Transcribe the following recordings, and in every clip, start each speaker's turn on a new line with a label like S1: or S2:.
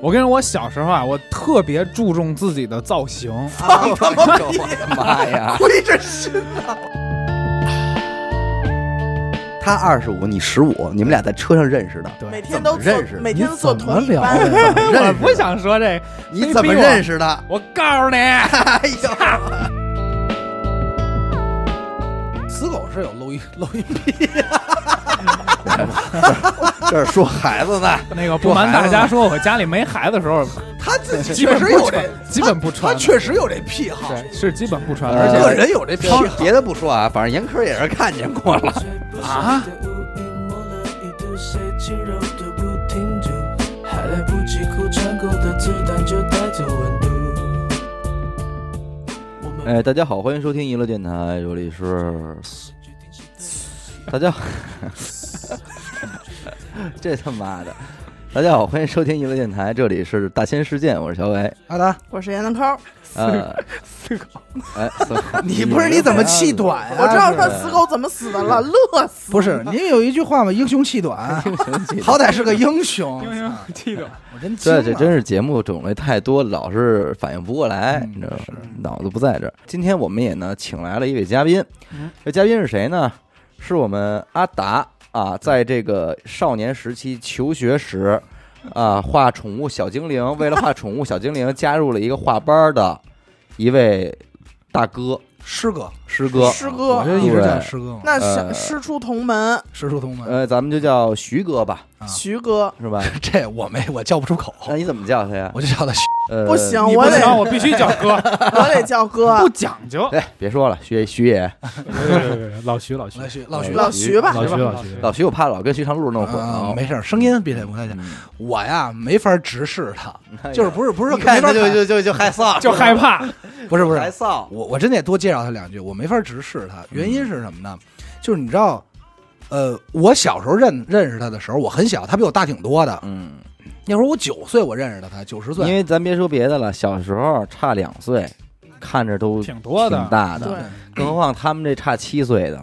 S1: 我跟你说，我小时候啊，我特别注重自己的造型。
S2: 放他妈屁！
S3: 妈呀！
S2: 亏着心。
S3: 他二十五，你十五，你们俩在车上认识的，
S1: 对
S2: 每天都
S3: 怎么
S2: 坐
S3: 认识，的
S2: 每
S4: 你
S2: 天都坐
S4: 怎么
S2: 同一
S4: 聊
S2: 班。
S4: 的？
S3: 认
S1: 我
S3: 识的
S1: 不想说这，
S3: 你怎么认识的？
S1: 我告诉 你，
S3: 哎呦，
S4: 死狗是有录音录音笔，
S3: 这是说孩子呢，
S1: 那个不瞒大家说，我家里没孩子的时候，
S4: 他自己
S1: 基
S4: 确
S1: 本
S4: 实
S1: 不
S4: 有这，
S1: 穿，基本不
S4: 他
S1: 穿的，
S4: 确实有这癖好，
S1: 对是基本不穿，
S3: 呃
S1: 而
S4: 个
S1: 且
S4: 人有这癖好。
S3: 别的不说啊，反正严科也是看见过了。
S1: 啊，
S5: 还来不及哭，穿过的子弹就带走温度。我们
S3: 哎，大家好，欢迎收听娱乐电台，这里是。大家好， 这他妈的！大家好，欢迎收听娱乐电台，这里是大千世界，我是小伟。
S4: 阿达，
S2: 我是闫德抠，
S3: 呃，
S1: 四狗
S3: 哎，四号
S4: 你不是你怎么气短啊呀？
S2: 我
S3: 哎
S2: 知道
S4: 是吧
S2: 说死狗怎么死的了，乐死。
S4: 不是，您有一句话嘛，英雄气短， 好歹是个英雄。
S1: 英雄气 短，
S4: 我真惊
S3: 这
S4: 啊了
S3: 这真是节目种类太多，老是反应不过来，
S1: 嗯
S3: 你知道吗
S1: 是？
S3: 脑子不在这儿。今天我们也呢，请来了一位嘉宾
S1: 嗯，
S3: 这嘉宾是谁呢？是我们阿达啊，在这个少年时期求学时啊，画宠物小精灵，为了画宠物小精灵，加入了一个画班的一位大哥
S4: 师哥，
S3: 师哥，
S2: 师
S4: 我
S2: 哥，
S4: 就一啊直叫
S3: 对
S4: 师哥嘛，
S2: 那是
S3: 呃
S2: 师出同门，
S4: 师叔同门。
S3: 呃，咱们就叫徐哥吧，
S4: 啊
S2: 徐哥
S3: 是吧？
S4: 这我没，我叫不出口，
S3: 那你怎么叫他呀？
S4: 我就叫他徐。
S3: 呃，
S2: 不行，
S1: 你
S2: 我
S1: 不
S2: 得
S1: 行，我必须 叫哥，
S6: 啊
S2: 我得叫哥
S1: 不，讲究。
S3: 哎，别说了，徐徐爷，呃
S6: 老徐，老徐，
S4: 老徐，嗯老徐，
S2: 老徐吧，
S6: 老徐，
S1: 吧
S6: 徐，
S3: 老徐，我怕老跟徐长路弄混哦
S4: 啊
S3: 了，，
S4: 没事儿，声音别太不太像。我呀，没法直视他，就是不是不是说
S3: 哎一看
S4: 没法
S3: 他就就就就害臊，
S1: 就害怕，
S4: 不是不是
S3: 害臊。
S4: 我我真得多介绍他两句，我没法直视他，原因是什么呢？就是你知道，呃，我小时候认认识他的时候，我很小，他比我大挺多的。
S3: 嗯，
S4: 那会儿我九岁，我认识的他，九十
S3: 因
S4: 岁。
S3: 为咱别说别的了，小时候差两岁，看着都
S1: 挺多的
S3: 挺大
S2: 对
S3: 的，，更何况他们这差七岁的呢，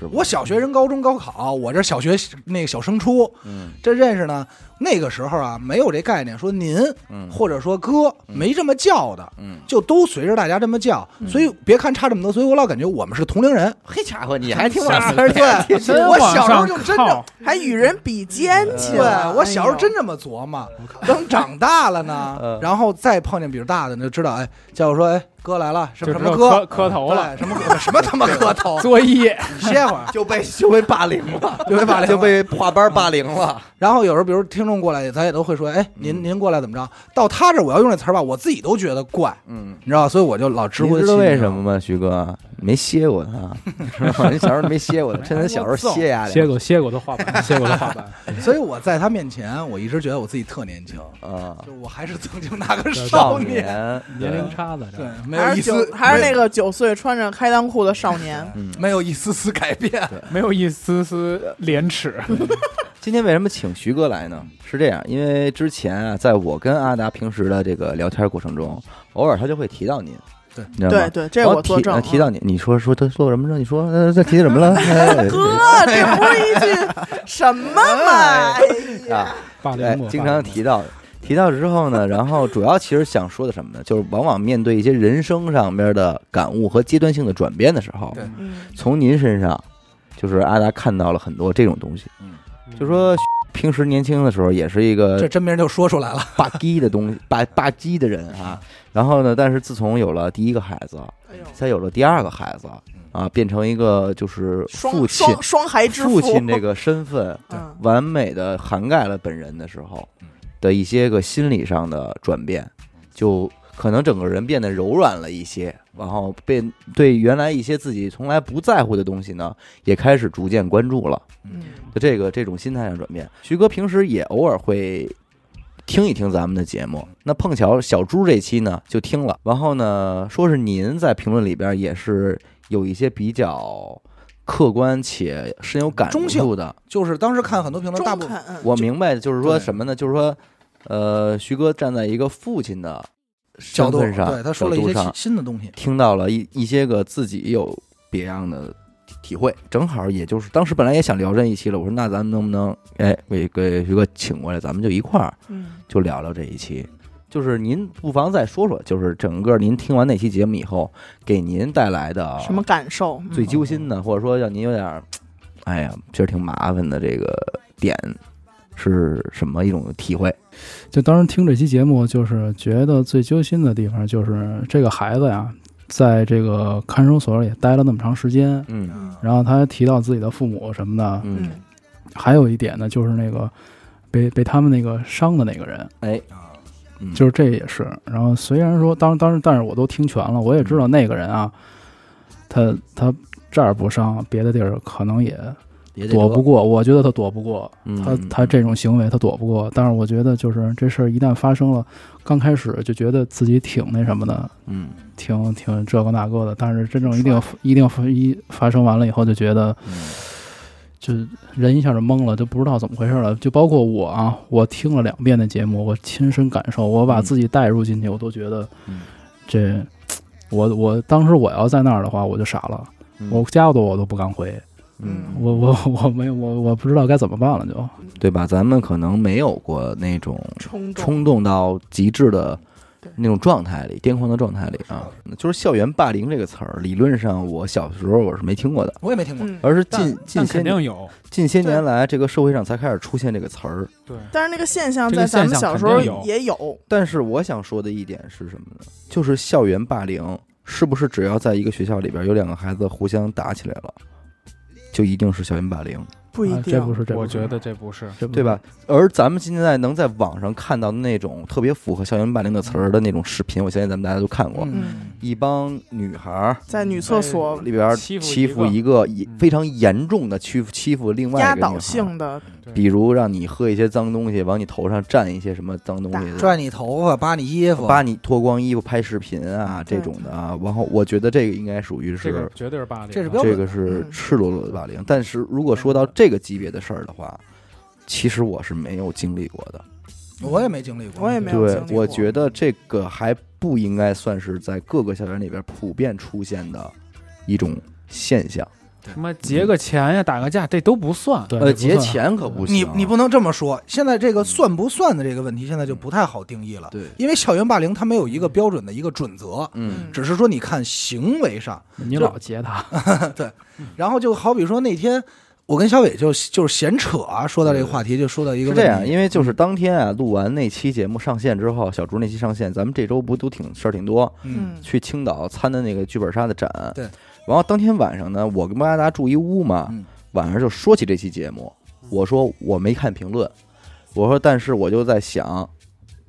S3: 是吧？
S4: 嗯我小学人、高中、高考，我这小学那个小升初，
S3: 嗯
S4: 这认识呢。那个时候啊，没有这概念，说您
S3: 嗯
S4: 或者说哥，没这么叫的，
S3: 嗯，
S4: 就都随着大家这么叫。所以别看差这么多，所以我老感觉我们是同龄
S2: 嗯
S4: 人。
S3: 嘿家伙，你还听我
S1: 下
S3: 词
S1: 次
S3: 儿？对，
S1: 真
S4: 我
S1: 往
S4: 小时候
S1: 上
S4: 就真
S1: 靠
S4: 正
S2: 还与人比肩去
S4: 对
S2: 了。
S4: 呃我小时候
S2: 哎呦
S4: 真这么琢磨，等长大了呢
S3: 嗯，
S4: 然后再碰见比如大的，你就知道，哎，叫我说，哎，哥来了，什
S1: 就
S4: 么
S1: 知
S4: 什
S1: 道
S4: 么
S1: 磕
S4: 哥，
S1: 磕头了，
S4: 对，什么哥，什 么他妈磕头，
S1: 作揖，
S4: 歇会儿，
S3: 就被就被霸凌了，
S4: 就被霸凌
S3: 就
S4: 了。嗯
S3: 被画班霸凌了。
S4: 然后有时候，比如听众过来，咱也都会说，哎，
S3: 嗯
S4: 您您过来怎么着？到他这儿我要用这词儿吧，我自己都觉得怪，
S3: 嗯，
S4: 你知道吧，所以我就老直
S3: 你
S4: 呼
S3: 知
S4: 其
S3: 道
S4: 名
S3: 为什么？吗？徐哥没歇过 他，是吧？你小时候没歇过他，趁他小时候歇呀，啊
S6: 歇过歇过的画板，歇过的画 板，
S4: 所以我在他面前，我一直觉得我自己特年轻，
S2: 嗯
S3: 啊，
S4: 就我还是曾经那个
S3: 少
S4: 少年，
S3: 年
S6: 年龄
S3: 对
S6: 差的，
S4: 对
S6: 这，
S4: 没有
S2: 还
S4: 一
S2: 是
S4: 丝
S2: 九，，还是那个九岁穿着开裆裤的少年。
S3: 嗯。
S4: 没有一丝丝改变。
S1: 没有一丝丝廉耻。
S3: 今天为什么请徐哥来呢？是这样，因为之前啊，在我跟阿达平时的这个聊天过程中，偶尔他就会提到您，
S4: 对
S3: 你知道
S2: 对
S3: 吗？
S2: 对，这
S3: 然后
S2: 我作
S3: 提
S2: 证
S3: 呃
S2: 啊。
S3: 提到你，你说说他说什么呢？你说呃，他提什 么了？哎
S2: 嗯哥，这不是一句什么嘛？哎
S3: 啊，
S6: 霸
S3: 哎
S6: 凌我，
S3: 经常提到。提到之后呢，然后主要其实想说的什么呢？就是往往面对一些人生上面的感悟和阶段性的转变的时候，
S4: 对
S2: 嗯，
S3: 从您身上，就是阿达看到了很多这种东西。
S4: 嗯
S6: 霸，
S3: 就说平时年轻的时候也是一个
S4: 这真名就说出来了，
S3: 霸鸡的东西， 霸霸鸡的人啊。然后呢，但是自从有了第一个孩子，
S2: 哎呦
S3: 再有了第二个孩子啊，变成一个就是父
S2: 双
S3: 亲
S2: 双双孩之
S3: 父
S2: 父，
S3: 亲这个身份，
S2: 嗯，
S3: 完美的涵盖了本人的时候的一些个心理上的转变，就。可能整个人变得柔软了一些，然后变对原来一些自己从来不在乎的东西呢，也开始逐渐关注了。
S2: 嗯
S3: 就这个这种心态上转变。徐哥平时也偶尔会听一听咱们的节目，那碰巧小猪这期呢就听了，然后呢说是您在评论里边也是有一些比较客观且深有感
S4: 中性
S3: 触的。
S4: 就是当时看很多评论，大部
S2: 中
S4: 分
S2: 肯，嗯
S3: 我明白，就是说
S4: 对
S3: 什么呢？就是说，呃，徐哥站在一个父亲的身
S4: 角度
S3: 份上，
S4: 对他说了一
S3: 角
S4: 些
S3: 度
S4: 新
S3: 上
S4: 新的东西。
S3: 听到了一一些个自己有别样的体体会。正好也就是当时本来也想聊这一期了，我说那咱们能不能哎给给徐哥请过来，咱们就一块儿
S2: 嗯
S3: 就聊聊这一期。就是您不妨再说说，就是整个您听完那期节目以后，给您带来的
S2: 什么感受？嗯
S3: 最揪心的，或者说让您有点儿，哎呀，其实挺麻烦的这个点是什么一种体会？
S1: 就当时听这期节目，就是觉得最揪心的地方就是这个孩子呀，在这个看守所也待了那么长时间，
S3: 嗯
S1: 然后他还提到自己的父母什么的，
S3: 嗯，
S2: 嗯
S1: 还有一点呢，就是那个被被他们那个伤的那个人，
S3: 哎，
S1: 就是是这也是。然后虽然说当当时，但是我都听全了，我也知道那个人啊，他他这儿不伤，别的地儿可能也
S3: 嗯
S1: 躲不过。我觉得他躲不过，他他这种行为他躲不过。但是我觉得就是这事儿一旦发生了，刚开始就觉得自己挺那什么的，
S3: 嗯
S1: 挺挺这个那个的。但是真正一定一定一发生完了以后，就觉得
S3: 嗯
S1: 就人一下就懵了，就不知道怎么回事了。就包括我啊，我听了两遍的节目，我亲身感受，我把自己带入进去，我都觉得
S3: 嗯
S1: 这，我我当时我要在那儿的话，我就傻了，
S3: 嗯
S1: 我家都我都不敢回，
S3: 嗯
S1: 我我我没有我我不知道该怎么办了就，
S3: 对吧？咱们可能没有过那种
S2: 冲动，
S3: 冲动到极致的
S2: 对
S3: 那种状态里，癫狂的状态里啊，就是校园霸凌这个词儿，理论上我小时候我是没听过的，
S4: 我也没听过。
S2: 嗯，
S3: 而是
S6: 但
S3: 近近
S6: 但
S3: 些
S6: 肯
S3: 年
S6: 定有，
S3: 近些年
S2: 对
S3: 来，这个社会上才开始出现这个词儿。
S6: 对，
S2: 但是那个现象
S6: 这
S2: 在
S6: 个
S2: 咱
S6: 现
S2: 们
S6: 象
S2: 小时
S6: 肯
S2: 候
S6: 定有
S2: 也有，
S3: 但是我想说的一点是什么呢？就是校园霸凌是不是只要在一个学校里边有两个孩子互相打起来了，就一定是校园霸凌，
S2: 不一
S1: 啊
S2: 定
S1: 这。不是这不
S6: 我
S1: 是
S6: 觉得这不是，
S1: 这不是
S3: 对吧？？而咱们现在能在网上看到的那种特别符合校园霸凌的词儿的那种视频，我相信咱们大家都看过，
S2: 嗯，
S3: 一帮女孩儿
S2: 在女厕所
S3: 里边
S1: 欺负一
S3: 欺负
S1: 个
S3: 一个以
S1: 嗯
S3: 非常严重的欺负欺负另外一个
S2: 压
S3: 女
S2: 倒
S3: 孩儿，
S2: 性的，
S3: 比如让你喝一些脏东西，往你头上蘸一些什么脏东西的，
S4: 拽你头发，扒你衣服，
S3: 扒你脱光衣服拍视频啊这
S2: 对
S3: 种的啊，然后我觉得这个应该属于
S1: 嗯这个
S3: 是
S1: 绝对是霸凌，啊
S4: 这是标准
S3: 这个是
S1: 嗯
S3: 赤裸裸的霸凌。但是如果说到这个级别的事儿的话，其实我是没有经历过的。
S4: 我也没经历过，
S2: 我也没有
S3: 对
S2: 经历，过
S3: 我觉得这个还不应该算是在各个校园里边普遍出现的一种现象。
S6: 什么结个钱呀、打个架，这都不算。
S1: 对
S3: 呃，
S1: 这不
S3: 节
S1: 算
S3: 前可不行，啊嗯
S4: 你你不能这么说。现在这个算不算的这个问题，现在就不太好定义了，
S3: 对，
S4: 因为校园霸凌它没有一个标准的一个准则，
S3: 嗯
S4: 只是说你看行为上。
S1: 你老截他，
S4: 然后就好比说那天我跟小伟就就是闲扯啊，说到这个话题，就说到一
S2: 嗯
S4: 个
S3: 是
S4: 问
S3: 这
S4: 题
S3: 样，因为就是当天啊录完那期节目上线之后，小竹那期上线，咱们这周不都挺事儿挺多，
S4: 嗯
S2: 嗯，
S3: 去青岛参的那个剧本杀的展。
S4: 对，
S3: 然后当天晚上呢，我跟莫亚达住一屋嘛，
S4: 嗯
S3: 晚上就说起这期节目，我说我没看评论，我说但是我就在想，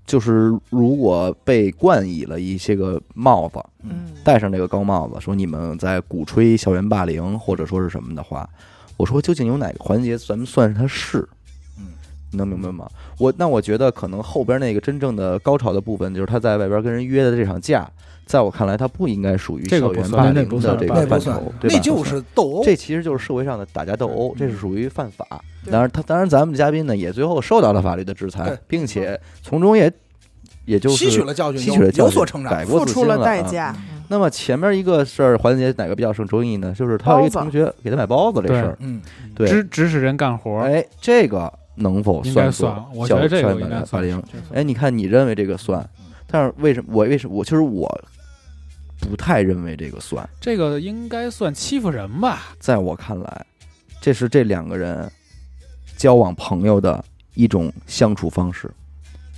S3: 就是如果被冠以了一些个帽子，
S2: 嗯，
S3: 戴上这个高帽子，说你们在鼓吹校园霸凌或者说是什么的话，我说究竟有哪个环节咱们算是它是？
S4: 嗯，
S3: 你能明白吗？我那我觉得可能后边那个真正的高潮的部分，就是他在外边跟人约的这场架，在我看来，它不应该属于
S1: 这个
S3: 校
S1: 不
S3: 园
S1: 算
S3: 霸
S1: 那
S3: 凌
S1: 不
S3: 的
S1: 算
S3: 这
S1: 霸
S3: 个
S4: 那
S1: 凌
S4: 不
S3: 范
S4: 算
S3: 畴，，对吧？
S4: 那就是斗殴。
S3: 这其实就是社会上的打架斗殴，这是属于犯法。
S2: 对
S3: 当然，他当然咱们嘉宾呢也最后受到了法律的制裁
S4: 对，
S3: 并且从中也也就是
S4: 吸取了教训，
S3: 吸取了教训，
S4: 有有所成长
S3: 改。过
S2: 付
S3: 自
S2: 出
S3: 新
S2: 了代
S3: 啊
S2: 价，
S3: 那么前面一个事儿环节哪个比较受争议呢？就是他有一个
S2: 包
S3: 同
S2: 子
S3: 学给他买包子这事儿，
S4: 嗯，
S3: 对，
S1: 指指使人干活，
S3: 哎，这个能否
S1: 应该
S3: 作
S1: 算，我觉
S3: 校
S1: 得这
S3: 校
S1: 个
S3: 园
S1: 应
S3: 霸
S1: 该
S3: 凌
S1: 算
S3: 霸凌？
S1: 这算
S3: 哎，你看你认为这个算，但是为什么我为什么我其实我不太认为这个算，
S1: 这个应该算欺负人吧？
S3: 在我看来，这是这两个人交往朋友的一种相处方式。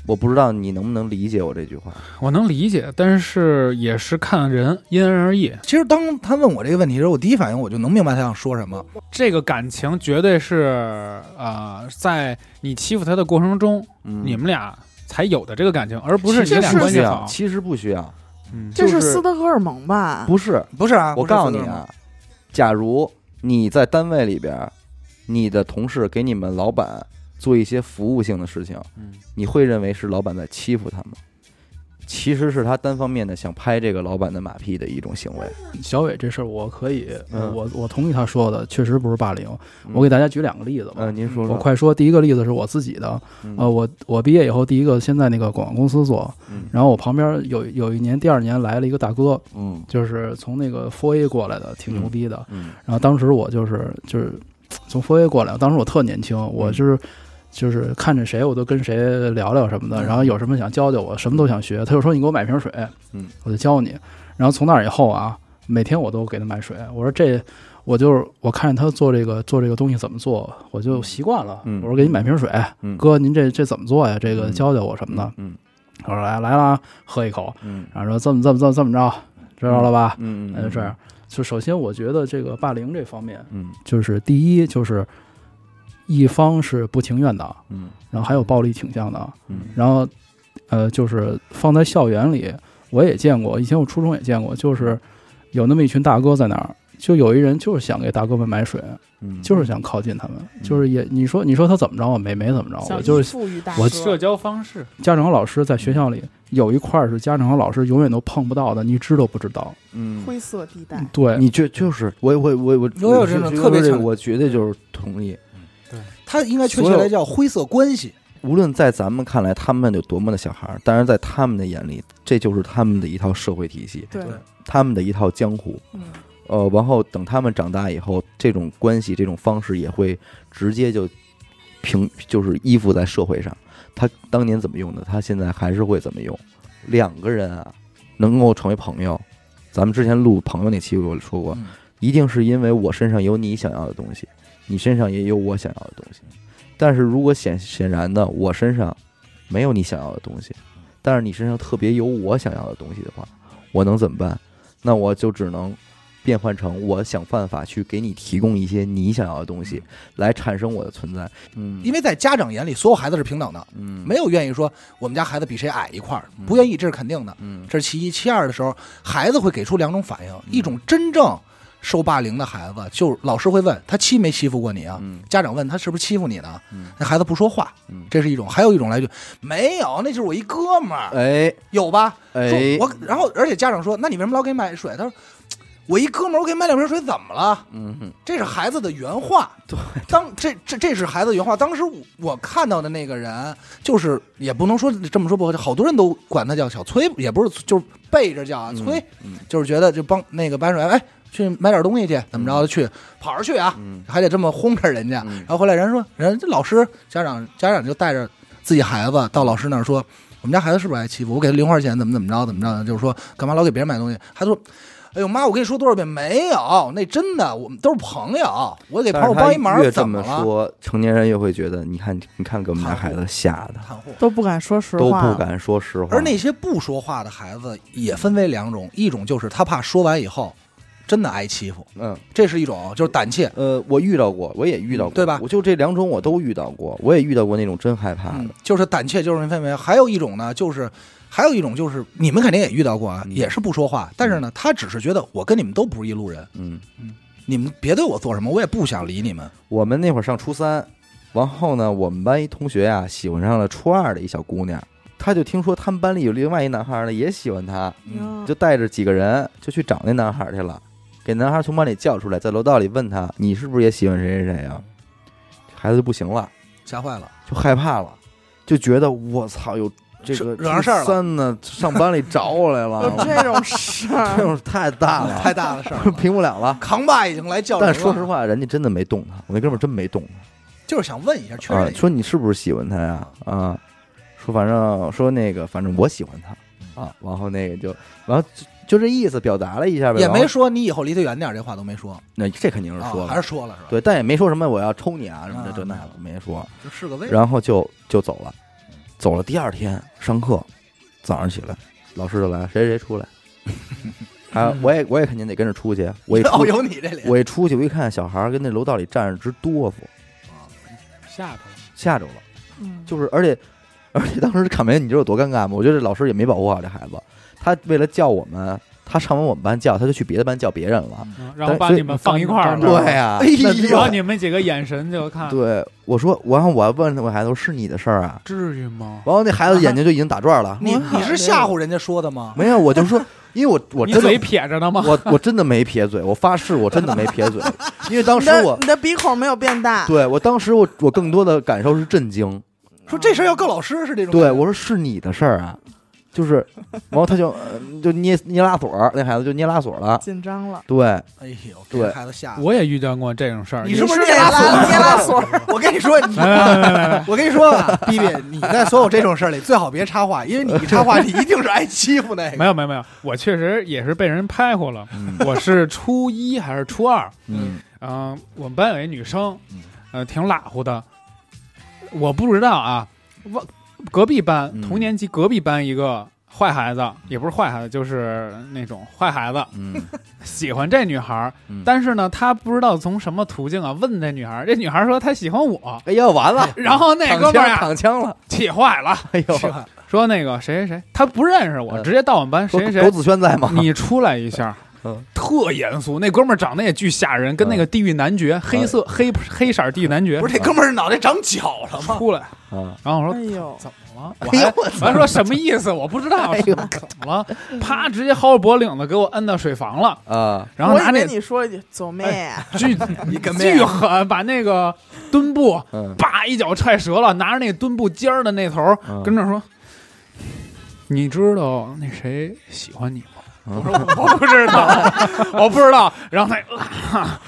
S3: 我不知道你能不能理解我这句话。
S1: 我能理解，但是也是看人，因人而异。
S4: 其实当他问我这个问题的时候，我第一反应我就能明白他想说什么。
S1: 这个感情绝对是呃，在你欺负他的过程中，
S3: 嗯
S1: 你们俩才有的这个感情，而不是你
S3: 其
S1: 俩
S3: 实不
S1: 关
S3: 需
S1: 系
S3: 要，
S1: 好。
S3: 其实不需要，
S1: 嗯，
S2: 这
S3: 就是是
S2: 斯德哥尔摩吧？
S3: 不是。
S4: 不是啊，
S3: 嗯我
S4: 不是
S3: 告诉你
S4: 斯德哥尔
S3: 啊，假如你在单位里边，你的同事给你们老板做一些服务性的事情，
S1: 嗯
S3: 你会认为是老板在欺负他吗？其实是他单方面的想拍这个老板的马屁的一种行为。
S6: 小伟这事儿，我可以，
S3: 嗯
S6: 我我同意他说的，确实不是霸凌。我给大家举两个例子吧。
S3: 嗯，呃您说
S6: 我
S3: 说，
S6: 快说，第一个例子是我自己的，
S3: 嗯
S6: 呃，我我毕业以后第一个先在那个广告公司做，
S3: 嗯
S6: 然后我旁边有有一年第二年来了一个大哥，
S3: 嗯
S6: 就是从那个 f o A 过来的，挺牛逼的。
S3: 嗯
S6: 然后当时我就是就是从 f o A 过来，当时我特年轻，
S3: 嗯
S6: 我就是。就是看着谁我都跟谁聊聊什么的，然后有什么想教教我，什么都想学。他就说你给我买瓶水，
S3: 嗯，
S6: 我就教你。然后从那以后啊，每天我都给他买水。我说这，我就是我看见他做这个做这个东西怎么做，我就习惯了。
S3: 嗯
S6: 我说给你买瓶水，
S3: 嗯
S6: 哥您这这怎么做呀？这个
S3: 嗯
S6: 教教我什么的。
S3: 嗯
S6: 我说来来了啊，喝一口，
S3: 嗯
S6: 然后说这么这么这么这么着，知道了吧？
S3: 嗯
S6: 呃那就这样。就首先，我觉得这个霸凌这方面，
S3: 嗯
S6: 就是第一就是一方是不情愿的，
S3: 嗯
S6: 然后还有暴力倾向的，
S3: 嗯
S6: 然后呃，就是放在校园里，我也见过，以前我初中也见过，就是有那么一群大哥在那儿。就有一人就是想给大哥们买水，
S3: 嗯，
S6: 就是想靠近他们，就是也你说你说他怎么着我没没怎么着，我就是
S2: 富裕大
S6: 我
S1: 社交方式，
S6: 家长和老师在学校里有一块儿是家长和老师永远都碰不到的，你知道不知道？
S3: 嗯。
S2: 灰色地带，
S6: 对，
S3: 你就就是我我我我
S4: 有有这种特别
S3: 这个
S4: 强烈
S3: 我绝对就是同意。
S4: 他应该确切
S3: 所有
S4: 来叫灰色关系。
S3: 无论在咱们看来他们有多么的小孩儿，但是在他们的眼里，这就是他们的一套社会体系，
S2: 对，
S3: 他们的一套江湖。
S2: 嗯，
S3: 呃，然后等他们长大以后，这种关系、这种方式也会直接就平，就是依附在社会上。他当年怎么用的，他现在还是会怎么用。两个人啊，能够成为朋友，咱们之前录朋友那期我说过，
S4: 嗯
S3: 一定是因为我身上有你想要的东西，你身上也有我想要的东西。但是如果显显然的，我身上没有你想要的东西，但是你身上特别有我想要的东西的话，我能怎么办？那我就只能变换成我想办法去给你提供一些你想要的东西，来产生我的存在。嗯
S4: 因为在家长眼里，所有孩子是平等的，
S3: 嗯
S4: 没有愿意说我们家孩子比谁矮一块儿，不愿意，这是肯定的。
S3: 嗯
S4: 这是其一，其二的时候，孩子会给出两种反应：一种真正受霸凌的孩子，就是老师会问他欺没欺负过你啊？
S3: 嗯
S4: 家长问他是不是欺负你呢
S3: 嗯？
S4: 那孩子不说话
S3: 嗯，
S4: 这是一种；还有一种来句没有，那就是我一哥们儿，
S3: 哎
S4: 有吧？
S3: 哎
S4: 说我然后而且家长说，那你为什么老给买水？他说。嘖我一哥们儿，我给你买两瓶水，怎么了？
S3: 嗯哼
S4: 这是孩子的原话。
S3: 对，
S4: 当这这这是孩子的原话。当时我我看到的那个人，就是也不能说这么说不合适，好多人都管他叫小崔，也不是就是背着叫啊崔，
S3: 嗯
S4: 就是觉得就帮那个班主任，哎，去买点东西去，怎么着的去，跑着去啊，
S3: 嗯
S4: 还得这么轰着人家。
S3: 嗯
S4: 然后后来人说，人家老师家长家长就带着自己孩子到老师那儿说，我们家孩子是不是挨欺负？我给他零花钱，怎么怎么着，怎么着的，就是说干嘛老给别人买东西？他说。哎呦妈！我跟你说多少遍没有？那真的，我们都是朋友。哎我给朋
S3: 但
S4: 友
S3: 是
S4: 帮一
S3: 他
S4: 忙，
S3: 越这
S4: 怎么
S3: 么
S4: 了？
S3: 说，成年人越会觉得，你看你看给我们家孩子吓的
S4: 袒护。
S2: 都不敢说实
S3: 都
S2: 话，啊
S3: 不敢说实话，
S4: 而那些不说话的孩子也分为两种，一种就是他怕说完以后真的挨欺负，
S3: 嗯。
S4: 这是一种就是胆怯，
S3: 呃，我遇到过，我也遇到过，
S4: 嗯对吧
S3: 我就这两种我都遇到过，我也遇到过那种真害怕的
S4: 嗯，，就是胆怯，就是那氛围。还有一种呢，就是还有一种就是你们肯定也遇到过啊，
S3: 嗯
S4: 也是不说话，但是呢，他只是觉得我跟你们都不是一路人，
S3: 嗯，
S4: 你们别对我做什么，我也不想理你们。嗯
S3: 我们那会儿上初三，然后呢，我们班一同学啊喜欢上了初二的一小姑娘，他就听说他们班里有另外一男孩呢也喜欢她，
S4: 嗯
S2: 哟。
S3: 嗯就带着几个人就去找那男孩去了，给男孩从班里叫出来，在楼道里问他你是不是也喜欢谁谁谁啊？孩子就不行了，
S4: 吓坏了，
S3: 就害怕了，就觉得我操有这个
S4: 惹上事儿了
S3: 初三呢上班里找我来 了，
S2: 有这种事儿
S3: 这，种事太大了，
S4: 太大的事儿了。
S3: 啊 平不了了。
S4: 扛把已经来叫人
S3: 但
S4: 了，
S3: 是说实话，人家真的没动他，我那哥们儿真没动他。
S4: 就是想问一下，确
S3: 啊
S4: 认，一下。
S3: 说你是不是喜欢他呀？啊，说反正说那个，反正我喜欢他啊。然后那个就，然后就就这意思表达了一下呗。
S4: 也
S3: 然后
S4: 没说你以后离他远点儿，这话都没说，
S3: 那这肯定是说
S4: 啊
S3: 了，
S4: 还是说了是吧？，
S3: 对，但也没说什么我要抽你啊什么的
S4: 啊
S3: 这那的没说。
S4: 就是个问题。
S3: 然后就就走了，走了。第二天上课，早上起来，老师就来，谁谁谁 出来。啊，我也我也肯定得跟着出去。啊我一出
S4: 哦， 有你这脸，
S3: 我一出去，我一看小孩儿跟那楼道里站着直哆嗦，
S1: 吓着了，
S3: 吓着了。
S2: 嗯
S3: 就是而且 而且当时卡梅，你知道有多尴尬吗？我觉得这老师也没保护好这孩子，他为了叫我们，他上完我们班教，他就去别的班教别人了。
S1: 嗯然后
S3: 但
S1: 把
S3: 所以
S1: 你们放一块儿
S6: 对
S1: 了，
S3: 呀
S4: 哎
S3: 那
S4: 呦
S1: 然后你们几个眼神就看，
S3: 对我说，然后我还问我孩子，我说是你的事儿啊？
S1: 至于吗？
S3: 然后那孩子眼睛就已经打转了。
S4: 你你是吓唬人家说 的吗？
S3: 没有，我就说，因为我我
S1: 你
S3: 真
S1: 嘴
S3: 的
S1: 撇着呢吗？
S3: 我我真的没撇嘴，我发誓我真的没 撇嘴，因为当
S2: 你
S3: 时
S2: 的
S3: 我
S2: 你的鼻孔没有变大，
S3: 对我当时我我更多的感受是震惊。
S4: 说这事儿要告老师是这种感觉。
S3: 对，我说是你的事儿啊，就是，然后他就呃就捏捏拉锁儿，那孩子就捏拉锁了。
S2: 紧张了。
S3: 对，
S4: 哎呦，
S3: 对
S4: 给孩子吓的。
S1: 我也遇见过这种事儿，
S4: 你是不是
S2: 你
S4: 捏
S2: 是
S4: 拉
S2: 拉
S4: 锁？
S2: 捏拉锁？
S4: 我跟你说，你
S1: 没没没没没
S4: 我跟你说吧，逼逼，你在所有这种事儿里最好别插话，因为你一插话，你一定是挨欺负那
S1: 没
S4: 个。
S1: 有没有没有，我确实也是被人拍过了。
S3: 嗯
S1: 我是初一还是初二？
S3: 嗯
S1: 嗯、我们班有一女生
S3: 嗯，
S1: 呃，挺拉乎的。我不知道啊，忘隔壁班
S3: 嗯
S1: 同年级隔壁班一个坏孩子，也不是坏孩子，就是那种坏孩子，
S3: 嗯
S1: 喜欢这女孩儿
S3: 嗯。
S1: 但是呢，他不知道从什么途径啊，问这女孩儿，这女孩儿说她喜欢我。
S3: 哎呀，完了，
S1: 然后那哥们儿啊，
S3: 躺枪了，
S1: 气坏了，
S3: 哎呦，
S4: 是吧
S1: 说那个谁谁谁，他不认识我，
S3: 嗯
S1: 直接到我们班
S3: 说
S1: 谁谁谁
S3: 狗子轩在 吗？
S1: 你出来一下
S3: 嗯，
S1: 特严肃。那哥们儿长得也巨吓人，跟那个地狱男爵，黑色
S3: 嗯
S1: 黑黑色儿地狱男爵
S4: 不是这哥们儿脑袋长角了吗？
S1: 出来。
S3: 啊，
S1: 然 后我
S2: 哎
S1: 说
S2: 呦，
S1: 怎么了？我
S3: 哎呦
S1: 还
S3: 我
S1: 我还说什么意思？我不知道
S3: 哎
S1: 怎么了，啪，直接薅着脖领子给我摁到水房了，
S3: 啊，
S1: 然后
S2: 我
S1: 拿
S2: 以
S1: 那哎
S2: 为你说一句“走妹啊
S1: 巨
S4: 你跟妹
S1: 巨狠，把那个墩布
S3: 嗯
S1: 叭一脚踹折了，拿着那墩布尖儿的那头儿
S3: 嗯
S1: 跟那儿说。你知道那谁喜欢你吗？
S3: 嗯
S1: 我说我不知道，我不知道。然后他、啊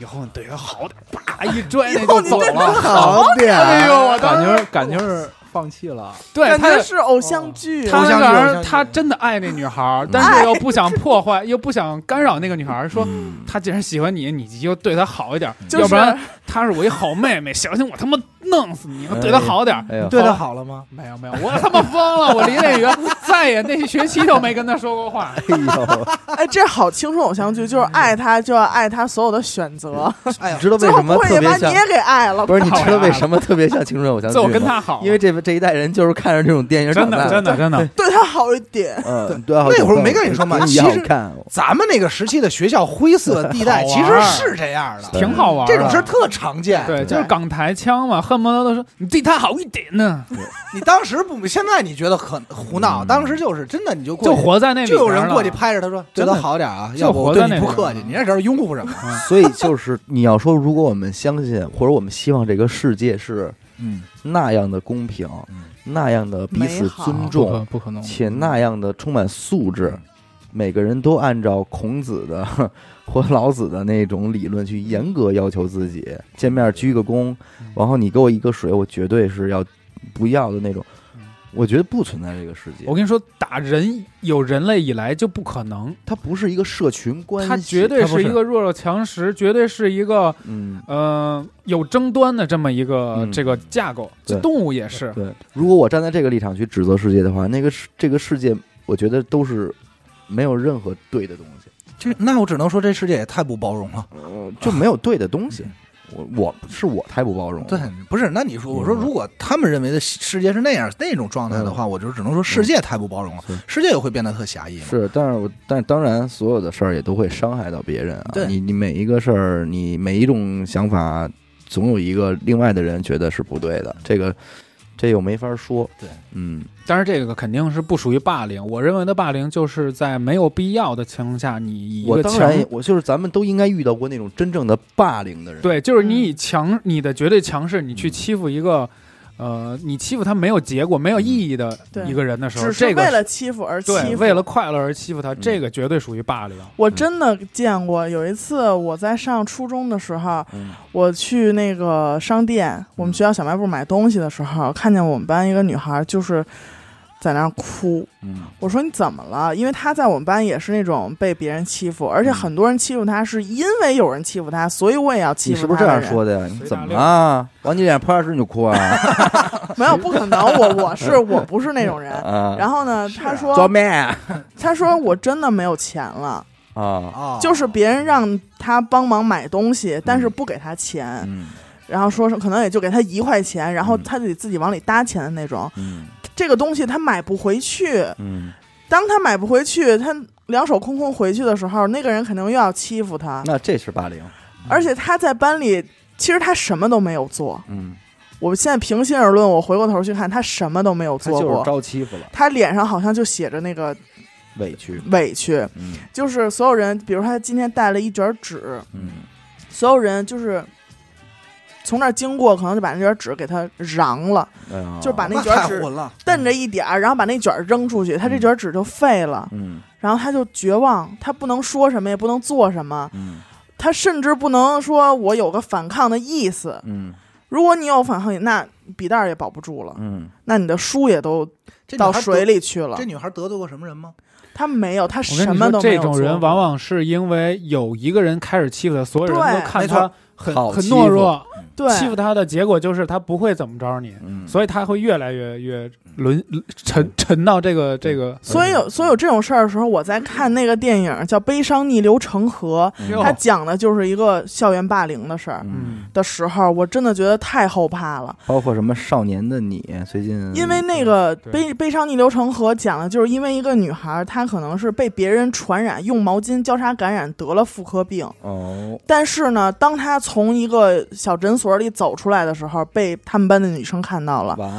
S1: 以后你对他好点儿，啪一拽那就走了。
S3: 好点儿，
S1: 哎呦，我当
S6: 感
S1: 时
S6: 觉感觉是放弃了，
S1: 对”，
S2: 感
S1: 他哦
S2: 觉是偶像剧。
S1: 他
S4: 偶像剧
S1: 当
S4: 偶像
S1: 然
S4: 剧
S1: 他真的爱那女孩儿，但是又不想破坏，又不想干扰那个女孩儿，说
S3: 嗯
S1: 他既然喜欢你，你就对他好一点，
S2: 就是
S1: 要不然她是我一好妹妹，小心我他妈弄死你！我对她好点儿。
S3: 哎呦，
S4: 对他好了吗？
S1: 没有没有，我他妈疯了！我离那远，再也那学期都没跟他说过话。
S3: 哎呦，
S2: 哎，这好青春偶像剧，就是爱他就要爱他所有的选择，
S4: 哎
S3: 你
S4: 呀，
S3: 知道为
S2: 最后
S3: 什
S2: 不
S3: 么
S2: 会
S3: 特
S2: 也把
S3: 别
S2: 你
S3: 像？
S2: 也给爱了。
S3: 不是，你
S1: 太
S3: 知道为
S1: 好了
S3: 什么特别像青春偶像剧
S1: 就
S3: 吗？
S1: 我跟他好，
S3: 因为这这一代人就是看着这种电影
S1: 真
S3: 长大
S1: 的真的真的，
S2: 对他好一点，
S3: 嗯，对啊，
S4: 那会儿没跟你说嘛
S3: 也
S4: 其
S3: 好
S4: 实
S3: 看，
S4: 咱们那个时期的学校灰色地带
S1: 好
S4: 其
S1: 玩
S4: 实
S1: 儿
S4: 是这样的，
S1: 挺好玩的。
S4: 这种事儿特常见。
S1: 对，就是港台腔嘛，恨不得都说你对他好一点呢，
S4: 你当时不，现在你觉得很胡闹，
S3: 嗯
S4: 当时就是真的，你就过
S1: 就
S4: 去
S1: 活在那里
S4: 就
S1: 边儿
S4: 有
S1: 了。
S4: 人过去拍着他说：“对
S1: 真
S4: 他
S1: 的
S4: 好点儿啊，
S1: 就
S4: 要不我
S1: 活在
S4: 对你
S1: 那
S4: 不
S1: 里
S4: 客
S1: 边
S4: 气
S1: 儿，
S4: 你这是拥护什么
S3: 所以就是你要说，如果我们相信，或者我们希望这个世界是
S4: 嗯
S3: 那样的公平，那样的彼此尊
S6: 不可
S3: 重，
S6: 不可能，
S3: 且那样的充满素质，每个人都按照孔子的 或老子的那种理论去严格要求自己。见面鞠个躬，然后你给我一个水，我绝对是要不要的那种
S1: 嗯。
S3: 我觉得不存在这个世界
S1: 我，跟你说，打人有人类以来就不可能，
S3: 它不是一个社群关系，
S1: 他绝对
S3: 它不
S1: 是一个弱肉强食，绝对是一个
S3: 嗯。
S1: 呃有争端的这么一个
S3: 嗯
S1: 这个架构。
S3: 对
S1: 这动物也是，
S3: 对，如果我站在这个立场去指责世界的话，那个世这个世界，我觉得都是没有任何对的东西，？”
S4: 这那我只能说这世界也太不包容了。
S3: 呃，就没有对的东西。我我是我太不
S2: 嗯
S3: 包容了。
S4: 嗯对，不是，那你说，我说
S3: 嗯
S4: 如果他们认为的世界是那样那种状态
S2: 嗯
S4: 的话，我就只能说世界太不包容了
S3: 嗯，
S4: 世界也会变得特狭义嘛。
S3: 是，但是我但当然，所有的事儿也都会伤害到别人啊。
S4: 对
S3: 你你每一个事儿，你每一种想法，总有一个另外的人觉得是不对的。这个这又没法说。
S4: 对，
S3: 嗯，
S1: 但是这个肯定是不属于霸凌。我认为的霸凌就是在没有必要的情况下，你以一
S3: 我
S1: 个
S3: 当
S1: 强
S3: 然也我就是咱们都应该遇到过那种真正的霸凌的人。
S1: 对，就是你
S2: 嗯
S1: 以强你的绝对强势，你
S3: 嗯
S1: 去欺负一个。呃，你欺负他没有结果、没有意义的
S2: 嗯对
S1: 一个人的时候，
S2: 只是
S1: 这个
S2: 为了欺负而欺
S1: 对，
S2: 负。
S1: 为了快乐而欺负他，
S3: 嗯
S1: 这个绝对属于霸凌。
S2: 我真的见过，有一次我在上初中的时候，
S3: 嗯，
S2: 我去那个商店，我们学校小卖部买东西的时候，看见我们班一个女孩就是在那儿哭。
S3: 嗯
S2: 我说你怎么了？因为她在我们班也是那种被别人欺负，
S3: 嗯
S2: 而且很多人欺负她是因为有人欺负她，所以我也要欺
S3: 你
S2: 负
S3: 是
S2: 她。
S3: 不是这样？说的呀？你
S1: 随
S3: 怎
S1: 大
S3: 么
S1: 溜
S3: 了？往你脸上泼点水你就哭啊？
S2: 没有，不可能。我我是 我不是那种人。
S3: 啊，
S2: 然后呢，她
S3: 做
S2: 说
S3: 咩啊？
S2: 她说我真的没有钱了，
S3: 啊
S4: 啊，
S2: 就是别人让她帮忙买东西，但是不给她钱。
S3: 嗯
S2: 然后说是可能也就给他一块钱，然后
S3: 嗯
S2: 他得自己往里搭钱的那种。
S3: 嗯
S2: 这个东西他买不回去，
S3: 嗯
S2: 当他买不回去，他两手空空回去的时候，那个人肯定又要欺负他，
S3: 那这是霸凌，
S2: 而且他在班里其实他什么都没有做。
S3: 嗯，
S2: 我现在平心而论，我回过头去看，他什么都没有
S3: 他
S2: 做
S3: 就是
S2: 过，
S3: 招欺负了，
S2: 他脸上好像就写着那个
S3: 委屈，
S2: 委屈，
S3: 嗯
S2: 就是所有人，比如他今天带了一卷纸，
S3: 嗯
S2: 所有人就是从那儿经过，可能就把那卷纸给他瓤了，
S3: 哎呀，
S2: 就把那
S4: 那
S2: 卷
S4: 太
S2: 纸
S4: 混了，
S2: 瞪着一点儿，然后把那卷儿扔出去，他这卷纸就废了，
S3: 嗯
S2: 然后他就绝望，他不能说什么，也不能做什么，
S3: 嗯
S2: 他甚至不能说我有个反抗的意思。
S3: 嗯
S2: 如果你有反抗，那笔袋儿也保不住了，
S3: 嗯，
S2: 那你的书也都
S4: 这女
S2: 到
S4: 孩得
S2: 水。里去了
S4: 这。女孩得罪过什么人吗？
S2: 他没有，他
S1: 我跟
S2: 什
S1: 你说，
S2: 么都没
S1: 这
S2: 有做。
S1: 种人往往是因为有一个人开始欺负他，所有人
S2: 对
S1: 都看
S4: 没错
S1: 他很
S3: 好
S1: 很
S3: 欺
S1: 懦
S3: 负
S1: 弱，
S2: 对
S1: 欺负他的结果就是他不会怎么着你，
S3: 嗯，
S1: 所以他会越来越越沦沉沉到这个这个。
S2: 所以有所以有这种事儿的时候，我在看那个电影叫《悲伤逆流成河》，
S3: 以
S1: 哟
S2: 它讲的就是一个校园霸凌的事儿
S3: 嗯，
S1: 嗯，
S2: 的时候，我真的觉得太后怕了，
S3: 包括什么少年的你，最近
S2: 因为那个
S1: 嗯对
S2: 悲悲伤逆流成河讲的就是因为一个女孩，她可能是被别人传染，用毛巾交叉感染得了妇科病，
S3: 哦，
S2: 但是呢，当她从一个小诊所里走出来的时候，被他们班的女生看到了，
S3: 完，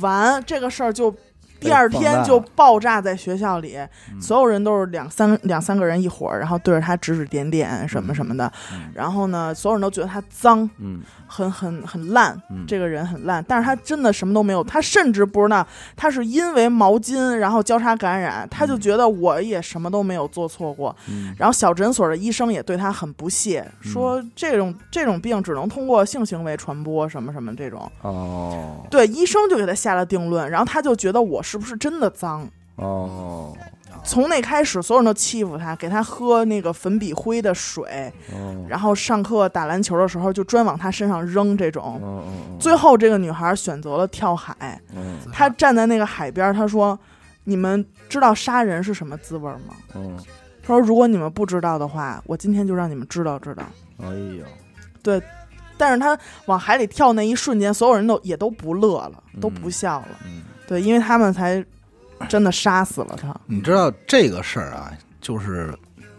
S2: 完这个事儿就第二
S3: 被放
S2: 天
S3: 大
S2: 就爆炸在学校里，
S3: 嗯
S2: 所有人都是两三两三个人一伙儿，然后对着他指指点点什么什么的。
S3: 嗯
S2: 然后呢，所有人都觉得他脏，
S3: 嗯
S2: 很很很烂，
S3: 嗯，
S2: 这个人很烂。但是他真的什么都没有，他甚至不知道他是因为毛巾然后交叉感染，他就觉得我也什么都没有做错过。
S3: 嗯
S2: 然后小诊所的医生也对他很不屑，说这种这种病只能通过性行为传播什么什么这种。
S3: 哦
S2: 对，医生就给他下了定论，然后他就觉得我是不是真的脏？
S3: 哦
S2: 从那开始，所有人都欺负他，给他喝那个粉笔灰的水，
S3: 哦，
S2: 然后上课打篮球的时候就专往他身上扔这种。
S3: 嗯嗯
S2: 最后，这个女孩选择了跳海，
S3: 嗯
S2: 她站在那个海边，她说：“你们知道杀人是什么滋味吗
S3: 嗯，？”
S2: 她说：“如果你们不知道的话，我今天就让你们知道知道。
S3: 哎呦，”
S2: 但是她往海里跳那一瞬间，所有人都也都不乐了，都不
S3: 嗯
S2: 笑了。
S3: 嗯
S2: 对，因为他们才真的杀死了他。
S4: 你知道这个事儿啊，就是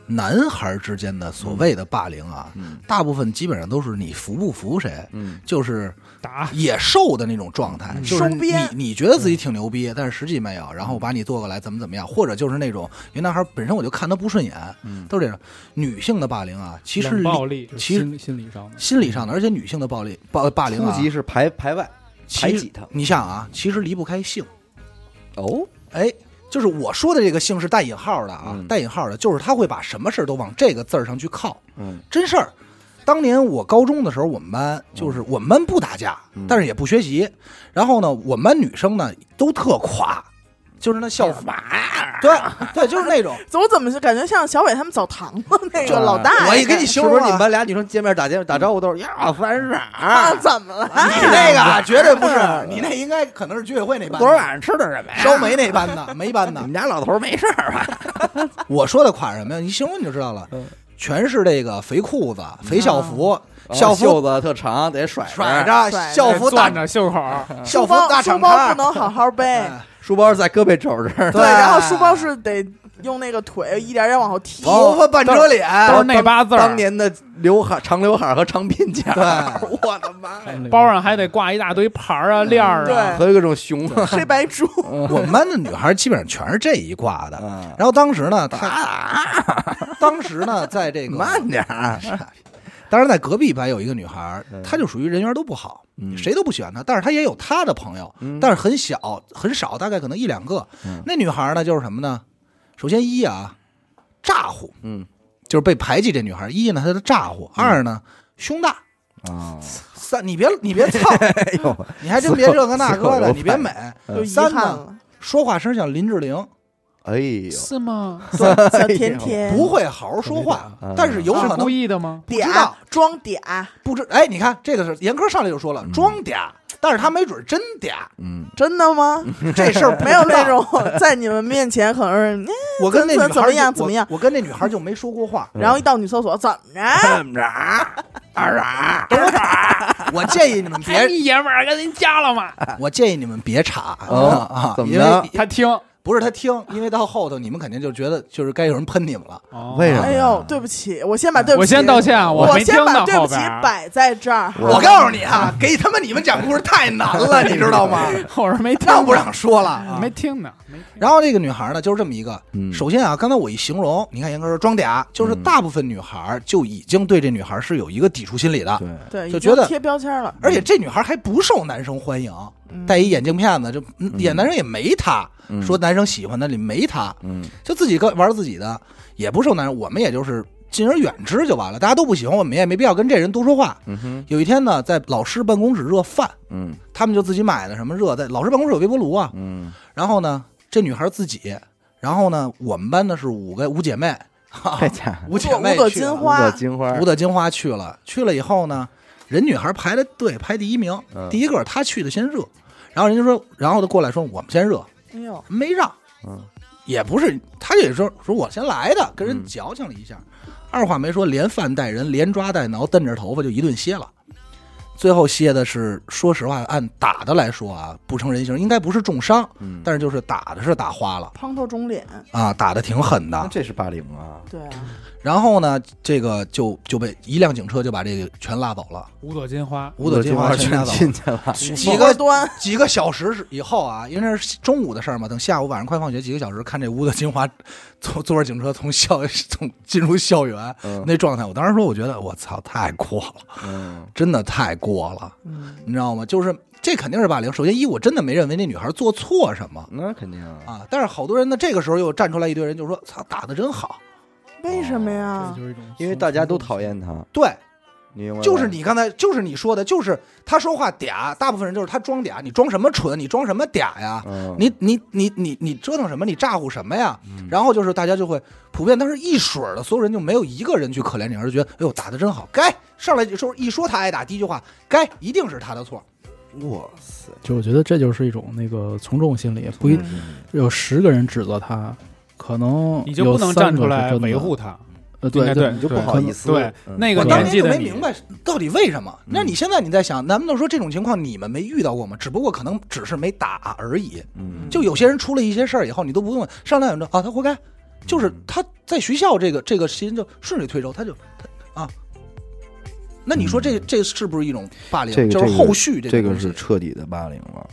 S4: 男孩之间的所谓的霸凌啊，
S3: 嗯
S4: 大部分基本上都是你服不服谁，
S3: 嗯
S4: 就是
S1: 打
S4: 野兽的那种状态，
S1: 嗯
S4: 就是
S2: 收
S4: 你
S2: 编嗯
S4: 你觉得自己挺牛逼，但是实际没有，然后我把你做过来怎么怎么样，或者就是那种因为男孩本身我就看他不顺眼，
S3: 嗯
S4: 都是这种女性的霸凌啊，其实
S1: 冷
S4: 理
S1: 暴力
S6: 就是
S4: 其实
S6: 心心理上的，
S4: 心理上的，而且女性的暴力霸霸凌啊
S3: 初，级是排排外排
S4: 其
S3: 挤
S4: 实
S3: 他
S4: 你想啊，其实离不开性，
S3: 哦，
S4: 哎。就是我说的这个性是带引号的啊，
S3: 嗯
S4: 带引号的，就是他会把什么事儿都往这个字儿上去靠，
S3: 嗯
S4: 真事儿。当年我高中的时候，我们班就是我们班不打架，
S3: 嗯
S4: 但是也不学习。然后呢，我们班女生呢都特垮，就是那校服，对对，就是 那种。
S2: 我怎么就感觉像小伟他们澡堂子那个老
S3: 哎
S2: 大爷？
S4: 我也给你
S3: 是
S4: 形
S3: 不
S4: 容
S3: 是你们
S4: 啊，
S3: 班俩女生见面打见打招呼都是呀三婶
S2: 啊，
S3: 儿，
S2: 怎么了？
S4: 你那个啊绝对不
S3: 啊
S4: 是，你那应该可能是居委会那班的，
S3: 昨儿晚上吃的什么呀？
S4: 烧煤那班的，没班
S3: 你
S4: 的
S3: 们。家老头儿没事儿吧？
S4: 我说的垮什么呀？你形容你就知道了
S3: 嗯，
S4: 全是这个肥裤子、肥校服、校
S3: 小
S4: 服
S3: 哦袖子特长，得哎甩
S4: 甩
S3: 着，
S2: 甩
S4: 着，
S2: 着
S4: 校服大
S1: 攥着袖口儿，
S4: 校
S2: 书
S4: 服
S2: 包
S4: 大
S2: 书
S4: 敞
S2: 包不
S4: 开，
S2: 能好好背，
S3: 书包在胳膊肘这儿，
S2: 对，然后书包是得用那个腿一点点往后踢。
S4: 头
S3: 哦
S4: 发半遮脸，
S1: 都是内八字儿
S3: 当年的刘海、长刘海和长鬓角，
S4: 对
S3: 我的妈
S6: 哎
S3: 呀，
S1: 包上还得挂一大堆牌儿啊、链儿啊。
S2: 对，
S3: 还有各种熊啊，
S2: 黑白猪，
S4: 我们班的女孩基本上全是这一挂的。
S3: 啊
S4: 然后当时呢，她当时呢，在这个
S3: 慢点儿，
S4: 当时在隔壁班有一个女孩
S3: 嗯，
S4: 她就属于人缘都不好，
S3: 嗯
S4: 谁都不喜欢她，但是她也有她的朋友，
S3: 嗯
S4: 但是很小很少，大概可能一两个。
S3: 嗯
S4: 那女孩呢，就是什么呢？首先一啊，咋呼，
S3: 嗯
S4: 就是被排挤这女孩。一呢，她的咋呼；二呢，胸大。
S3: 啊，
S4: 三，你别 你别操，
S3: 哎呦，
S4: 你还真别这个那个
S3: 四口
S4: 的，
S3: 流
S4: 你别
S3: 派
S4: 美。
S2: 就遗
S4: 三
S2: 憾
S4: 呢，
S2: 了。
S4: 说话声像林志玲，
S3: 哎呦，
S1: 是吗？
S2: 对，小甜甜
S4: 不会好好说话
S3: 嗯，
S4: 但是有
S1: 是
S2: 啊
S4: 可能
S1: 故意的 吗？
S4: 不知道
S2: 嗲，装嗲，
S4: 不知哎，你看这个是严科上来就说了装嗲，但是他没准儿真 嗲，
S3: 嗯
S2: 真的吗？
S4: 这事儿不
S2: 没有
S4: 知道
S2: 那。种 在你们面前可能是，嗯
S4: 我跟那女孩就
S2: 怎么样怎么样
S4: 我？我跟那女孩就没说 过话。
S2: 然后一到女厕所怎么着？
S3: 怎么着？二傻，
S4: 我建议你们
S1: 还
S4: 别，哎
S1: 一爷们儿跟您家了吗？
S4: 我建议你们别查
S3: 哦
S4: 啊，
S3: 怎么
S4: 因为
S3: 着
S1: 他听，
S4: 不是他听，因为到后头你们肯定就觉得就是该有人喷你们了。
S1: 哦
S3: 为什么
S2: 哎呦，对不起，我先把对不起，
S1: 我先道，歉啊，
S2: 我
S1: 没听
S2: 先把
S1: 到
S2: 对不
S1: 后
S2: 起
S1: 边 儿，
S2: 摆在这儿。
S3: 我
S4: 我告诉你啊，给他妈你们讲故事太难 了，你知道吗？
S1: 后边没听
S4: 让不
S1: 到
S4: 让说了啊？
S1: 没听呢，没听。
S4: 然后这个女孩呢，就是这么一个。
S3: 嗯
S4: 首先啊，刚才我一形容，你看严哥说装嗲，就是
S3: 嗯
S4: 大部分女孩就已经对这女孩是有一个抵触心理的，
S3: 对，
S2: 对，已
S4: 就
S2: 经
S4: 觉得
S2: 贴标签了，
S4: 而且这女孩还不受男生欢迎，
S2: 嗯
S4: 戴一眼镜片子，就嗯演男生也没她，
S3: 嗯
S4: 说男生喜欢的里没她，
S3: 嗯
S4: 就自己个玩自己的，也不受男生，我们也就是敬而远之就完了，大家都不喜欢我们，也没必要跟这人多说话。
S3: 嗯哼
S4: 有一天呢，在老师办公室热饭，
S3: 嗯
S4: 他们就自己买的什么热，在老师办公室有微波炉啊，
S3: 嗯
S4: 然后呢，这女孩自己，然后呢，我们班的是五个五姐妹，哈
S3: 太假了，
S4: 五姐妹
S2: 五朵
S4: 去
S2: 金
S4: 了
S2: 花
S3: 五朵金花，
S4: 五朵金花去了，去了以后呢，人女孩排的队排第一名，
S3: 嗯
S4: 第一个她去的先热，然后人家说，然后她过来说我们先热，
S2: 哎呦，
S4: 没让，
S3: 嗯
S4: 也不是，她也说说我先来的，跟人
S3: 嗯
S4: 矫情了一下，二话没说，连饭带人，连抓带挠，蹬着头发就一顿歇了。最后歇的是，说实话，按打的来说啊，不成人形，应该不是重伤，
S3: 嗯，
S4: 但是就是打的是打花了
S2: 滂沱中脸，
S4: 啊，打的挺狠
S3: 那
S4: 的。
S3: 这是霸凌啊，
S2: 对啊，
S4: 然后呢，这个就就被一辆警车就把这个全拉走了，
S1: 五朵金花，
S4: 五朵金花全拉
S3: 全
S4: 走了。
S3: 进去 了，
S4: 几
S2: 末
S4: 个
S2: 端
S4: 几个小时以后啊，因为那是中午的事儿嘛，等下午晚上快放学，几个小时看这五朵金花坐坐着警车从校从进入校园
S3: 嗯
S4: 那状态，我当时说，我觉得我操，太过了，
S3: 嗯
S4: 真的太过了，
S2: 嗯，
S4: 你知道吗？就是这肯定是霸凌。首先一，我真的没认为那女孩做错什 么
S3: 那肯定啊，
S4: 啊，但是好多人呢，这个时候又站出来一堆人就说，操，打的真好。
S2: 为什么
S1: 哦
S2: 呀？
S1: 就是一种，
S3: 啊因为大家都讨厌他，
S4: 对，
S3: 你明白吗
S4: 就是你刚才，就是你说的，就是他说话嗲，大部分人就是他装嗲，你装什么蠢，你装什么嗲呀？
S3: 嗯
S4: 你你你你你折腾什么？你咋呼什么呀？然后就是大家就会普遍，当时一水儿的，所有人就没有一个人去可怜这女孩，就觉得哎呦打的真好，该上来就说一说他挨打，第一句话该一定是他的错，
S3: 哇塞，
S6: 就我觉得这就是一种那个从众心理，不一
S2: 嗯
S6: 有十个人指责他，可能
S1: 你就不能
S6: 有三个
S1: 站出来
S6: 是真的
S1: 维护，他，
S6: 呃，
S1: 应该
S6: 对
S1: 对，
S3: 你就不
S1: 对
S3: 好意思
S1: 对，
S3: 嗯
S1: 那
S4: 我
S1: 个
S4: 当
S1: 年
S4: 年
S1: 纪
S4: 就
S1: 的
S4: 没
S1: 你
S4: 明白到底为什么。那你现在你在想，咱们都说这种情况你们没遇到过吗？只不过可能只是没打而已。
S3: 嗯
S4: 就有些人出了一些事儿以后，你都不用上来就说啊，他活该，就是他在学校这个这个心就顺水推舟，他就他啊。那你说这这是不是一种霸凌？
S3: 嗯这个
S4: 就是
S3: 这个
S4: 后续
S3: 这
S4: 个
S3: 个
S4: 东西
S3: 是彻底的霸凌了。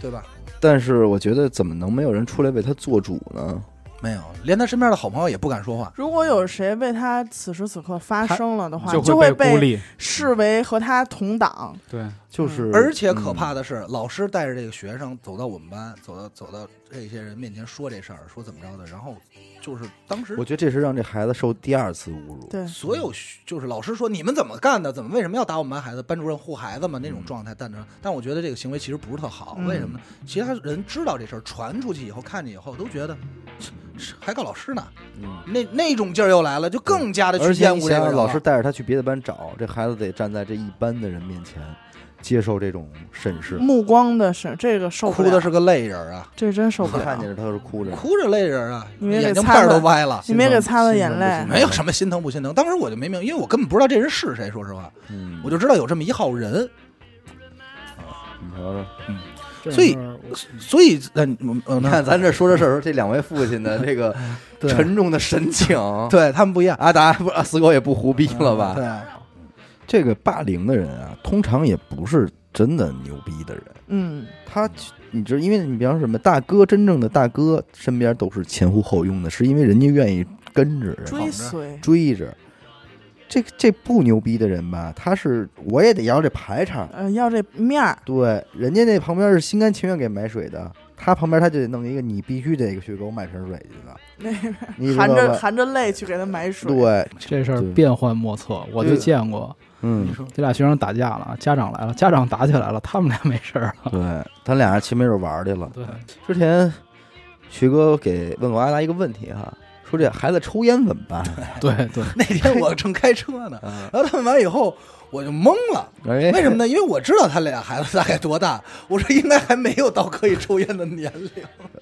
S4: 对吧？
S3: 但是我觉得怎么能没有人出来为他做主呢？
S4: 没有，连他身边的好朋友也不敢说话。
S2: 如果有谁为他此时此刻发声了的话，
S1: 就
S2: 会
S1: 被孤
S2: 被
S1: 立，
S2: 视为和他同党。
S1: 对，
S3: 就是，嗯
S4: 而且可怕的是，老师带着这个学生走到我们班，走到走到这些人面前说这事儿，说怎么着的，然后就是当时
S3: 嗯，我觉得这是让这孩子受第二次侮辱。
S2: 对，
S4: 所
S3: 嗯
S4: 有学就是老师说你们怎么干的，怎么为什么要打我们班孩子？班主任护孩子嘛那
S3: 嗯
S4: 种状态，但是但我觉得这个行为其实不是特好，
S2: 嗯
S4: 为什么呢？其他人知道这事儿传出去以后，看见以后都觉得，是还告老师呢，
S3: 嗯，
S4: 那那种劲儿又来了，就更加的
S3: 而
S4: 去
S3: 且
S4: 厌
S3: 你
S4: 恶这
S3: 想
S4: 个
S3: 想，
S4: 人
S3: 老
S4: 了
S3: 师带着他去别的班找，这孩子得站在这一班的人面前接受这种审
S4: 嗯
S3: 视，
S2: 目光的是这个受不
S4: 哭
S2: 了
S4: 的是个泪人儿啊，
S2: 这真受不
S3: 看
S2: 了
S3: 见。着他都是哭着。
S4: 哭着泪人儿啊，
S2: 你们也
S4: 眼
S2: 给
S4: 睛
S2: 擦
S4: 片儿都
S2: 了
S4: 歪了。
S2: 你没给擦擦眼泪
S3: 心疼不心疼
S4: 没有什么心疼不心疼，当时我就没明，因为我根本不知道这人是谁。说实话，
S3: 嗯，
S4: 我就知道有这么一号人，
S3: 你瞧
S4: 嗯
S3: 瞧，
S4: 所以
S6: 这种事儿
S4: 所以呃，嗯嗯
S3: 你看咱这说这事儿的时候，这两位父亲的这个
S4: 对
S3: 沉重的神 情，
S4: 对他们不一样，嗯
S3: 阿达不是死狗也不胡逼了吧？
S4: 对，
S3: 这个霸凌的人啊，通常也不是真的牛逼的人，
S2: 嗯，
S3: 他你知道，因为你比方说什么大哥，真正的大哥身边都是前呼后拥的，是因为人家愿意跟着人
S2: 追随，
S3: 追着。这这不牛逼的人吧，他是我也得要这排场，
S2: 呃，要这面儿，
S3: 对，人家那旁边是心甘情愿给买水的，他旁边他就得弄一个你必须得去给我买瓶水去 的，
S2: 那边
S3: 你知道
S2: 含着
S3: 吧？
S2: 含着泪去给他买水。
S3: 对，
S6: 这事儿
S3: 对
S6: 变幻莫测，我就
S3: 对
S6: 见过
S3: 嗯，
S6: 这俩学生打架了，家长来了，家长打起来了，他们俩没事儿了。
S3: 对，他俩青梅儿玩儿去了。
S6: 对，
S3: 之前徐哥给问过阿达一个问题哈，说这孩子抽烟怎么办？啊
S6: 对对，
S4: 那天我正开车呢，然后他们完以后我就懵了，
S3: 哎
S4: 为什么呢？因为我知道他俩孩子大概多大，我说应该还没有到可以抽烟的年龄。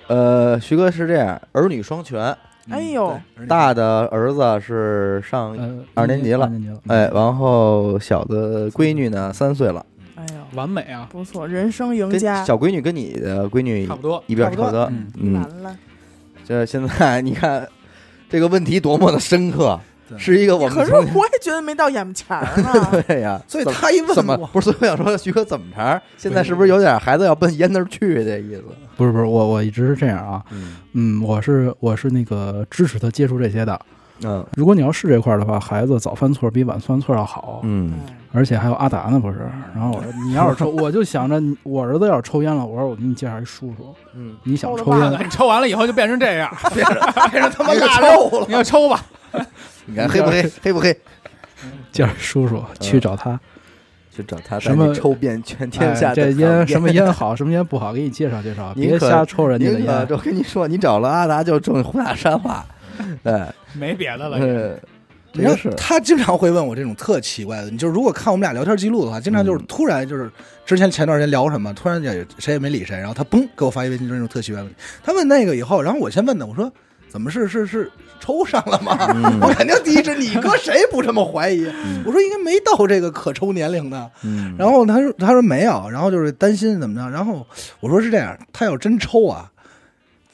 S3: 呃，徐哥是这样，儿女双全，
S2: 哎呦，
S4: 嗯
S3: 大的儿子是上，
S6: 呃，
S3: 二年级了
S6: 二年级了，嗯
S3: 哎，然后小的闺女呢三岁了，
S2: 哎呦，
S1: 完美啊，
S2: 不错，人生赢
S3: 跟
S2: 家，
S3: 小闺女跟你的闺女
S1: 差不多，
S3: 一边儿
S2: 差不多
S3: 多，
S1: 嗯
S3: 嗯
S2: 完，了，
S3: 这现在你看这个问题多么的深刻，啊
S4: 对
S3: 是一个我
S2: 可
S3: 们
S2: 是
S3: 从。
S2: 我也觉得没到眼前儿啊哎呢
S3: 对呀，
S4: 所以
S3: 怎么
S4: 他一问
S3: 怎么
S4: 我，
S3: 不是？所以我想说，徐哥怎么着？现在是不是有点孩子要奔烟那儿去这意思？
S6: 不是不是，我我一直是这样啊，
S3: 嗯
S6: 嗯，我是我是那个支持他接触这些的。
S3: 嗯
S6: 如果你要是这块儿的话，孩子早犯错比晚犯错要好，
S3: 嗯，
S6: 而且还有阿达呢，不是？然后我说你要是抽，我就想着你我儿子要是抽烟了，我说我给你介绍一叔叔，
S3: 嗯，
S6: 你想抽
S1: 爸
S6: 烟
S1: 爸，你抽完了以后就变成这样，变 成变成他妈
S3: 一个
S1: 腊
S3: 臭
S1: 肉了，你要抽吧。
S3: 你看黑不黑？黑不黑？
S6: 介绍叔叔去找他，
S3: 去找他
S6: 什么
S3: 带你抽遍全天
S6: 哎
S3: 下
S6: 这
S3: 的
S6: 烟
S3: 行
S6: 什么烟好，什么烟不好，给你介绍介绍，
S3: 您
S6: 别
S3: 可
S6: 瞎抽人家的
S3: 您可
S6: 烟。
S3: 我跟 你说，你找了阿达就中胡大山哎话，对，
S1: 没别的了，
S3: 嗯，这
S4: 你知
S3: 个
S4: 道
S3: 是
S4: 呃他经常会问我这种特奇怪的，你就是如果看我们俩聊天记录的话，经常就是
S3: 嗯
S4: 突然就是之前前段时间聊什么，突然也谁也没理谁，然后他嘣给我发一微信，就是那种特奇怪的问题。他问那个以后，然后我先问的，我说怎么是是是抽上了吗？
S3: 嗯
S4: 我肯定第一是你哥谁不这么怀疑？我说应该没到这个可抽年龄的。
S3: 嗯，
S4: 然后他说他说没有，然后就是担心怎么着，然后我说是这样，他要真抽啊，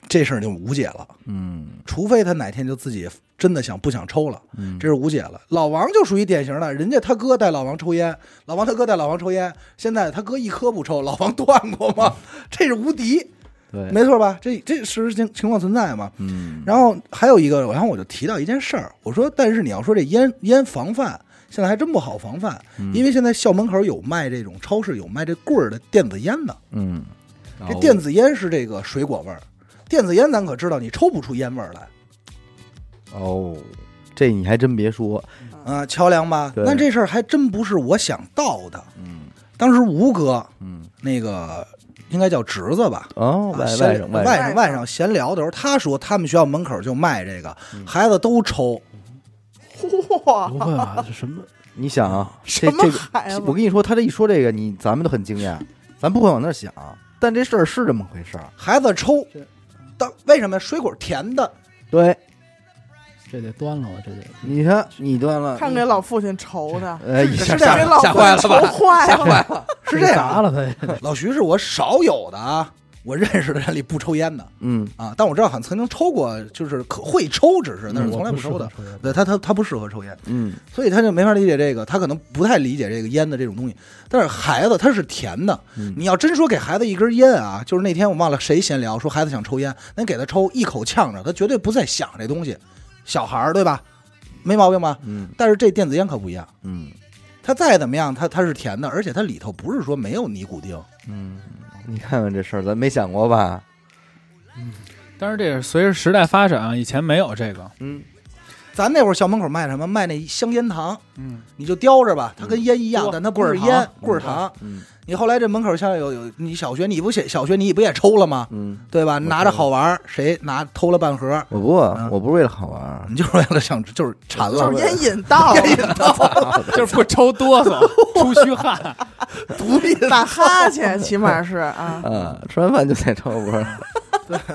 S4: 这事儿就无解了，
S3: 嗯
S4: 除非他哪天就自己真的想不想抽了。
S3: 嗯，
S4: 这是无解了。老王就属于典型的，人家他哥带老王抽烟，老王他哥带老王抽烟，现在他哥一颗不抽，老王断过吗？这是无敌，
S3: 嗯对，
S4: 没错吧？这这事实情情况存在嘛？
S3: 嗯，
S4: 然后还有一个，然后我就提到一件事儿，我说，但是你要说这烟烟防范，现在还真不好防范，
S3: 嗯
S4: 因为现在校门口有卖这种超市有卖这棍儿的电子烟的，
S3: 嗯，
S4: 这电子烟是这个水果味儿，电子烟咱可知道你抽不出烟味儿来。
S3: 哦，这你还真别说，
S4: 啊，桥梁吧？
S3: 对
S4: 那这事儿还真不是我想到的。
S3: 嗯
S4: 当时吴哥
S3: 嗯，
S4: 那个应该叫侄子吧，
S3: 哦，外
S4: 啊闲
S3: 外甥
S4: 外
S3: 甥，
S4: 甥外甥闲聊的时候，他说他们学校门口就卖这个，
S3: 嗯
S4: 孩子都抽。
S2: 哇，
S6: 不会吧？这什么？
S3: 你想啊，这
S2: 什么
S3: 这个
S2: 孩子
S3: 我跟你说，他这一说这个，你咱们都很惊讶，咱不会往那儿想，但这事儿是这么回事儿，
S4: 孩子抽，当为什么呀水果甜的？
S3: 对，
S6: 这得端了我，这得
S3: 你看你端了，
S2: 看给老父亲愁的，
S3: 呃，一下
S2: 是得给老父亲愁坏了。
S4: 是这
S6: 砸
S4: 样，
S6: 了他。
S4: 老徐是我少有的啊，我认识的人里不抽烟的
S3: 嗯
S4: 啊，但我知道好像曾经抽过，就是可会抽，只是但嗯是从来
S6: 我不适
S4: 抽
S6: 合
S4: 的
S6: 抽烟。
S4: 对他他他不适合抽烟。
S3: 嗯
S4: 所以他就没法理解这个，他可能不太理解这个烟的这种东西。但是孩子他是甜的，
S3: 嗯
S4: 你要真说给孩子一根烟啊，就是那天我忘了谁闲聊说孩子想抽烟，那给他抽一口呛着，他绝对不再想这东西。小孩儿对吧？没毛病吧？
S3: 嗯
S4: 但是这电子烟可不一样，
S3: 嗯
S4: 它再怎么样，它它是甜的，而且它里头不是说没有尼古丁。
S3: 嗯，你看看这事儿，咱没想过吧？
S1: 但是这是随着时代发展啊，以前没有这个，
S3: 嗯，
S4: 咱那会儿校门口卖什么？卖那香烟糖，
S1: 嗯，
S4: 你就叼着吧，它跟烟一样，
S1: 嗯
S4: 但它不是
S1: 棍儿糖
S4: 烟，棍儿糖。
S3: 嗯
S4: 你后来这门口像有有，你小学你不写小学你不也抽了吗？
S3: 嗯，
S4: 对吧？拿着好玩儿，谁拿偷了半盒，
S3: 我不
S4: 嗯
S3: 我不是为了好玩儿，
S4: 你就是为了想就是馋
S2: 就
S4: 了
S2: 是，烟瘾到了，
S1: 就是不抽哆嗦、出虚汗，
S4: 毒瘾
S2: 打哈欠，起码是 啊。
S4: 嗯
S3: 啊，吃完饭就得抽，不是？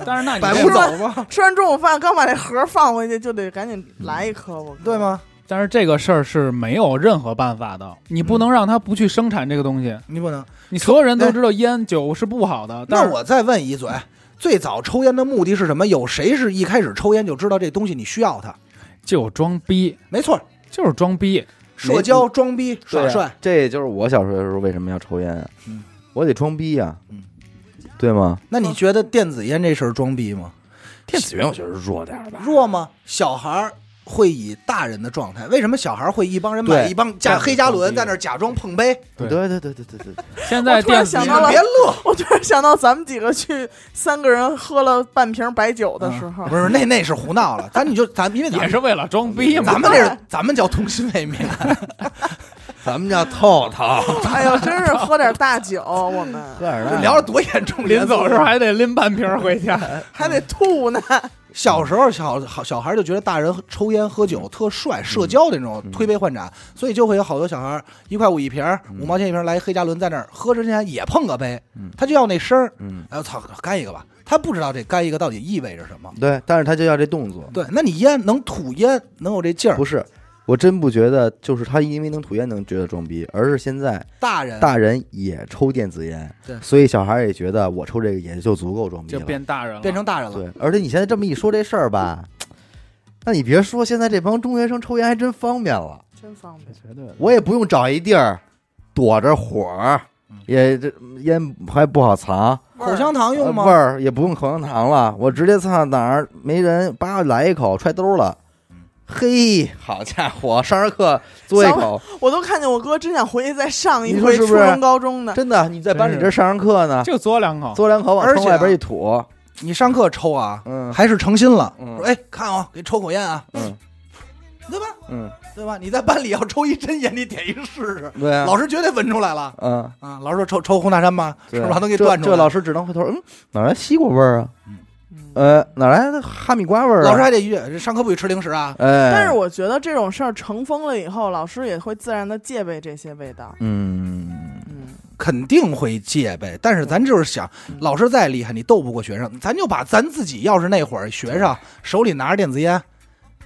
S1: 但是那你
S4: 百
S1: 这
S4: 步走吗？
S2: 吃完中午饭，刚把这盒放回去，就得赶紧来一颗，我
S4: 对？吗？
S1: 但是这个事儿是没有任何办法的，你不能让他不去生产这个东西。
S4: 你不能。
S1: 你所有人都知道烟酒是不好的，但
S4: 那
S1: 是
S4: 我再问一嘴，最早抽烟的目的是什么？有谁是一开始抽烟就知道这东西你需要它？
S1: 就装逼，
S4: 没错，
S1: 就是装逼。
S4: 社交
S1: 嗯
S4: 装逼耍
S1: 啊
S4: 帅，
S3: 啊这也就是我小时候的时候为什么要抽烟啊
S4: 嗯，
S3: 我得装逼呀
S4: 嗯，
S3: 对吗？
S4: 那你觉得电子烟这事儿装逼吗？
S3: 电子烟我觉得是弱点
S2: 嗯
S3: 儿吧，
S4: 弱吗？小孩儿会以大人的状态，为什么小孩儿会一帮人买
S3: 对
S4: 一帮加黑加仑在那儿假装碰杯？
S3: 对
S1: 对
S3: 对对对对对对，
S1: 现在
S2: 我突
S1: 电
S2: 然
S1: 子
S2: 想
S4: 你
S2: 到
S4: 们
S2: 了
S4: 别乐，
S2: 我突然想到咱们几个去三个人喝了半瓶白酒的时候
S4: 啊不，是那那是胡闹了，咱你就咱因为咱
S1: 也
S4: 们
S1: 是为了装逼嘛。
S4: 咱们这是咱们叫童心未泯，
S3: 咱们叫透透，
S2: 哎呦，真是喝点大酒，我们
S3: 喝点儿
S4: 这
S3: 那
S4: 聊得多严重。
S1: 临走的时候
S4: 还。
S1: 还得拎半瓶儿回家，
S2: 还得吐呢。
S4: 小时候小好小孩就觉得大人抽烟喝酒特帅，社交的那种
S1: 嗯
S4: 推杯换盏，所以就会有好多小孩一块五一瓶儿，
S1: 嗯
S4: 五毛钱一瓶儿来一黑加仑在那儿喝之前也碰个杯
S3: 嗯，
S4: 他就要那声儿，
S3: 嗯，
S4: 哎我操，干一个吧，他不知道这干一个到底意味着什么。
S3: 对，但是他就要这动作，
S4: 对，那你烟能吐烟，能有这劲儿，
S3: 不是我真不觉得，就是他因为能吐烟能觉得装逼，而是现在
S4: 大人
S3: 大人也抽电子烟，
S4: 对
S3: 所以小孩也觉得我抽这个也就足够装逼
S1: 就
S3: 了。
S1: 变大人了，
S4: 变成大人了，
S3: 对，而且你现在这么一说这事儿吧，那你别说，现在这帮中学生抽烟还真方便了，
S2: 真方便。
S6: 绝对的
S3: 我也不用找一地儿躲着火儿，
S4: 嗯
S3: 也这烟还不好藏，
S4: 口香糖用
S3: 呃味
S4: 吗？
S3: 儿也不用口香糖了，我直接擦哪儿没人，叭来一口揣兜了。
S4: 嗯
S3: 嘿，好家伙，上着课嘬 一口，
S2: 我都看见我哥真想回去再上一
S3: 你说
S2: 回
S3: 是不
S2: 初
S3: 是
S2: 中、高中的。
S3: 真的，你在班里
S1: 真
S3: 这
S1: 是
S3: 上着课呢，
S1: 就嘬两口，
S3: 嘬两口往
S4: 而
S3: 窗
S4: 且
S3: 外
S4: 啊
S3: 边一吐，
S4: 你上课抽啊，
S3: 嗯
S4: 还是诚心了。
S3: 嗯
S4: 说哎，看啊，给抽口烟啊，
S3: 嗯
S4: 对吧？
S3: 嗯，
S4: 对吧？你在班里要抽一真烟，你点一试试，
S3: 对啊，
S4: 老师绝对闻出来了
S3: 嗯，
S4: 啊！老师说抽抽红塔山吧，是
S3: 对啊
S4: 不是还能给
S3: 这
S4: 断出
S3: 这
S4: 来
S3: 老？师只能回头，嗯，哪来西瓜味儿啊？
S2: 嗯
S3: 呃，哪来的哈密瓜味儿啊？
S4: 老师还得一句上课不许吃零食啊！
S3: 哎，
S2: 但是我觉得这种事儿成风了以后，老师也会自然的戒备这些味道。
S3: 嗯，
S2: 嗯，
S4: 肯定会戒备，但是咱就是想，老师再厉害，你斗不过学生，咱就把咱自己要是那会儿学生手里拿着电子烟，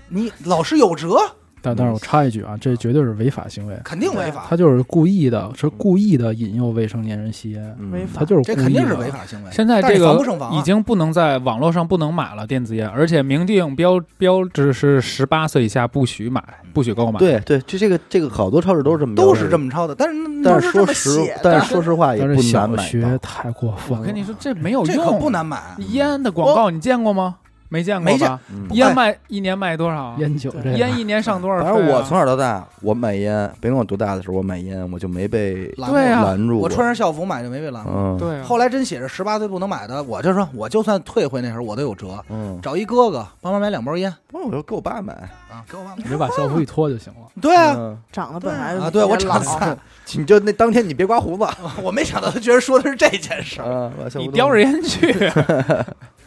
S4: 你老师有辙，
S6: 但但是我插一句啊，这绝对是违法行为，
S4: 肯定违法
S6: 他，就是故意的，是故意的引诱未成年人吸烟，
S3: 嗯
S2: 违法
S6: 他就是
S4: 这
S6: 故意
S4: 肯定是
S6: 的
S4: 违。法行为。
S1: 现在
S4: 但
S1: 这
S4: 是防不
S1: 个
S4: 胜防啊
S1: 已经不能在网络上不能买了电子烟，而且明定标标志是十八岁以下不许买，不许购买。，
S3: 对对，就这个这个好多超市都是这么
S4: 都是这
S3: 么，
S4: 么抄的，但是
S3: 但
S2: 都
S3: 是
S2: 是这
S3: 说
S2: 么
S3: 实
S2: 写的，
S3: 但是说实话也不
S6: 但是
S3: 难
S6: 小
S3: 买
S6: 学
S3: 到。
S6: 太过
S1: 我
S6: 分了，
S1: 跟你说这没有
S4: 这
S1: 用，啊
S4: 可不难买。
S1: 烟的广告你见过吗？没见过
S4: 没见
S1: 吧？
S3: 嗯
S4: 不
S1: 烟卖一年卖多少啊？
S6: 烟酒这个
S1: 烟一年上多少费
S3: 反
S1: 啊？
S3: 正我从小到大，我买烟，甭管我多大的时候，我买烟我就没被
S4: 拦
S1: 对啊
S3: 拦住
S4: 我
S3: 过。
S4: 穿上校服买就没被拦。
S3: 嗯，
S1: 对啊，
S4: 后来真写着十八岁不能买的，我就说我就算退回那时候我都有辙，
S3: 嗯，
S4: 找一哥哥帮忙买两包烟
S3: 不是我就给我爸买。
S4: 啊，给我
S1: 嗯
S4: 妈。
S6: 你就把校服一脱就行了。
S4: 对啊，
S3: 嗯，
S2: 长得本来就
S4: 啊，对我
S2: 比较
S4: 长
S2: 老
S4: 得，
S3: 你就那当天你别刮胡子。
S4: 我没想到他居然说的是这件事
S1: 嗯
S4: 儿。
S3: 啊，把小
S1: 你
S3: 胡同
S1: 叼着烟去，啊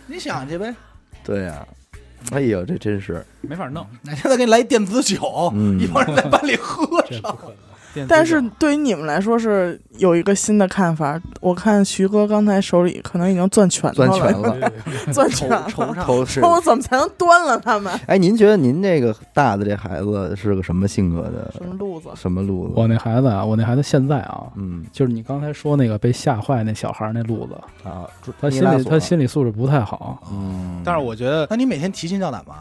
S4: 你想去呗，
S3: 对呀、哎呦，这真是，
S1: 没法弄。
S4: 哪天再给你来一电子酒，
S3: 嗯
S4: 哦一帮人在班里喝
S6: 这
S4: 上
S6: 不。可能，
S1: 电子
S2: 但
S1: 酒
S2: 是对于你们来说是有一个新的看法。我看徐哥刚才手里可能已经攥拳头
S3: 攥
S2: 了，
S3: 拳了，
S2: 攥
S4: 惆
S2: 拳了，
S4: 惆怅，
S3: 头是
S2: 那。 我怎么才能端了他们？
S3: 哎，您觉得您这个大的这孩子是个什么性格的？
S2: 什么路子？
S3: 什么路子？
S6: 我那孩子啊，我那孩子现在啊，
S3: 嗯
S6: 就是你刚才说那个被吓坏那小孩儿那路子，
S3: 啊，
S6: 他心理他心理素质不太好。
S3: 嗯，
S1: 但是我觉得
S4: 那你每天提心吊胆吗？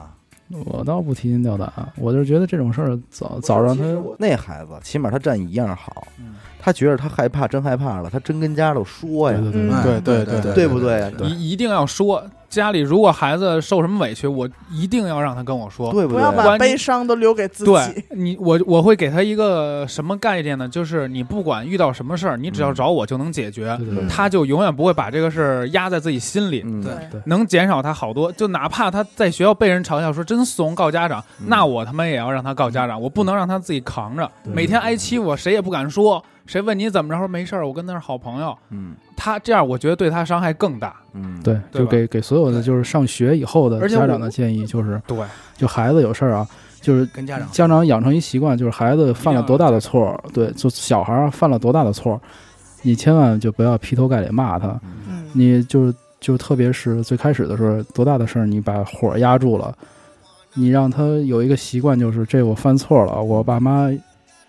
S6: 我倒不提心吊胆，啊我就觉得这种事儿早早让他
S3: 那孩子起码他站一样好
S1: 嗯，
S3: 他觉得他害怕，真害怕了，他真跟家都说呀，
S6: 对对对
S2: 嗯
S1: 对对
S4: 对
S1: 对
S3: 对不对？
S1: 一一定要说，家里如果孩子受什么委屈，我一定要让他跟我说。
S3: 对
S2: 不
S3: 不
S2: 要
S3: 对？
S2: 把
S1: 关
S2: 悲伤都留给自己
S1: 对。你，我我会给他一个什么概念呢？就是你不管遇到什么事儿，你只要找我就能解决，
S6: 对对对，
S1: 他就永远不会把这个事儿压在自己心里，
S3: 嗯，
S4: 对
S1: 能减少他好多。就哪怕他在学校被人嘲笑说真怂告家长，
S3: 嗯
S1: 那我他妈也要让他告家长，我不能让他自己扛着，
S6: 对
S1: 每天挨欺负，谁也不敢说，谁问你怎么着，说没事儿，我跟他是好朋友。
S3: 嗯
S1: 他这样，我觉得对他伤害更大。
S3: 嗯，
S6: 对，
S1: 对
S6: 就
S1: 吧
S6: 给给所有的就是上学以后的
S1: 而且
S6: 家
S1: 我
S6: 长的建议就是，
S1: 对，
S6: 就孩子有事儿啊，就是
S4: 跟家长
S6: 家长养成一习惯，就是孩子犯了多大的错儿，对，就小孩儿啊犯了多大的错儿，你千万就不要劈头盖脸骂他，
S2: 嗯，
S6: 你就是就特别是最开始的时候，多大的事儿你把火儿压住了，你让他有一个习惯，就是这我犯错了，我爸妈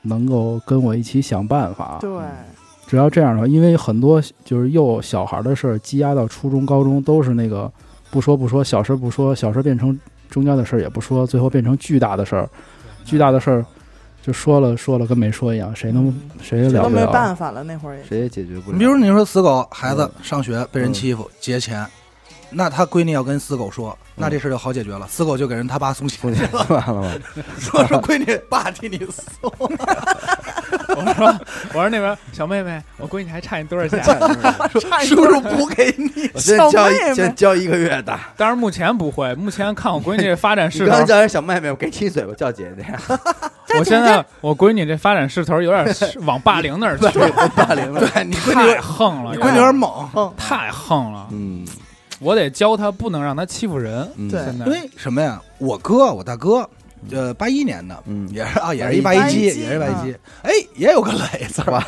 S6: 能够跟我一起想办法，
S2: 对，
S6: 只要这样的话，因为很多就是幼小孩的事儿积压到初中、高中，都是那个不说不说，小事不说，小事变成中间的事儿也不说，最后变成巨大的事儿，巨大的事儿就说了说了跟没说一样，谁能谁也了
S2: 都
S6: 不
S2: 没
S6: 了？
S2: 办法了，那会儿也。
S3: 谁也解决不了。
S4: 你比如你说死狗孩子上学被人欺负劫钱，那他闺女要跟死狗说，那这事儿就好解决了。死狗就给人他爸送钱，
S3: 完了吗？
S4: 说说闺女爸替你送，
S1: 我说，我说那边小妹妹，我闺女还差你多少钱？
S4: 叔叔补给你。
S3: 我先
S2: 小
S3: 教
S2: 妹妹
S3: 一先教一个月的，
S1: 当然目前不会，目前看我闺女这发展
S3: 你
S1: 势头
S3: 刚，叫人小妹妹，我给你一嘴巴，叫姐姐呀，
S1: 我现在我闺女这发展势头有点是往霸凌那儿去，
S3: 霸凌了。
S4: 对你闺女有
S1: 太
S4: 点，
S1: 横了，
S4: 你闺女有点猛，
S1: 太横了，
S3: 嗯
S1: 我得教她，不能让她欺负人。
S3: 嗯，
S2: 对
S1: 现在
S4: 因为什么呀？我哥，我大哥，呃，八一年的。
S3: 嗯，
S4: 也是啊，也是一
S3: 81
S4: 八一七，
S2: 81
S4: 也是八一七，哎，也有个磊字儿，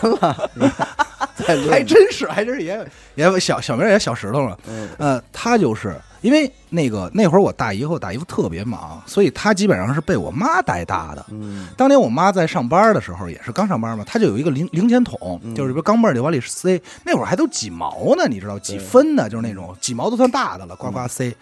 S3: 再论
S4: 还真是，还真是也有，也有小小名儿也小石头了。
S3: 嗯
S4: 呃，他就是因为那个那会儿我大姨和我大姨夫特别忙，所以她基本上是被我妈带大的。
S3: 嗯
S4: 当年我妈在上班的时候，也是刚上班嘛，她就有一个零零钱桶，就是比如钢镚儿就往里塞。那会儿还都几毛呢，你知道几分呢？就是那种几毛都算大的了，呱呱塞。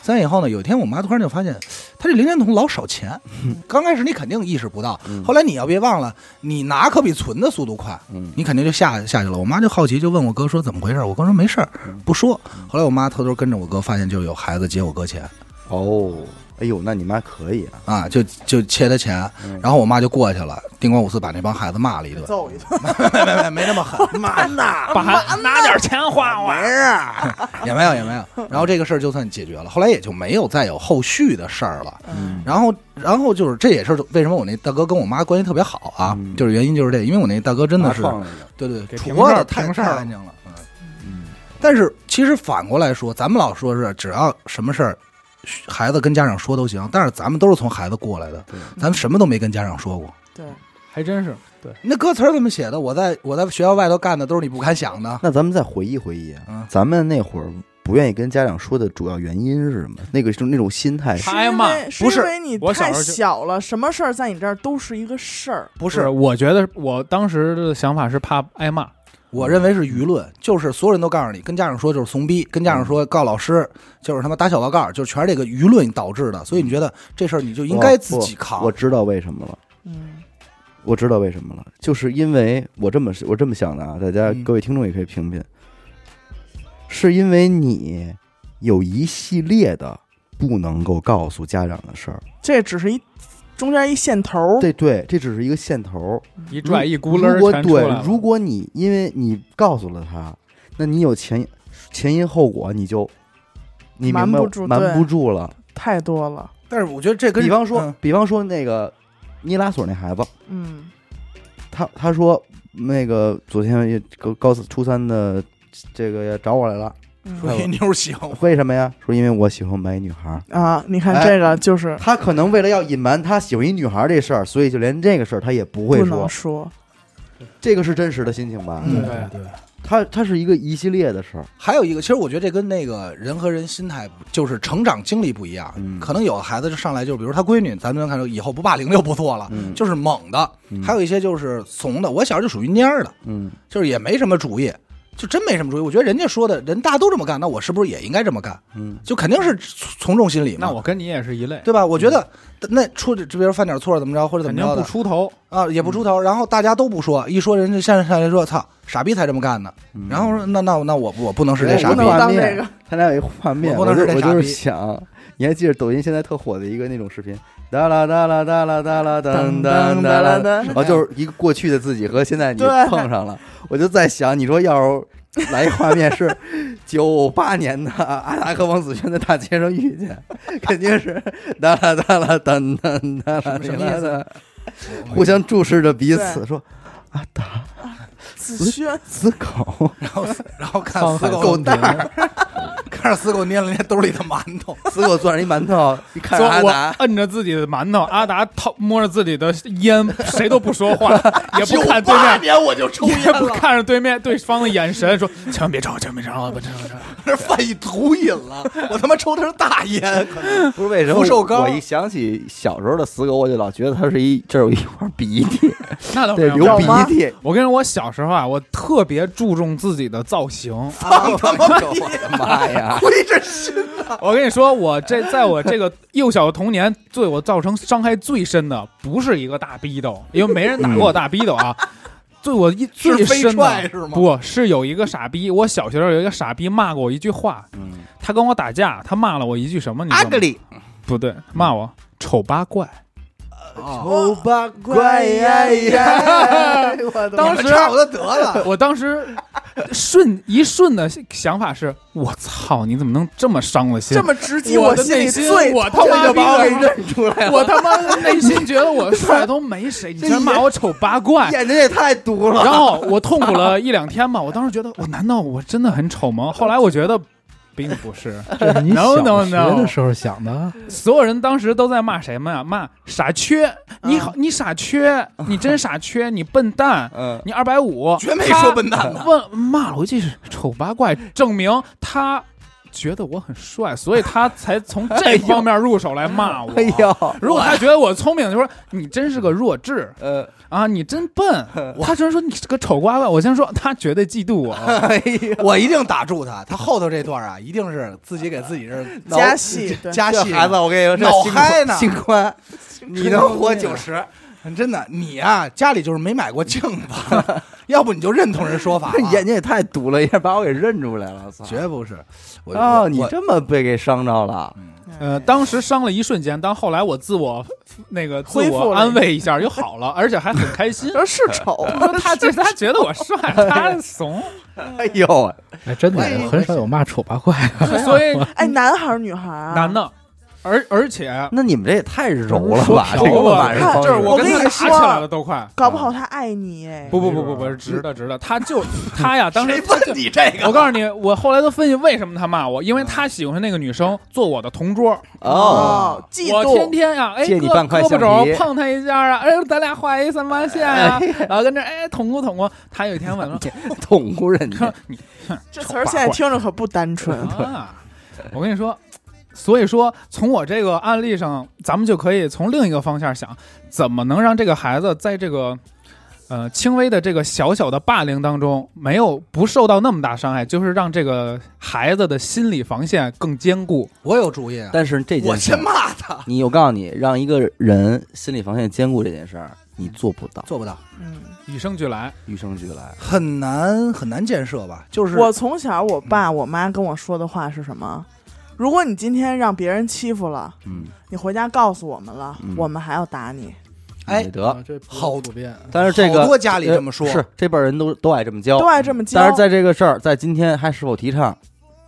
S4: 塞完以后呢，有一天我妈突然就发现，她这零钱桶老少钱。刚开始你肯定意识不到，后来你要别忘了，你拿可比存的速度快，
S3: 嗯
S4: 你肯定就下下去了。我妈就好奇，就问我哥说怎么回事儿。我哥说没事儿，不说。后来我妈偷偷跟着我哥，发现就有孩子劫我哥钱
S3: 哦，哎呦，那你妈可以啊，
S4: 啊，就就切他钱。然后我妈就过去了，叮咣五四把那帮孩子骂了一顿。
S2: 揍一顿，
S4: 没没没没那么 狠，骂呐，
S1: 把拿点钱花花，
S4: 也没有也没有。然后这个事儿就算解决了，后来也就没有再有后续的事儿了。
S3: 嗯
S4: 然后，然后就是这也是为什么我那大哥跟我妈关系特别好啊，
S3: 嗯
S4: 就是原因就是这，因为我那大哥真的是，
S3: 创了一个
S4: 对对，对
S1: 平
S4: 杵窝
S1: 事
S4: 的
S1: 儿
S4: 太
S1: 平事
S4: 太
S1: 儿
S4: 干净了。嗯，但是其实反过来说，咱们老说是只要什么事儿，孩子跟家长说都行，但是咱们都是从孩子过来的，
S3: 对
S4: 咱们什么都没跟家长说过。
S2: 对，
S6: 还真是对。
S4: 那歌词儿怎么写的？我在我在学校外头干的都是你不敢想的。
S3: 那咱们再回忆回忆啊，
S4: 嗯
S3: 咱们那会儿不愿意跟家长说的主要原因是什么？那个就那种心态是
S1: 他挨骂
S2: 是因为是
S4: 不是
S2: 因为你
S1: 我小
S2: 太
S1: 时候就
S2: 小了，什么事儿在你这儿都是一个事儿。
S4: 不
S1: 不是，我觉得我当时的想法是怕挨骂，
S4: 我认为是舆论，就是所有人都告诉你，跟家长说就是怂逼，跟家长说告老师就是他妈打小报告，就是全是这个舆论导致的。所以你觉得这事儿你就应该自己扛
S3: 我。我知道为什么了，
S2: 嗯，
S3: 我知道为什么了，就是因为我这么我这么想的啊，大家
S4: 嗯
S3: 各位听众也可以评评，是因为你有一系列的不能够告诉家长的事儿，
S2: 这只是一中间一线头儿，
S3: 这对，这只是一个线头儿。
S1: 一拽一咕
S3: 如果
S1: 噜全出来
S3: 对
S1: 了，。
S3: 如果你因为你告诉了他，那你有前前因后果，你就你明白
S2: 瞒不住
S3: 瞒
S2: 对
S3: 不住了。
S2: 太多了。
S4: 但是我觉得这跟
S3: 比方说，
S4: 嗯
S3: 比方说那个尼拉索那孩子，
S2: 嗯，
S3: 他他说那个昨天也高高四初三的这个也找我来了，
S2: 嗯
S3: 哎
S4: 说一 妞行，
S3: 为什么呀？说因为我喜欢白衣女孩。
S2: 啊，你
S3: 哎
S2: 看这个就是
S3: 他可能为了要隐瞒他喜欢一女孩这事儿，所以就连这个事儿他也不会
S2: 不
S3: 说
S2: 能。说，
S3: 这个是真实的心情吧？
S4: 嗯
S1: 对
S4: 对。
S3: 他他是一个一系列的事儿。
S4: 还有一个，其实我觉得这跟那个人和人心态不，就是成长经历不一样。
S3: 嗯
S4: 可能有的孩子就上来就，比如他闺女，咱们能看出以后不霸凌就不错了，
S3: 嗯
S4: 就是猛的；
S3: 嗯
S4: 还有一些就是怂的。我小时候就属于蔫儿的，
S3: 嗯
S4: 就是也没什么主意，就真没什么主意。我觉得人家说的，人大家都这么干，那我是不是也应该这么干？
S3: 嗯，
S4: 就肯定是从从众心理嘛。
S1: 那我跟你也是一类，
S4: 对吧？我觉得那出这比如犯点错怎么着，或者怎
S1: 肯
S4: 么
S1: 定
S4: 着
S1: 不
S4: 的
S1: 出头。
S4: 啊，也不出头，然后大家都不说，一说人家现在上来说，操，傻逼才这么干呢。
S3: 嗯
S4: 然后说那那那我不我不能是这
S3: 哎
S4: 傻
S2: 不
S4: 逼
S2: 能，当这
S3: 面
S2: 个。
S3: 他俩有一画面，
S4: 我
S3: 我
S4: 不能
S3: 就是
S4: 这
S3: 我
S4: 傻
S3: 就是
S4: 逼
S3: 想，你还记得抖音现在特火的一个那种视频，哒啦哒啦哒啦哒啦
S2: 噔
S3: 噔噔哒啦
S2: 噔
S3: 哒，
S2: 噔
S3: 然后就是一个过去的自己和现在你
S2: 对
S3: 碰上了，我就在想，你说要是来一画面是九八年的阿达和王子轩在大街上遇见，肯定是哒啦哒啦噔噔哒啦
S4: 什么
S3: 哒
S4: 意思
S3: 啦，互相注视着彼此
S2: 对
S3: 说
S2: 子轩，
S3: 死狗，
S4: 然后然后看
S6: 沧
S4: 死
S6: 海
S4: 狗
S6: 桑田，
S4: 看着死狗捏了捏兜里的馒头，
S3: 死狗攥着一馒头，一看着
S1: 说
S3: 阿
S1: 我
S3: 达。
S1: 摁着自己的馒头，阿达掏摸着自己的烟，谁都不说话，也不看对面，
S4: 年我就抽
S1: 也不看着对面对方的眼神，说 千万别吵，千万别吵，不吵不吵。
S4: 这犯一毒瘾了， 我他妈抽的是 大烟，可能
S3: 不是为什么
S4: 福寿
S3: 我
S4: 膏
S3: 我一想起小时候的死狗，我就老觉得它是一这儿有一块 鼻涕，
S1: 那倒没
S3: 对，
S1: 有
S3: 流
S1: 那倒
S3: 鼻
S1: 没有
S3: 涕，
S1: 我跟你说，我小时候啊，我特别注重自己的造型。
S4: 放啊他妈屁！
S3: 哎我的妈呀！
S4: 亏着心，
S1: 我跟你说，我这在我这个幼小的童年，对我造成伤害最深的，不是一个大逼斗，因为没人打过我大逼斗 啊。对我一最
S4: 是飞
S1: 深
S4: 踹
S1: 的
S4: 是吗？
S1: 不是有一个傻逼，我小学时候有一个傻逼骂过我一句话，
S3: 嗯
S1: 他跟我打架，他骂了我一句什么？你知道吗？
S3: ，ugly，
S1: 不对，骂我丑八怪。
S4: 啊哦
S3: 丑八怪呀 呀！我 的妈
S1: 当时
S4: 你们差不多得了，
S1: 我当时瞬一瞬的想法是：我操，你怎么能这么伤我心
S2: 这？么直击
S1: 我的
S2: 心里
S1: 内心
S2: 最
S1: 我他妈
S3: 这就把我给
S1: 逼的
S3: 认出来 了，
S1: 我他妈内心觉得我帅都没谁，你居然骂我丑八怪。
S3: 眼睛也太毒了。
S1: 然后我痛苦了一两天吧，我当时觉得我难道我真的很丑吗？后来我觉得并不是，
S6: 这是你
S1: No,
S6: 小
S1: no,
S6: 学
S1: no
S6: 的时候想的。
S1: 所有人当时都在骂谁们呀？骂傻缺，你
S4: 嗯
S1: 好，你傻缺，你真傻缺，你笨蛋，
S3: 嗯，
S1: 你二百五，
S4: 绝没说笨蛋呢。
S1: 问骂了我一句是丑八怪，证明他觉得我很帅，所以他才从这方面入手来骂我。
S3: 哎呦，
S1: 如果他觉得我聪明，就说你真是个弱智
S3: 呃，
S1: 啊，你真笨。他居然说你是个丑瓜瓜，我先说他绝对嫉妒我。
S3: 哎呦，
S4: 我一定打住他，他后头这段啊，一定是自己给自己是
S2: 加戏，对，
S4: 加
S3: 这
S4: 戏
S3: 孩子，我跟你说，这
S4: 脑
S3: 心
S4: 嗨呢
S3: 心 宽，
S4: 你能活九十，真的，你啊，家里就是没买过镜子， 要不你就认同人说 法啊
S3: 这
S4: 了，
S3: 眼睛也太毒了，一下把我给认出来了，操！
S4: 绝不是。我
S3: 哦，
S4: 我
S3: 你
S4: 我
S3: 这么被给伤着了，
S1: 呃，当时伤了一瞬间，但后来我自我那个自
S2: 恢复
S1: 我
S2: 了
S1: 安慰一下又好了，而且还很开心。
S2: 说是 丑，
S1: 说他觉他觉得我帅，他怂，
S3: 哎呦，
S6: 哎，真的，
S4: 哎
S6: 我很少有骂丑八怪的。
S1: 所以
S2: 哎，男孩儿女孩儿啊？
S1: 男的，而而且
S3: 那你们这也太柔了吧？
S1: 手
S3: 这个
S1: 了
S3: 骂人
S2: 看
S3: 方
S1: 这是
S3: 式
S1: 我跟他
S2: 我跟
S1: 打
S2: 你
S1: 起
S2: 说
S1: 来了都快。
S3: 哎
S2: 搞不好他爱你哎。
S1: 不不不不不，直的直的，他就他 呀，当时
S3: 啊谁问你这个？
S1: 我告诉你，我后来都分析为什么他骂我，因为他喜欢那个女生做我的同桌，
S3: 哦，，
S2: 嫉
S1: 我天
S2: 妒，
S1: 天呀，哎，
S3: 借你
S1: 胳
S3: 半块
S1: 胳膊
S3: 橡皮
S1: 肘碰他一下啊，哎，咱俩画一三八线啊，然后跟这哎捅咕捅咕。他有一天 问了，
S3: 捅咕人
S1: 说
S3: 家，
S1: 你
S2: 这词儿现在听着可不单纯。
S1: 啊，我跟你说。所以说，从我这个案例上，咱们就可以从另一个方向想，怎么能让这个孩子在这个，呃，轻微的这个小小的霸凌当中，没有不受到那么大伤害，就是让这个孩子的心理防线更坚固。
S4: 我有主意啊，
S3: 但是这件
S4: 我
S3: 事
S4: 先，骂他，
S3: 你我告诉你，让一个人心理防线坚固这件事儿，你做不到，
S4: 做不到，
S2: 嗯，
S1: 与生俱来，
S3: 与生俱来。
S4: 很难很难建设吧？就是
S2: 我从小我爸我妈跟我说的话是什么？如果你今天让别人欺负了，
S3: 嗯，
S2: 你回家告诉我们了，
S3: 嗯
S2: 我们还要打你。
S4: 哎
S3: 美德。
S6: 啊这
S4: 好
S6: 普遍，
S3: 但是这个
S4: 好多家里这么说
S3: 呃是这辈儿人都都爱这么
S1: 哦
S3: 教
S2: 都，爱这么教
S3: 但，是在这个事儿，在今天还是否提倡，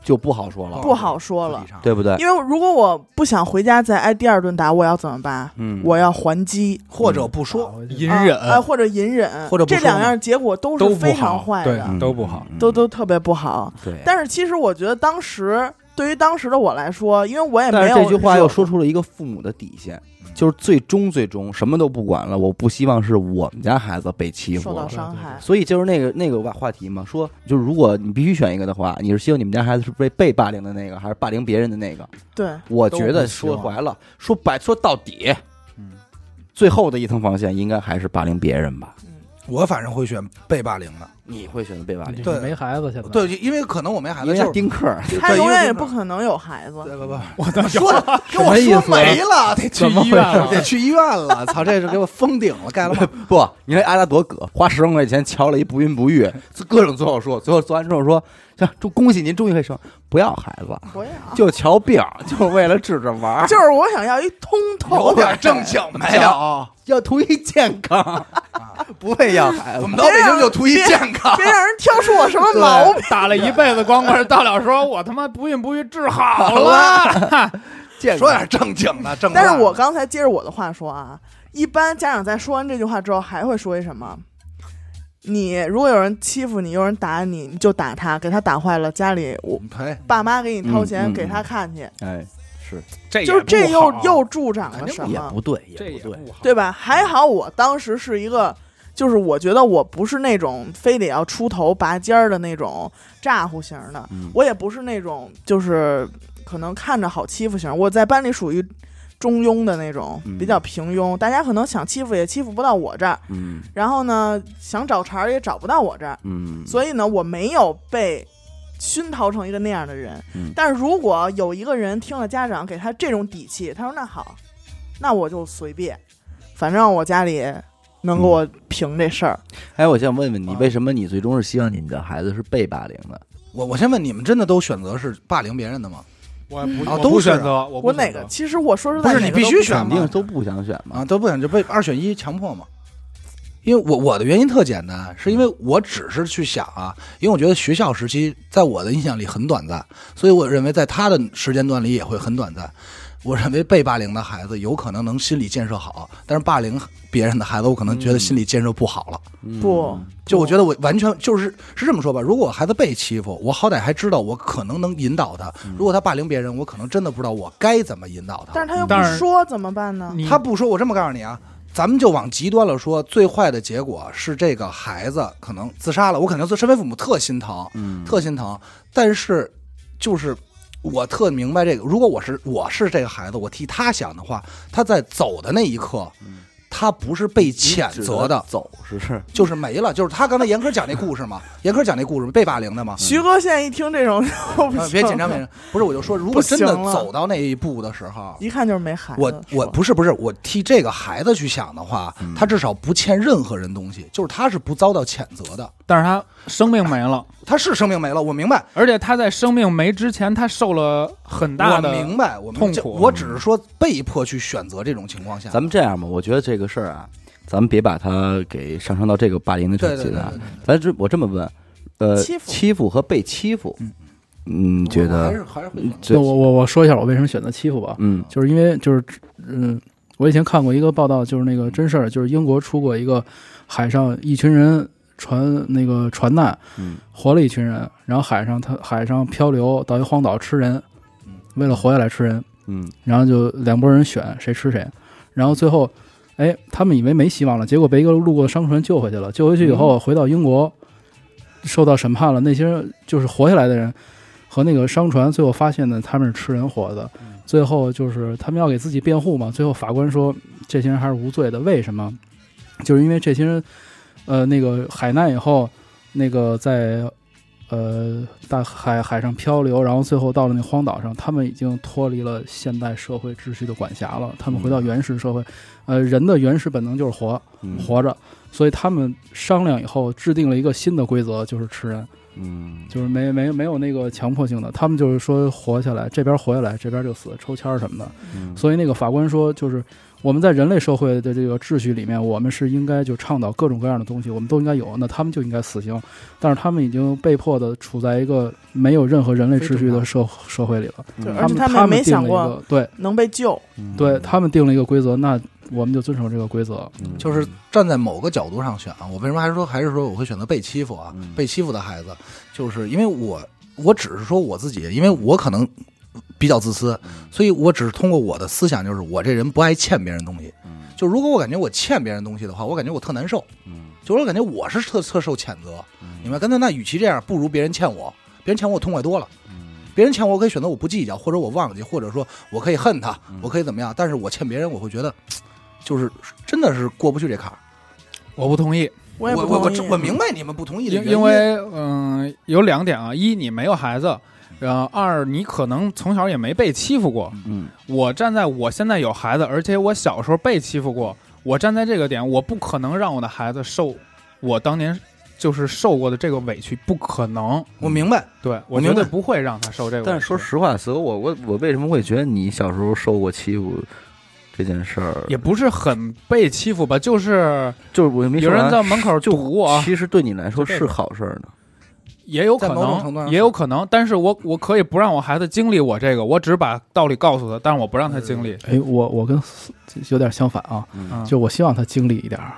S3: 就不好说了，
S2: 不好说
S4: 不
S2: 了
S4: 提。倡
S3: 对不对？
S2: 因为如果我不想回家再挨第二顿打，我要怎么办？
S3: 嗯，
S2: 我要还击，
S4: 或者不说，
S1: 隐
S2: 啊
S1: 忍、
S2: 呃或者隐忍，
S4: 或者不
S2: 这
S4: 说
S2: 两样结果都
S1: 都
S2: 是
S1: 不
S2: 非常
S1: 好
S2: 坏
S1: 对
S2: 的，
S3: 嗯
S1: 都不好，
S3: 嗯
S2: 都都特别不好。
S3: 对。
S2: 但是其实我觉得当时对于当时的我来说，因为我也
S3: 但
S2: 没
S3: 是
S2: 有
S3: 这句话
S2: 惹
S3: 又说出了一个父母的底线，就是最终最终什么都不管了，我不希望是我们家孩子被欺负
S2: 受到
S3: 了。
S2: 伤害，
S3: 所以就是那个那个话话题嘛，说就是如果你必须选一个的话，你是希望你们家孩子是被被霸凌的那个，还是霸凌别人的那个？
S2: 对，
S3: 我觉
S4: 都
S3: 得
S4: 不希望
S3: 说白了，说白说到底，
S1: 嗯，
S3: 最后的一层防线应该还是霸凌别人吧？
S4: 我反正会选被霸凌的。
S3: 你会选择被霸凌？
S4: 对
S6: 没孩子现在。
S4: 对，因为可能我没孩
S3: 因
S4: 子，
S3: 为
S4: 就
S3: 要
S4: 是
S3: 丁克儿，
S2: 他
S4: 对
S2: 永远也
S4: 因为
S2: 不可能有孩子。
S4: 对不不，
S1: 我的
S4: 说的给我
S6: 什么意
S4: 说
S6: 思啊
S4: 没了，得去
S1: 怎么
S4: 医
S1: 回
S4: 院
S1: 事
S4: 了，得去医院了。操，这是给我封顶 了，盖了帽。
S3: 不，你看阿拉多葛花十万块钱瞧了一不孕不育，各种最后说，最后做完之后说，行，祝恭喜您终于可以生，不要孩子，
S2: 不要，
S3: 就瞧病，就为了治着玩儿，
S2: 就是我想要一通
S4: 有
S2: 透的，
S4: 点正经 没有？
S3: 要图一健康， 不为要孩子
S4: 我。们到北京就图一健 康，
S2: 别让人挑出我什么毛病。
S1: 打了一辈子光棍，到了说我他妈不孕不育治好了，
S3: 健
S4: 说
S3: 康
S4: 点正经的，正。
S3: 嗯
S2: 但是我刚才接着我的话说啊，一般家长在说完这句话之后，还会说一什么？你如果有人欺负你，有人打你，你就打他，给他打坏了，家里我
S4: 哎，
S2: 爸妈给你掏
S3: 嗯
S2: 钱
S3: 嗯
S2: 给他看去，
S3: 哎，是
S1: 这
S2: 就是这
S1: 也不
S2: 又
S1: 好
S2: 又助长了
S3: 这
S2: 什
S3: 也
S2: 么？
S3: 不对，也
S1: 这也
S3: 不对，
S1: 不好，
S2: 对吧？还好我当时是一个，就是我觉得我不是那种非得要出头拔尖儿的那种咋呼型的，
S3: 嗯
S2: 我也不是那种就是可能看着好欺负型，我在班里属于中庸的那种
S3: 嗯，
S2: 比较平庸，大家可能想欺负也欺负不到我这儿，
S3: 嗯
S2: 然后呢想找茬儿也找不到我这儿，
S3: 嗯，
S2: 所以呢我没有被。熏陶成一个那样的人，
S3: 嗯
S2: 但是如果有一个人听了家长给他这种底气，他说那好，那我就随便，反正我家里
S4: 嗯
S2: 能给我平这事儿，
S3: 哎，我想问问你，为什么你最终是希望你的孩子是被霸凌的？
S4: 我我先问你们，真的都选择是霸凌别人的吗？
S1: 我不
S4: 啊
S1: 我
S4: 都
S1: 不
S4: 是
S1: 选择，我
S2: 我
S1: 不
S2: 哪
S1: 选
S2: 个
S1: 择？
S2: 其实我说实在，
S4: 不是你
S2: 哪个都
S4: 必须选
S2: 想
S3: 肯定
S4: 嘛
S3: 都不想选嘛
S4: 啊，。都不想就被二选一强迫嘛。因为我我的原因特简单，是因为我只是去想啊，因为我觉得学校时期在我的印象里很短暂，所以我认为在他的时间段里也会很短暂。我认为被霸凌的孩子有可能能心理建设好，但是霸凌别人的孩子，我可能觉得心理建设不好了。
S3: 嗯
S2: 不，
S4: 就我觉得我完全就是是这么说吧，如果我孩子被欺负，我好歹还知道我可能能引导他；如果他霸凌别人，我可能真的不知道我该怎么引导他。
S2: 但是他又
S1: 当
S2: 不
S1: 然
S2: 说怎么办呢？
S1: 你
S4: 他不说，我这么告诉你啊，咱们就往极端了说，最坏的结果是这个孩子可能自杀了，我肯定是身为父母特心疼，
S3: 嗯，
S4: 特心疼。但是就是我特明白这个。如果我是我是这个孩子，我替他想的话，他在走的那一刻，
S3: 嗯
S4: 他不是被谴责的，
S3: 走是不是？
S4: 就是没了。就是他刚才严科讲那故事嘛，严科讲那故事被霸凌
S3: 嗯
S4: 的嘛。
S2: 徐哥现在一听这种， 就不
S4: 啊
S2: 行
S4: 别紧张，别紧张，不是，我就说，如果真的
S2: 不行了啊
S4: 走到那一步的时候，
S2: 一看就是没孩子。
S4: 我我
S2: 是吧
S4: 不是不是，我替这个孩子去想的话，
S3: 嗯
S4: 他至少不欠任何人东西，就是他是不遭到谴责的。
S1: 但是他生命没了，
S4: 他是生命没了，我明白，
S1: 而且他在生命没之前，他受了很大
S4: 我
S1: 的
S4: 明白，我明白
S1: 痛苦
S4: 这我只是说被迫去选择这种情况
S3: 嗯
S4: 下，
S3: 咱们这样吧，我觉得这个事儿啊，咱们别把它给上升到这个霸凌的
S4: 对
S3: 层
S4: 对
S3: 级
S4: 对
S3: 了啊
S4: 对。
S3: 咱这我这么问，呃，
S2: 欺负
S3: 和被欺负，
S4: 嗯
S3: 嗯，
S4: 对
S3: 觉
S4: 我还
S3: 得
S4: 是还是会
S3: 嗯
S4: 选
S3: 这
S6: 那我我我说一下我为什么选择欺负吧，
S3: 嗯
S6: 就是因为就是嗯、我以前看过一个报道，就是那个真事儿，就是英国出过一个海上一群人船那个船难，
S3: 嗯
S6: 活了一群人，然后海上他海上漂流到一荒岛吃人
S4: 嗯，
S6: 为了活下来吃人，
S3: 嗯
S6: 然后就两拨人选谁吃谁，然后最后，哎，他们以为没希望了，结果被一个路过的商船救回去了。救回去以后，回到英国，受到审判了。那些就是活下来的人和那个商船，最后发现呢，他们是吃人活的。最后就是他们要给自己辩护嘛。最后法官说，这些人还是无罪的。为什么？就是因为这些人，呃，那个海难以后，那个在。呃，大海海上漂流，然后最后到了那荒岛上，他们已经脱离了现代社会秩序的管辖了，他们回到原始社会。呃，人的原始本能就是活，
S3: 嗯
S6: 活着，所以他们商量以后制定了一个新的规则，就是吃人，
S3: 嗯
S6: 就是没没没有那个强迫性的，他们就是说活下来，这边活下来，这边就死，抽签儿什么的。
S3: 嗯
S6: 所以那个法官说，就是我们在人类社会的这个秩序里面，我们是应该就倡导各种各样的东西，我们都应该有，那他们就应该死刑，但是他们已经被迫的处在一个没有任何人类秩序的社社会里 了，
S2: 对而
S6: 他
S2: 且
S6: 们
S2: 他们也
S6: 们
S2: 没
S6: 定
S2: 想
S6: 了一
S2: 过
S6: 个，对
S2: 能被救，
S3: 嗯
S6: 对，他们定了一个规则，那我们就遵守这个规则，
S3: 嗯
S4: 就是站在某个角度上选啊。我为什么还是说还是说我会选择被欺负啊？
S3: 嗯
S4: 被欺负的孩子，就是因为我我只是说我自己，因为我可能比较自私，
S3: 嗯
S4: 所以我只是通过我的思想，就是我这人不爱欠别人东西。就如果我感觉我欠别人东西的话，我感觉我特难受，
S3: 嗯
S4: 就我感觉我是特特受谴责。
S3: 嗯
S4: 明白？跟他那与其这样，不如别人欠我，别人欠我我痛快多了。别人欠我，我可以选择我不计较，或者我忘记，或者说我可以恨他，我可以怎么样？但是我欠别人，我会觉得，就是真的是过不去这坎儿。
S1: 我不同意，
S2: 我
S4: 我
S2: 也不
S4: 我我
S2: 同意
S4: 我明白你们不同意的
S1: 因
S4: 原
S1: 因为嗯、有两点啊，一你没有孩子，然后二你可能从小也没被欺负过。
S3: 嗯
S1: 我站在我现在有孩子，而且我小时候被欺负过，我站在这个点，我不可能让我的孩子受我当年就是受过的这个委屈，不可能。
S4: 我明白，
S1: 对
S4: 我
S1: 我
S4: 明
S1: 绝
S4: 白
S1: 对不会让他受这个委屈。
S3: 但是说实话，所以我我我为什么会觉得你小时候受过欺负这件事儿，
S1: 也不是很被欺负吧，就是
S3: 就是我没
S1: 有
S3: 说
S1: 人
S3: 完
S1: 在门口堵我，啊
S3: 其实对你来说
S1: 就这
S3: 是好事儿呢。
S1: 也有可
S4: 在某种程度上
S1: 能，
S4: 是
S1: 也有可能。但是我我可以不让我孩子经历我这个，我只把道理告诉他，但是我不让他经历。
S6: 哎，我我跟有点相反啊，
S1: 嗯
S6: 就我希望他经历一点儿，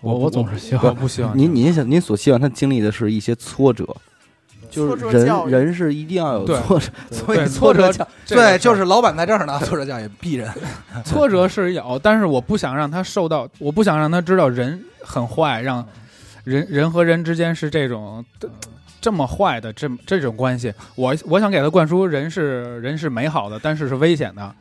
S6: 我
S1: 我不
S6: 我总是希
S1: 我
S6: 望
S1: 不希望
S3: 您您想您所希望他经历的是一些挫折，就
S2: 挫
S3: 是
S2: 折教
S3: 人
S2: 育
S3: 人是一定要有
S1: 对
S3: 挫折，所以
S1: 对
S3: 挫
S1: 挫折
S3: 折教
S1: 这个
S4: 对，就是老板在这儿呢， 作者讲也逼人。
S1: 挫折是有，但是我不想让他受到，我不想让他知道人很坏，让人人和人之间是这种这这么坏的这么这种关系。我我想给他灌输人是人是美好的，但是是危险的，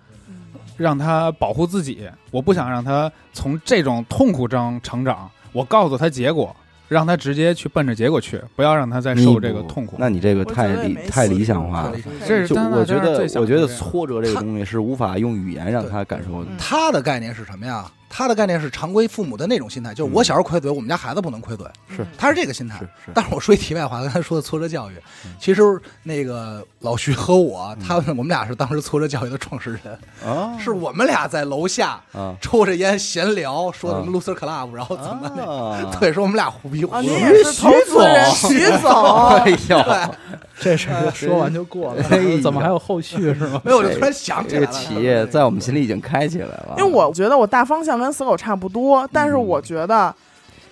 S1: 让他保护自己。我不想让他从这种痛苦中成长。我告诉他结果，让他直接去奔着结果去，不要让他再受这个痛苦。
S3: 那你这个
S2: 我觉
S3: 太
S2: 得也
S3: 理
S2: 没
S3: 太
S2: 戏
S3: 理想化
S4: 太
S3: 了
S4: 理。想化
S1: 这是
S3: 就
S1: 加拿大
S3: 我觉
S1: 这儿
S3: 得
S1: 最，小
S3: 我
S1: 的
S3: 觉得
S1: 这样
S3: 挫折这个东西是无法用语言让他感受的。
S2: 嗯
S4: 他的概念是什么呀？他的概念是常规父母的那种心态，就是我小时候亏嘴，我们家孩子不能亏嘴，
S3: 嗯
S2: 嗯
S3: 是
S4: 他是这个心态
S3: 是。是，嗯
S4: 但是我说一题外话，刚才说的挫折教育，其实那个老徐和我，他们我们俩是当时挫折教育的创始人，
S2: 嗯
S3: 啊
S4: 是我们俩在楼下
S3: 啊
S4: 抽着烟闲聊，说什
S3: 啊
S4: 么 loser club，然后怎么那 个，
S3: 啊
S4: 对，说我们俩胡逼胡
S2: 啊，
S4: 逼
S2: 你。也是投资人
S4: 徐
S2: 徐
S3: 哎
S2: 总，
S3: 呦，
S6: 这事儿说完就过 了
S3: 哎呀，
S6: 怎么还有后续是吗？
S4: 没有，我就突然想起
S3: 这
S4: 来
S3: 个
S4: 了。
S3: 企业在我们心里已经开起来了。啊
S2: 因为我觉得我大方向跟死狗差不多，但是我觉得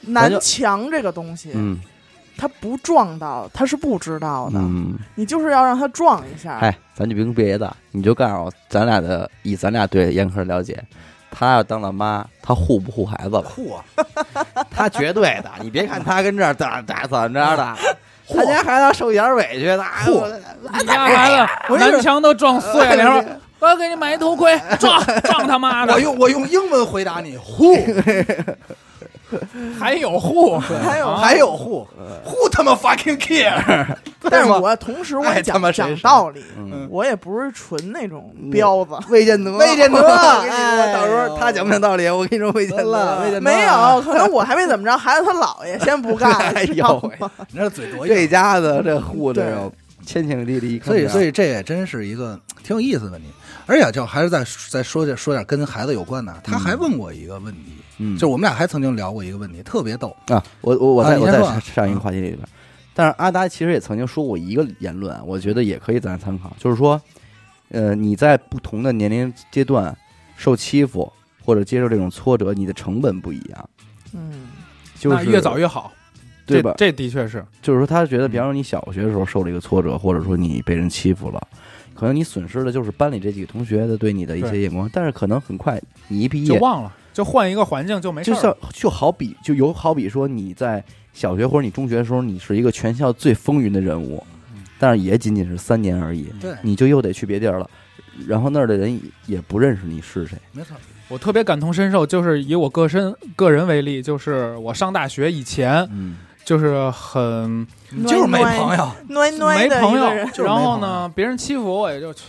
S2: 南墙这个东西，
S3: 嗯
S2: 他不撞到他是不知道的，
S3: 嗯，
S2: 你就是要让他撞一下。
S3: 哎，咱就别别的，你就告诉我，咱俩的以咱俩对严科了解，他要当了妈，他护不 护孩子了？
S4: 酷啊！
S3: 他绝对的，你别看他跟这儿咋咋怎么着的，他家孩子受一点委屈，那
S4: 嚯
S1: 你家孩子南墙都撞碎了，然后我要给你买一头盔，撞撞他妈的
S4: 我！用我用英文回答你，呼，
S1: 还有 户，
S2: 还有
S4: 还有呼
S3: 嗯
S4: 呼他妈 fucking care，
S2: 但是
S4: 对吗
S2: 我同时我也
S4: 爱他
S2: 讲
S4: 妈谁
S2: 讲
S4: 是
S2: 道理，
S3: 嗯
S2: 我也不是纯那种彪子，
S3: 魏建德，
S4: 魏建德
S3: 我跟你
S4: 哎
S3: 说，
S4: 呦
S3: 到时候他讲不讲道理，我跟你说，魏建德，
S4: 了魏建啊德
S2: 没有，可能我还没怎么着，孩子他姥爷先不干，
S3: 哎呦
S2: 知道吗
S3: 喂
S4: 你这嘴 多
S3: 这
S4: 硬。啊
S3: 家子这户的哟，千顷地里，
S4: 所以，所
S3: 以
S4: 以这也真是一个挺有意思的问题，而且就还是再再说点说点跟孩子有关的。啊他还问我一个问题，
S3: 嗯
S4: 就是我们俩还曾经聊过一个问题，特别逗。
S3: 啊，我我我
S4: 啊
S3: 在
S4: 你
S3: 我
S4: 先
S3: 在
S4: 说啊
S3: 上一个话题里边，但是阿达其实也曾经说过一个言论，我觉得也可以咱参考，就是说，呃，你在不同的年龄阶段受欺负或者接受这种挫折，你的成本不一样，
S2: 嗯，
S3: 就
S1: 那
S3: 是
S1: 越早越好，
S3: 对
S1: 这
S3: 吧？
S1: 这的确是，
S3: 就是说，他
S1: 嗯
S3: 觉得，比方说你小学的时候受了一个挫折，或者说你被人欺负了，可能你损失的就是班里这几个同学的对你的一些
S1: 对
S3: 眼光，但是可能很快你一毕
S1: 就
S3: 业，
S1: 忘了，就换一个环境就没事
S3: 就
S1: 儿了
S3: 像。就好比就有好比说你在小学或者你中学的时候，你是一个全校最风云的人物
S1: 嗯，
S3: 但是也仅仅是三年而已，
S4: 对，
S3: 你就又得去别地儿了，然后那儿的人也不认识你是谁，
S4: 没错，
S1: 我特别感同身受，就是以我个身个人为例，就是我上大学以前，
S3: 嗯，
S1: 就是很
S4: 你就是没朋友，
S2: 暖暖
S1: 没
S2: 的
S1: 朋
S2: 一
S1: 友
S2: 个人，，
S4: 就是没
S1: 然后
S4: 朋
S1: 呢，别人欺负我，我也就去，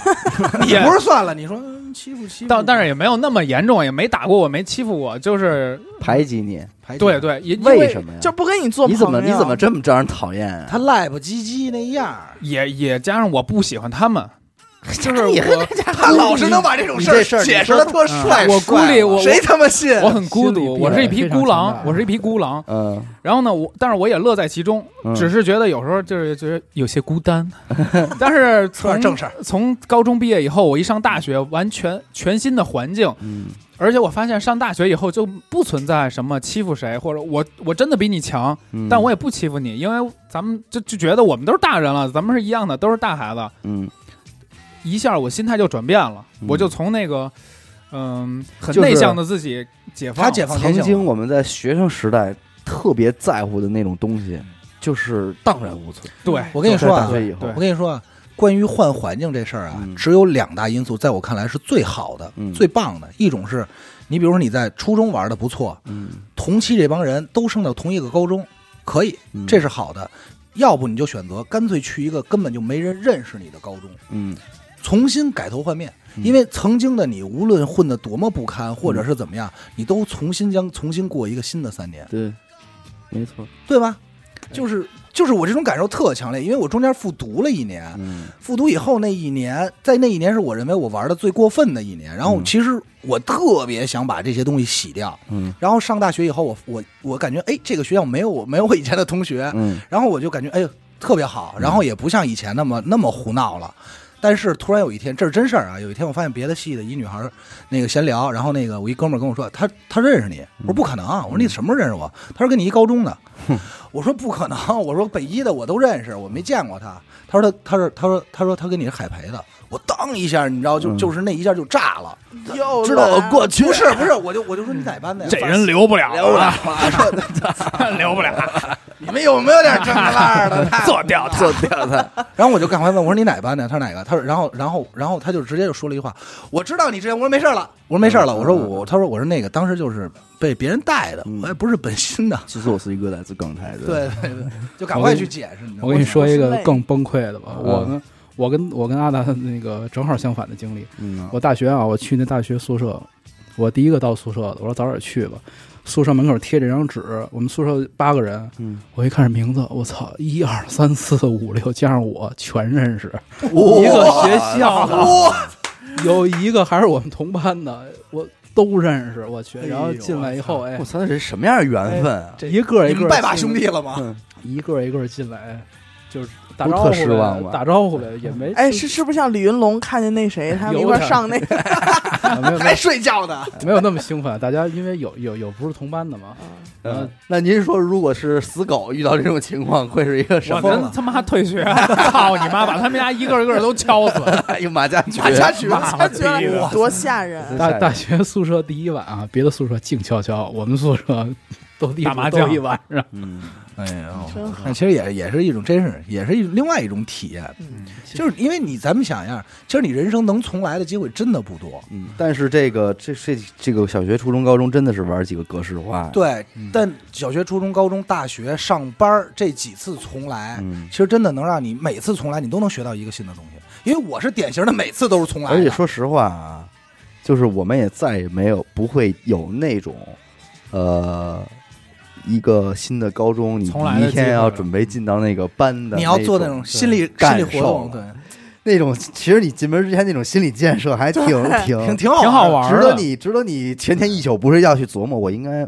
S4: 你
S1: 也
S4: 不是算了，你说嗯欺负欺负，
S1: 但但是也没有那么严重，也没打过我，没欺负我，就是
S3: 排挤你，
S4: 排挤
S1: 对对，也
S3: 为什么呀？
S2: 就不跟你做
S3: 你
S2: 朋友，
S3: 怎么你怎么这么招人讨厌啊？
S4: 他赖不唧唧那样儿，
S1: 也也加上我不喜欢他们，就是
S3: 你
S1: 我
S4: 他老是能把这种事
S3: 你
S4: 儿
S3: 这事儿
S4: 解释的特帅，
S1: 嗯我估计我
S4: 谁他妈信？
S1: 我很孤
S6: 心理
S1: 独，
S6: 壁垒
S1: 我是一匹
S6: 非常
S1: 孤
S6: 强
S1: 狼
S6: 大，
S1: 我是一匹孤狼。
S3: 嗯，
S1: 然后呢，我但是我也乐在其中，
S3: 嗯
S1: 只是觉得有时候就是觉得有些孤 单。但是
S4: 说
S1: 从
S4: 点正事儿，
S1: 从高中毕业以后，我一上大学，完全全新的环境，
S3: 嗯
S1: 而且我发现上大学以后就不存在什么欺负谁，或者我我真的比你强，
S3: 嗯
S1: 但我也不欺负你，因为咱们就就觉得我们都是大人了，咱们是一样的，都是大孩子。
S3: 嗯，
S1: 一下我心态就转变了，
S3: 嗯
S1: 我就从那个嗯、很
S3: 就是
S1: 内向的自己解放
S4: 他
S1: 了。
S4: 解放
S3: 曾
S4: 天性
S3: 经我们在学生时代特别在乎的那种东西，就是
S4: 嗯荡然无存。
S1: 对，
S4: 我跟你说
S3: 就
S4: 啊
S3: 在大，学以后
S1: 对，
S4: 我跟你说啊，关于换环境这事儿啊，
S3: 嗯
S4: 只有两大因素，在我看来是最好的、
S3: 嗯
S4: 最棒的。一种是你比如说你在初中玩的不错，
S3: 嗯，
S4: 同期这帮人都升到同一个高中，可以，
S3: 嗯
S4: 这是好的。要不你就选择干脆去一个根本就没人认识你的高中，
S3: 嗯
S4: 重新改头换面，
S3: 嗯
S4: 因为曾经的你无论混得多么不堪，或者是怎么样，你都重新将重新过一个新的三年。
S3: 对，没错，
S4: 对吧？就是就是我这种感受特强烈，因为我中间复读了一年，
S3: 嗯
S4: 复读以后那一年，在那一年是我认为我玩的最过分的一年。然后
S3: 嗯
S4: 其实我特别想把这些东西洗掉。
S3: 嗯
S4: 然后上大学以后我，我我感觉哎，这个学校没有我没有我以前的同学，
S3: 嗯
S4: 然后我就感觉哎呦特别好，然
S1: 嗯
S4: 后也不像以前那么那么胡闹了。但是突然有一天，这是真事儿啊！有一天我发现别的系的一女孩儿，那个闲聊，然后那个我一哥们儿跟我说，他他认识你，我
S1: 嗯
S4: 说不可能啊，我说你什么时候认识我？他说跟你一高 中的，我说不可能，我说北一的我都认识，我没见过他。他说他他说他说他说他跟你是海培的，我当一下你知道就
S3: 嗯
S4: 就是那一下就炸了，
S2: 又
S4: 知道
S2: 来
S4: 我
S2: 了
S4: 过去不是不是，我就我就说你哪班的呀？
S1: 哦这人留不了
S4: 聊
S3: 啊
S1: 了，
S4: 了，
S1: 留不了，
S4: 你们有没有点正儿 八经的？
S1: 做掉他。
S3: 做掉他，
S4: 然后我就赶快问我说你哪班的？他说哪个？他说然后然后然后他就直接就说了一句话，我知道你之前我说没事儿了，我说没事儿了，
S3: 嗯
S4: 我说
S3: 嗯
S4: 我他说我说那个当时就是被别人带的，
S3: 嗯
S4: 我也不是本心的，
S3: 其实我是一个来自港台的，
S4: 对对对，就赶快去解释。知道吗
S6: 我跟你说一
S2: 我是
S6: 个
S2: 累
S6: 更崩溃的吧，
S3: 嗯
S6: 我呢，我跟我跟阿达的那个正好相反的经历。
S3: 嗯，
S6: 我大学啊，我去那大学宿舍，我第一个到宿舍的，我说早点去吧。宿舍门口贴着一张纸，我们宿舍八个人，
S3: 嗯
S6: 我一看这名字，我操，一二三四五六，加上我全认识，
S4: 哇
S6: 一个学校
S4: 哇
S6: 有一个还是我们同班的，我都认识，我去。
S4: 哎呦
S6: 然后进来以后，哎
S3: 我，操，这是什么样的缘分啊？
S6: 一个一
S4: 你
S6: 个
S4: 们拜把
S6: 进
S4: 兄弟了吗？
S6: 一个一个进来，就是打
S3: 不
S6: 招
S3: 特
S6: 呼
S3: 失
S6: 呗
S3: 望吗
S6: 打招呼呗，也没
S2: 哎，是是不是像李云龙看见那谁，他们一
S6: 有
S2: 块
S6: 点
S2: 儿上那个？
S6: 啊没有没
S4: 还睡 觉呢？
S6: 有没有那么兴奋，大家因为有有有不是同班的嘛，
S4: 哎
S3: 嗯，那您说，如果是死狗遇到这种情况，会是一个什
S1: 我
S3: 么？
S1: 真他妈退学！啊 操你妈！把他们家一个一个都敲死！
S3: 哎呦，马家爵，
S4: 马家爵，
S1: 妈
S4: 马家
S1: 逼
S4: 爵
S1: 的
S2: 多吓人！
S6: 大大学宿舍第一晚啊，别的宿舍静悄悄，我们宿舍斗地主
S1: 打麻将
S6: 斗一晚上，
S3: 嗯，
S4: 哎呦，
S2: 真好
S4: 那其实也也是一种，真是也是一另外一种体验，
S2: 嗯
S4: 就是因为你咱们想一下，其实你人生能重来的机会真的不多。
S3: 嗯，但是这个这这这个小学、初中、高中真的是玩几个格式化，，
S4: 对
S1: 嗯，
S4: 但小学、初中、高中、大学、上班儿这几次重来，
S3: 嗯
S4: 其，实真的能让你每次重来，你都能学到一个新的东西。因为我是典型的每次都是重来的，
S3: 而且说实话啊，就是我们也再也没有不会有那种，呃，一个新的高中，你
S1: 重来的
S3: 第一
S1: 机
S3: 天
S1: 会
S3: 要
S1: 了
S3: 准备进到那个班的，
S4: 你要做那种心理心
S3: 感
S4: 理
S3: 受
S4: 活动，对
S3: 了，那种，其实你进门之前那种心理建设还挺
S4: 挺
S3: 挺
S4: 挺好
S1: 挺好
S4: 玩儿
S1: 玩
S4: 的。
S3: 值
S1: 儿
S3: 得
S1: 的。
S3: 你值得你前天一宿不睡觉去琢磨，我应该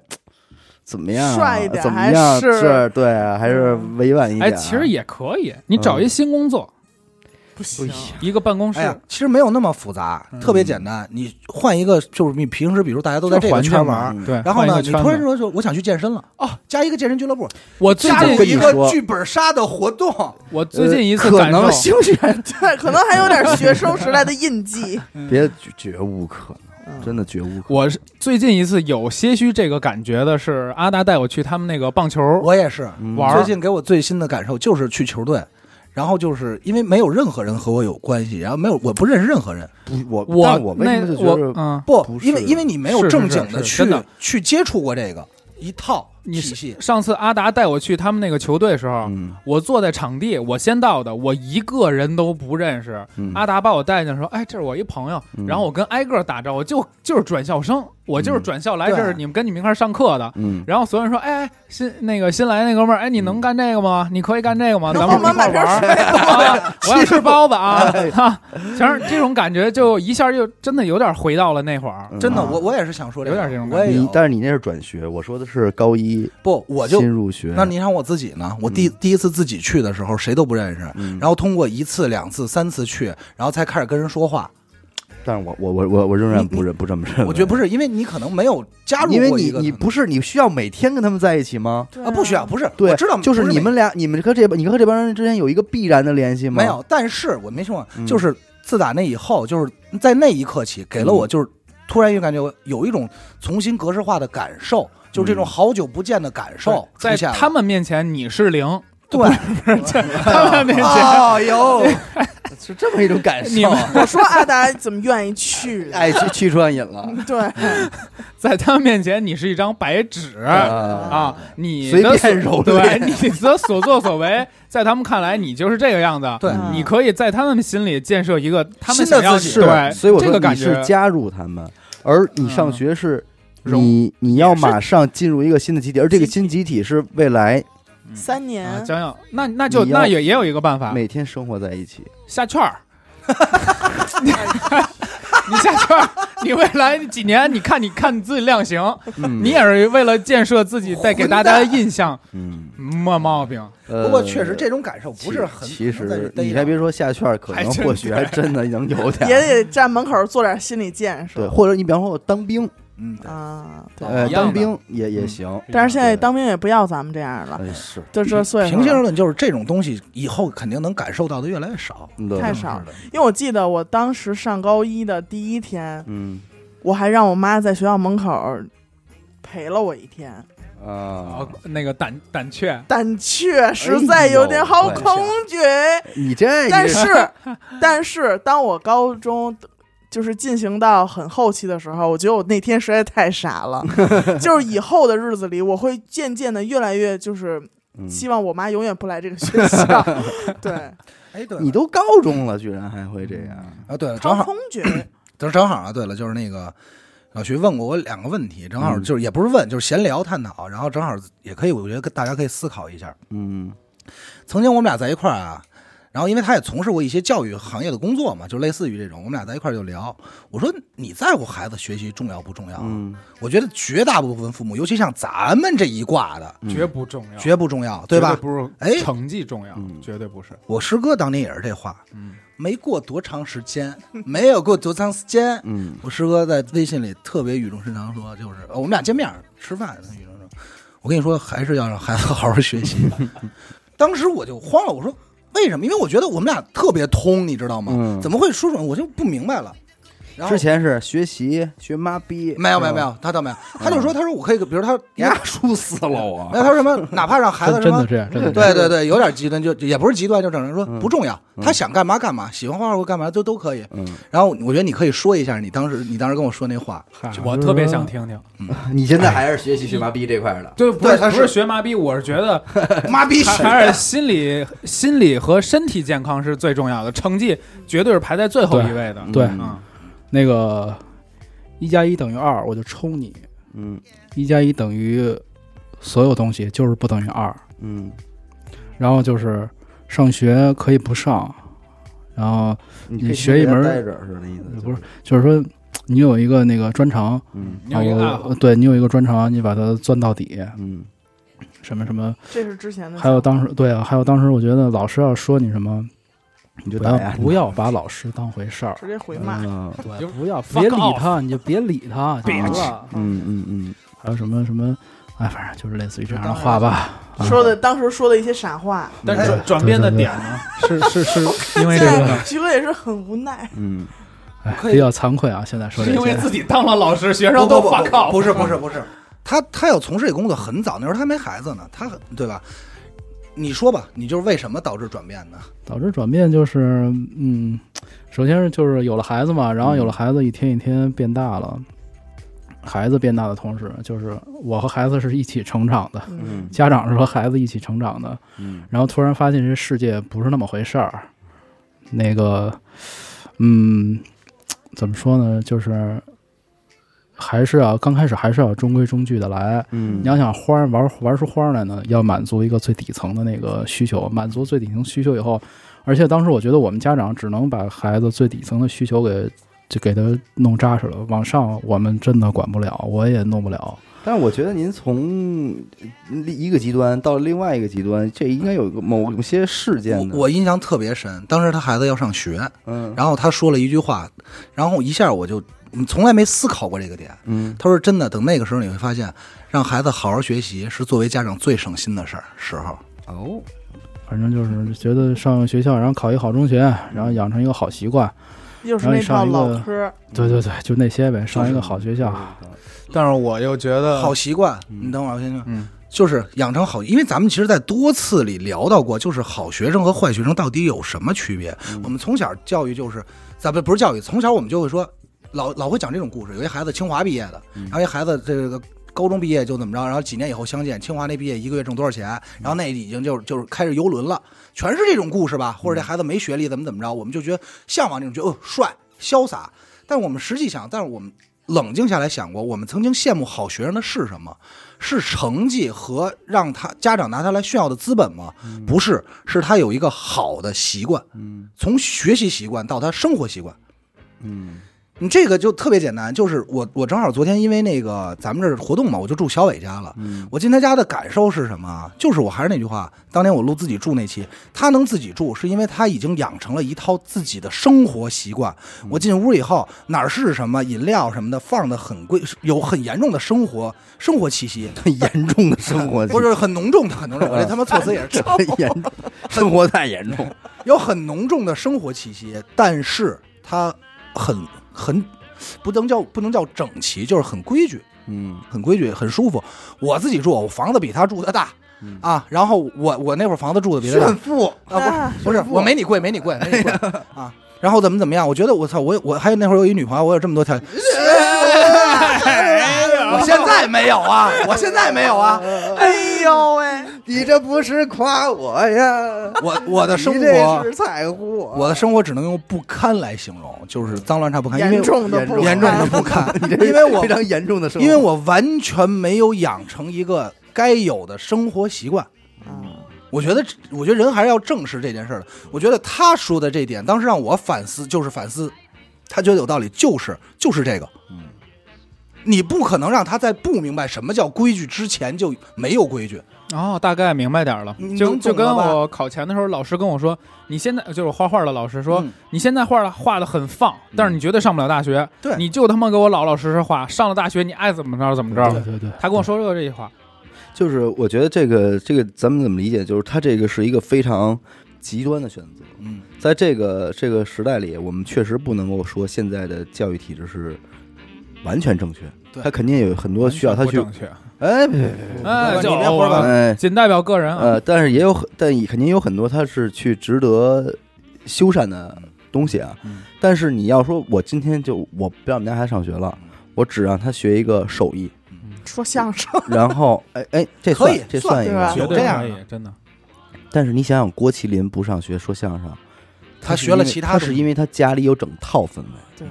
S3: 怎么样啊
S2: 帅一点
S3: 怎么
S2: 还
S3: 样
S2: 是
S3: 对啊，还是委婉一点啊。
S1: 哎，其实也可以，你找一新工作，
S2: 不行，
S1: 一个办公室
S4: 哎，呀，其实没有那么复杂，
S1: 嗯
S4: 特别简单。你换一个，就是你平时比如大家都
S1: 都
S4: 在这个圈玩儿，
S3: 嗯
S1: 对。
S4: 然后
S1: 换一
S4: 呢，
S1: 个
S4: 你
S1: 圈
S4: 突然
S1: 子
S4: 说说我想去健身了，哦，加一个健身俱乐部，
S1: 我最
S4: 加入
S1: 近
S3: 我
S4: 一
S3: 跟你
S4: 个
S3: 说
S4: 剧本杀的活动，
S1: 我最近一次
S3: 呃可
S1: 感受
S3: 能，兴许还
S2: 对，可能还有点学生时代的印记。
S3: 别绝绝无可能，
S2: 嗯
S3: 真的绝无可能。
S1: 我是最近一次有些许这个感觉的是阿达带我去他们那个棒球
S4: 我也是。
S3: 嗯
S1: 玩儿
S4: 最近给我最新的感受就是去球队，然后就是因为没有任何人和我有关系，然后没有我不认识任何人，
S3: 不我
S1: 我
S3: 但我为什么
S1: 那
S3: 就觉
S1: 我
S3: 得
S1: 嗯，
S4: 不，
S3: 不是
S4: 因为因为你没有
S1: 是是
S4: 正经的
S1: 是是
S4: 去
S1: 真的
S4: 去接触过这个一套
S1: 你
S4: 体
S1: 是
S4: 系，
S1: 上次阿达带我去他们那个球队的时候，
S3: 嗯
S1: 我坐在场地，我先到的，我一个人都不认识。
S3: 嗯
S1: 阿达把我带进去说：“哎，这是我一朋友。
S3: 嗯
S1: 然后我跟挨个打招呼，就就是转校生，我就是
S3: 嗯
S1: 转校来
S4: 对
S1: 这儿，你们跟你们一块儿上课的。
S3: 嗯
S1: 然后所有人说：“哎，新那个新来那哥们儿，哎，你能干这个吗？你可以干这个吗？咱 们
S2: 帮忙
S1: 一块儿
S2: 嗯买瓶
S1: 玩儿啊！ 我想吃包子啊！ 哈，其实这种感觉就一下就真的有点回到了那会儿。
S3: 嗯
S4: 真的，
S1: 啊
S4: 我我也是想说这个，
S1: 有点这种感
S4: 我也
S3: 你
S4: 有，
S3: 但是你那是转学，我说的是高一
S4: 不，我就
S3: 新入学。
S4: 那你让我自己呢？我第
S1: 嗯
S4: 第一次自己去的时候，谁都不认识，
S3: 嗯
S4: 然后通过一次、两次、三次去，然后才开始跟人说话。
S3: 但是我我我我我仍然
S4: 你
S3: 不认不这么认为。
S4: 我觉得不是，因为你可能没有加入
S3: 因为
S4: 过
S3: 你
S4: 一个
S3: 你不是你需要每天跟他们在一起吗？
S4: 啊，不需要，不是，
S3: 对，
S4: 我知道，
S3: 就是
S4: 不
S3: 你们俩，你们和这你和这帮人之间有一个必然的联系吗？
S4: 没没 有，但是我没听过，
S3: 嗯
S4: 就是自打那以后，就是在那一刻起，给了
S3: 嗯
S4: 我就是突然一个感觉，我有一种重新格式化的感受，就是这种
S3: 嗯
S4: 好久不见的感受出
S1: 在
S4: 现了。
S1: 他们面前你是零，
S4: 对，
S1: 他们面前
S4: 哦哟，
S3: 是这么一种感
S1: 你
S3: 受
S1: 们。
S2: 我说阿达怎么愿意去？
S3: 哎，去去传瘾 了
S2: 对，
S1: 在他们面前你是一张白纸。
S4: 哎
S3: 啊！
S1: 啊，你
S3: 随
S1: 的
S3: 便
S1: 所
S3: 蹂
S1: 对
S3: 躏
S1: 你的所作所为，在他们看来你就是这个样子。
S4: 对
S2: 嗯
S1: 你可以在他们心里建设一个他们
S4: 新的
S1: 想要
S4: 自
S1: 你
S4: 己
S3: 是
S1: 对，，
S3: 所以我
S1: 这
S3: 说
S1: 个感
S3: 你
S1: 觉嗯
S3: 是加入他们，而你上学是
S1: 融
S3: 你你要马上进入一个新的集体，而这个新集体是未来
S2: 三
S1: 啊，
S2: 年
S1: 将要那那就
S3: 你要
S1: 那也也有一个办法，
S3: 每天生活在一 起。
S1: 下券儿。你你下券儿，你未来几年，你看你看你自己量刑，
S3: 嗯
S1: 你也是为了建设自己带给大家的印象，
S3: 嗯，
S1: 没毛病。
S3: 呃
S4: 不过确实这种感受不是很
S3: 其其
S4: 能在这
S3: 实
S4: 逮
S3: 你
S4: 着
S3: 还别说下券，可
S1: 还
S3: 能
S1: 真
S3: 或许还
S1: 对
S3: 真的 能有点
S2: 也
S3: 儿。
S2: 得站门口做点心理建
S3: 对，
S2: 设
S3: 或者你比方说我当兵，
S4: 嗯，对
S2: 啊。对
S3: 呃，
S1: 一样的嗯
S3: 当兵也也行。
S2: 但是现在当兵也不要咱们这样了，
S3: 哎，是
S2: 就这岁数
S4: 啊平心而
S2: 了。
S4: 论，就是这种东西以后肯定能感受到的越来越少。嗯
S3: 对
S2: 太少了，因为我记得我当时上高一的第一天，
S3: 嗯
S2: 我还让我妈在学校门口陪了我一天，
S3: 啊
S1: 哦，，那个胆胆怯，
S2: 胆怯实在有点好恐惧。
S3: 你这
S2: 但是，但是当我高中就是进行到很后期的时候，我觉得我那天实在太傻了。就是以后的日子里，我会渐渐的越来越就是
S3: 嗯
S2: 希望我妈永远不来这个学校。对，
S4: 哎，对了
S3: 嗯你都高中了，居然还会这样，
S4: 啊，对了，正
S2: 超
S4: 好，
S2: 空觉，
S4: 正正好啊，对了，就是那个老徐问过我两个问题，正好
S3: 嗯
S4: 就是也不是问，就是闲聊探讨，然后正好也可以，我觉得跟大家可以思考一下。
S3: 嗯
S4: 曾经我们俩在一块儿啊，然后因为他也从事过一些教育行业的工作嘛，就类似于这种，我们俩在一块儿就聊，我说你在乎孩子学习重要不重要？
S3: 嗯，
S4: 我觉得绝大部分父母，尤其像咱们这一挂的，
S3: 嗯
S1: 绝不重要，
S4: 绝不重要，对吧？
S1: 绝不是
S4: 哎
S1: 成绩重要
S3: 嗯，
S1: 绝对不是。
S4: 我师哥当年也是这话，
S1: 嗯
S4: 没过多长时间， 没有过多长时间，
S3: 嗯
S4: 我师哥在微信里特别语重心长说，就是、呃我们俩见面吃饭，他语重心长，我跟你说，还是要让孩子好好学习。 当时我就慌了，我说为什么？因为我觉得我们俩特别通，你知道吗？
S3: 嗯
S4: 怎么会说出来？我就不明白了。然后
S3: 之前是学习学妈逼，嗯
S4: 没有没有没有，他倒没有，他就说他说我可以，比如他
S3: 呀，输死了我
S4: 没有，他说什么，哪怕让孩
S6: 真
S4: 子什
S6: 真
S4: 么
S6: 的。这样，真的这样
S4: 对对对，有点极端，就也不是极端，就整人说
S3: 嗯
S4: 不重要，
S3: 嗯
S4: 他想干嘛干嘛，喜欢画画或干嘛就都可以。
S3: 嗯，
S4: 然后我觉得你可以说一下你当时你当时跟我说 那话，
S6: 嗨
S1: 我
S6: 就是
S1: 特别
S6: 说
S1: 想听听。
S3: 你现在还是学习学妈逼这块儿的，
S1: 对，不是
S4: 对他
S1: 不是
S4: 是
S1: 学麻痹，我是觉得
S4: 妈逼
S1: 还还是心理、心理和身体健康是最重要的，成绩绝对是排在最后一位的。
S4: 啊
S3: 嗯
S6: 对
S1: 嗯，
S6: 那个一加一等于二，我就抽你；
S3: 嗯
S6: 一加一等于所有东西，就是不等于二。
S3: 嗯，
S6: 然后就是上学可以不上，然后
S3: 你
S6: 你
S3: 可以
S6: 学一门
S3: 跟人待着是那意思，
S6: 不是，就是说你有一个那个专长，
S3: 嗯
S1: 你有一个爱
S6: 然
S1: 好
S4: 呃
S6: 后，对你有一个专长，你把它钻到底，
S3: 嗯
S6: 什么什么，
S2: 这是之前的。
S6: 还有当时对啊，还有当时我觉得老师要说你什么，
S3: 你就
S6: 不
S3: 打
S6: 要
S3: 呀，
S6: 不要把老师当回事儿，
S2: 直接回骂，
S3: 嗯
S6: 对，
S1: 就
S6: 不要
S1: fuck
S6: 别理
S1: off
S6: 他，你就别理他，就完
S1: Bitch
S6: 了。
S3: 嗯嗯嗯，
S6: 还有什么什么，哎，反正就是类似于这样的话吧。啊
S2: 说的当时说的一些傻话，
S1: 但
S3: 哎
S1: 是转转变的点呢，是是是因为这个呢，
S2: 徐哥也是很无奈。
S3: 嗯，
S6: 哎
S4: 可以
S6: 比较惭愧啊，现在说
S1: 是
S6: 这
S1: 因为
S6: 些，
S1: 自己当了老师，学
S4: 不
S1: 生都
S4: 不不
S1: 发靠。
S4: 不是不是不是，他他要从事这工作很早，那时候他没孩子呢，他对吧？你说吧，你就是为什么导致转变呢？
S6: 导致转变就是，嗯，首先是就是有了孩子嘛，然后有了孩子，一天一天变大了。孩子变大的同时，就是我和孩子是一起成长的，
S2: 嗯，
S3: 嗯
S6: 家长是和孩子一起成长的。
S3: 嗯
S6: 然后突然发现这世界不是那么回事儿。那个，嗯，怎么说呢？就是还是要刚开始还是要中规中矩的来。
S3: 嗯，
S6: 你要想花儿玩玩出花儿来呢，要满足一个最底层的那个需求，满足最底层需求以后，而且当时我觉得我们家长只能把孩子最底层的需求给就给他弄扎实了，往上我们真的管不了，我也弄不了。
S3: 但是我觉得您从一个极端到另外一个极端，这应该有个某些事件的。
S4: 我我印象特别深，当时他孩子要上学，
S3: 嗯
S4: 然后他说了一句话，然后一下我就嗯从来没思考过这个点。
S3: 嗯
S4: 他说：“真的，等那个时候你会发现，让孩子好好学习是作为家长最省心的事儿。时候，
S3: 哦
S6: 反正就是觉得上学校，然后考一好中学，然后养成一个好习惯，
S2: 又是那套老嗑，
S1: 嗯
S6: 对对对，就那些呗，上一个好学校。
S1: 但是我又觉得
S4: 好习惯，
S3: 嗯
S4: 你等会儿我先听，
S1: 嗯，
S4: 就是养成好，因为咱们其实，在多次里聊到过，就是好学生和坏学生到底有什么区别？
S3: 嗯
S4: 我们从小教育就是，咱们不是教育，从小我们就会说，老老会讲这种故事。有一孩子清华毕业的，
S3: 嗯
S4: 然后一孩子这个高中毕业就怎么着，然后几年以后相见，清华那毕业一个月挣多少钱，
S3: 嗯
S4: 然后那已经就是就是开着游轮了，全是这种故事吧。
S3: 嗯
S4: 或者这孩子没学历怎么怎么着，我们就觉得向往这种，觉得哦帅潇洒。但我们实际想，但是我们冷静下来想过，我们曾经羡慕好学生的是什么？是成绩和让他家长拿他来炫耀的资本吗？不是，是他有一个好的习惯。
S3: 嗯
S4: 从学习习惯到他生活习惯，
S3: 嗯
S4: 你这个就特别简单。就是我我正好昨天因为那个咱们这儿活动嘛，我就住小伟家了。
S3: 嗯
S4: 我进他家的感受是什么啊？就是我还是那句话，当年我录自己住那期，他能自己住是因为他已经养成了一套自己的生活习惯。我进屋以后，哪儿是什么饮料什么的放的很贵，有很严重的生活生活气息，
S3: 很严重的生活，
S4: 不是很浓重的很浓重。我这他妈措辞也是
S3: 这很严 重，生活太严重。
S4: 有很浓重的生活气息，但是它很很不能叫不能叫整齐，就是很规矩，
S3: 嗯
S4: 很规矩，很舒服。我自己住，我房子比他住的大
S3: 嗯
S4: 啊，然后我我那会儿房子住的比他大
S3: 富，
S4: 啊，
S3: 炫富
S4: 不是不是，我没你贵，没你贵，没你贵啊。然后怎么怎么样？我觉得我操，我有我还有那会儿有一女朋友，我有这么多条件，我现在没 有啊，我现在没有啊，
S2: 哎呦喂，
S3: 你这不是夸我呀？
S4: 我我的生
S3: 你这
S4: 活
S3: 是在乎我，
S4: 我的生活只能用不堪来形容，就是脏乱差
S3: 啊
S4: 不堪，因为
S2: 严重的不
S4: 严重的不堪
S3: 你这是
S4: 因为我
S3: 非常严重的生活，
S4: 因为我完全没有养成一个该有的生活习惯。
S2: 啊，
S4: 我觉得这，我觉得人还是要正视这件事儿的。我觉得他说的这点，当时让我反思，就是反思，他觉得有道理，就是就是这个。
S3: 嗯，
S4: 你不可能让他在不明白什么叫规矩之前就没有规矩。
S1: 哦，大概明白点儿了
S4: 你，
S1: 就
S4: 能
S1: 就
S4: 懂
S1: 跟
S4: 了吧
S1: 我考前的时候，老师跟我说，你现在就是我画画的老师说，
S4: 嗯
S1: 你现在画的画的很放，但是你绝对上不了大学，
S4: 对
S1: 你就他妈给我老老实实画，上了大学你爱怎么着怎么
S6: 对
S1: 着。
S6: 对对，
S1: 他跟我说过这句话，
S3: 就是我觉得这个这个咱们怎么理解？就是他这个是一个非常极端的选择。
S4: 嗯，
S3: 在这个这个时代里，我们确实不能够说现在的教育体制是完全正确，
S4: 对
S3: 它肯定有很多需要他去
S1: 完全不正确
S3: 哎，别别别
S1: 哎，就
S4: 你别活了
S1: 我
S3: 哎
S1: 仅代表个人啊，
S3: 呃，但是也有很，但也肯定有很多它是去值得修缮的东西啊。
S4: 嗯
S3: 但是你要说，我今天就我不让我们家孩子上学了，我只让他学一个手 艺，
S2: 说相声，
S3: 然后哎哎，这算
S4: 可以
S3: 这算一
S2: 算
S3: 个
S2: 对。
S1: 绝
S4: 有
S1: 对
S4: 这样啊
S1: 可以
S4: 的，
S1: 真的。
S3: 但是你想想，郭麒麟不上学说相声，
S4: 他
S3: 是
S4: 学了
S3: 因为
S4: 其他
S3: 他
S4: 东
S3: 是
S4: 西
S3: 因为他家里有整套氛围。
S2: 对，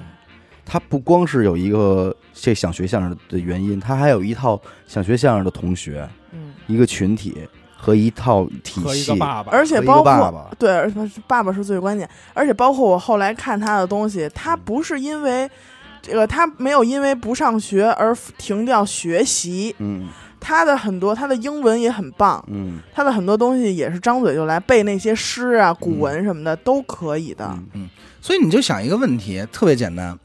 S3: 他不光是有一个这想学相声的原因，他还有一套想学相声的同学，
S2: 嗯，
S3: 一个群体和一套体
S1: 和一
S3: 系
S1: 个，爸爸，
S2: 而
S3: 和
S2: 且
S3: 一个
S2: 包括
S3: 爸爸。
S2: 对，而且爸爸是最关键，而且包括我后来看他的东西，他
S3: 嗯
S2: 不是因为这个，他没有因为不上学而停掉学习，
S3: 嗯
S2: 他的很多他的英文也很棒，
S3: 嗯
S2: 他的很多东西也是张嘴就来，背那些诗啊、古文什么的、都可以的。
S3: 嗯
S4: 所以你就想一个问题，特别简单，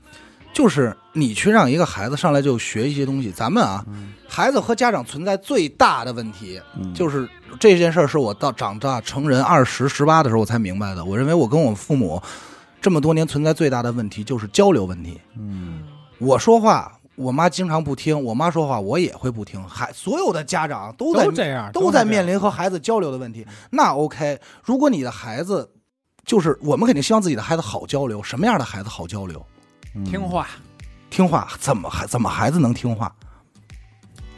S4: 就是你去让一个孩子上来就学一些东西，咱们啊，孩子和家长存在最大的问题
S3: 嗯
S4: 就是这件事儿，是我到长大成人二十十八的时候我才明白的。我认为我跟我父母这么多年存在最大的问题就是交流问题。
S3: 嗯
S4: 我说话，我妈经常不听；我妈说话，我也会不听。孩所有的家长都在
S1: 都这样，
S4: 都在面
S1: 临
S4: 临和孩子交流的问题。那 OK，如果你的孩子就是我们肯定希望自己的孩子好交流，什么样的孩子好交流？
S3: 嗯
S1: 听话，
S4: 听话，怎么孩怎么孩子能听话？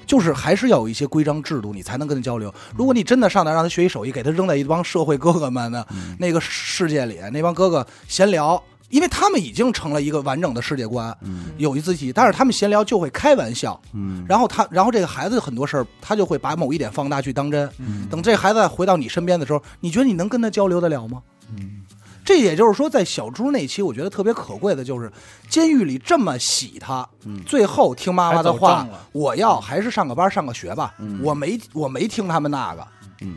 S4: 就是还是要有一些规章制度，你才能跟他交流。如果你真的上来让他学习手艺，给他扔在一帮社会哥哥们的
S3: 嗯
S4: 那个世界里，那帮哥哥闲聊，因为他们已经成了一个完整的世界观，
S3: 嗯
S4: 有一自己，但是他们闲聊就会开玩笑，
S3: 嗯，
S4: 然后他，然后这个孩子很多事儿，他就会把某一点放大去当真。
S1: 嗯
S4: 等这孩子回到你身边的时候，你觉得你能跟他交流得了吗？
S3: 嗯
S4: 这也就是说，在小猪那期，我觉得特别可贵的就是，监狱里这么洗他，
S3: 嗯
S4: 最后听妈妈的
S1: 哎还走
S4: 话
S1: 账了，
S4: 我要还是上个班上个学吧。
S3: 嗯
S4: 我没我没听他们那个，
S3: 嗯，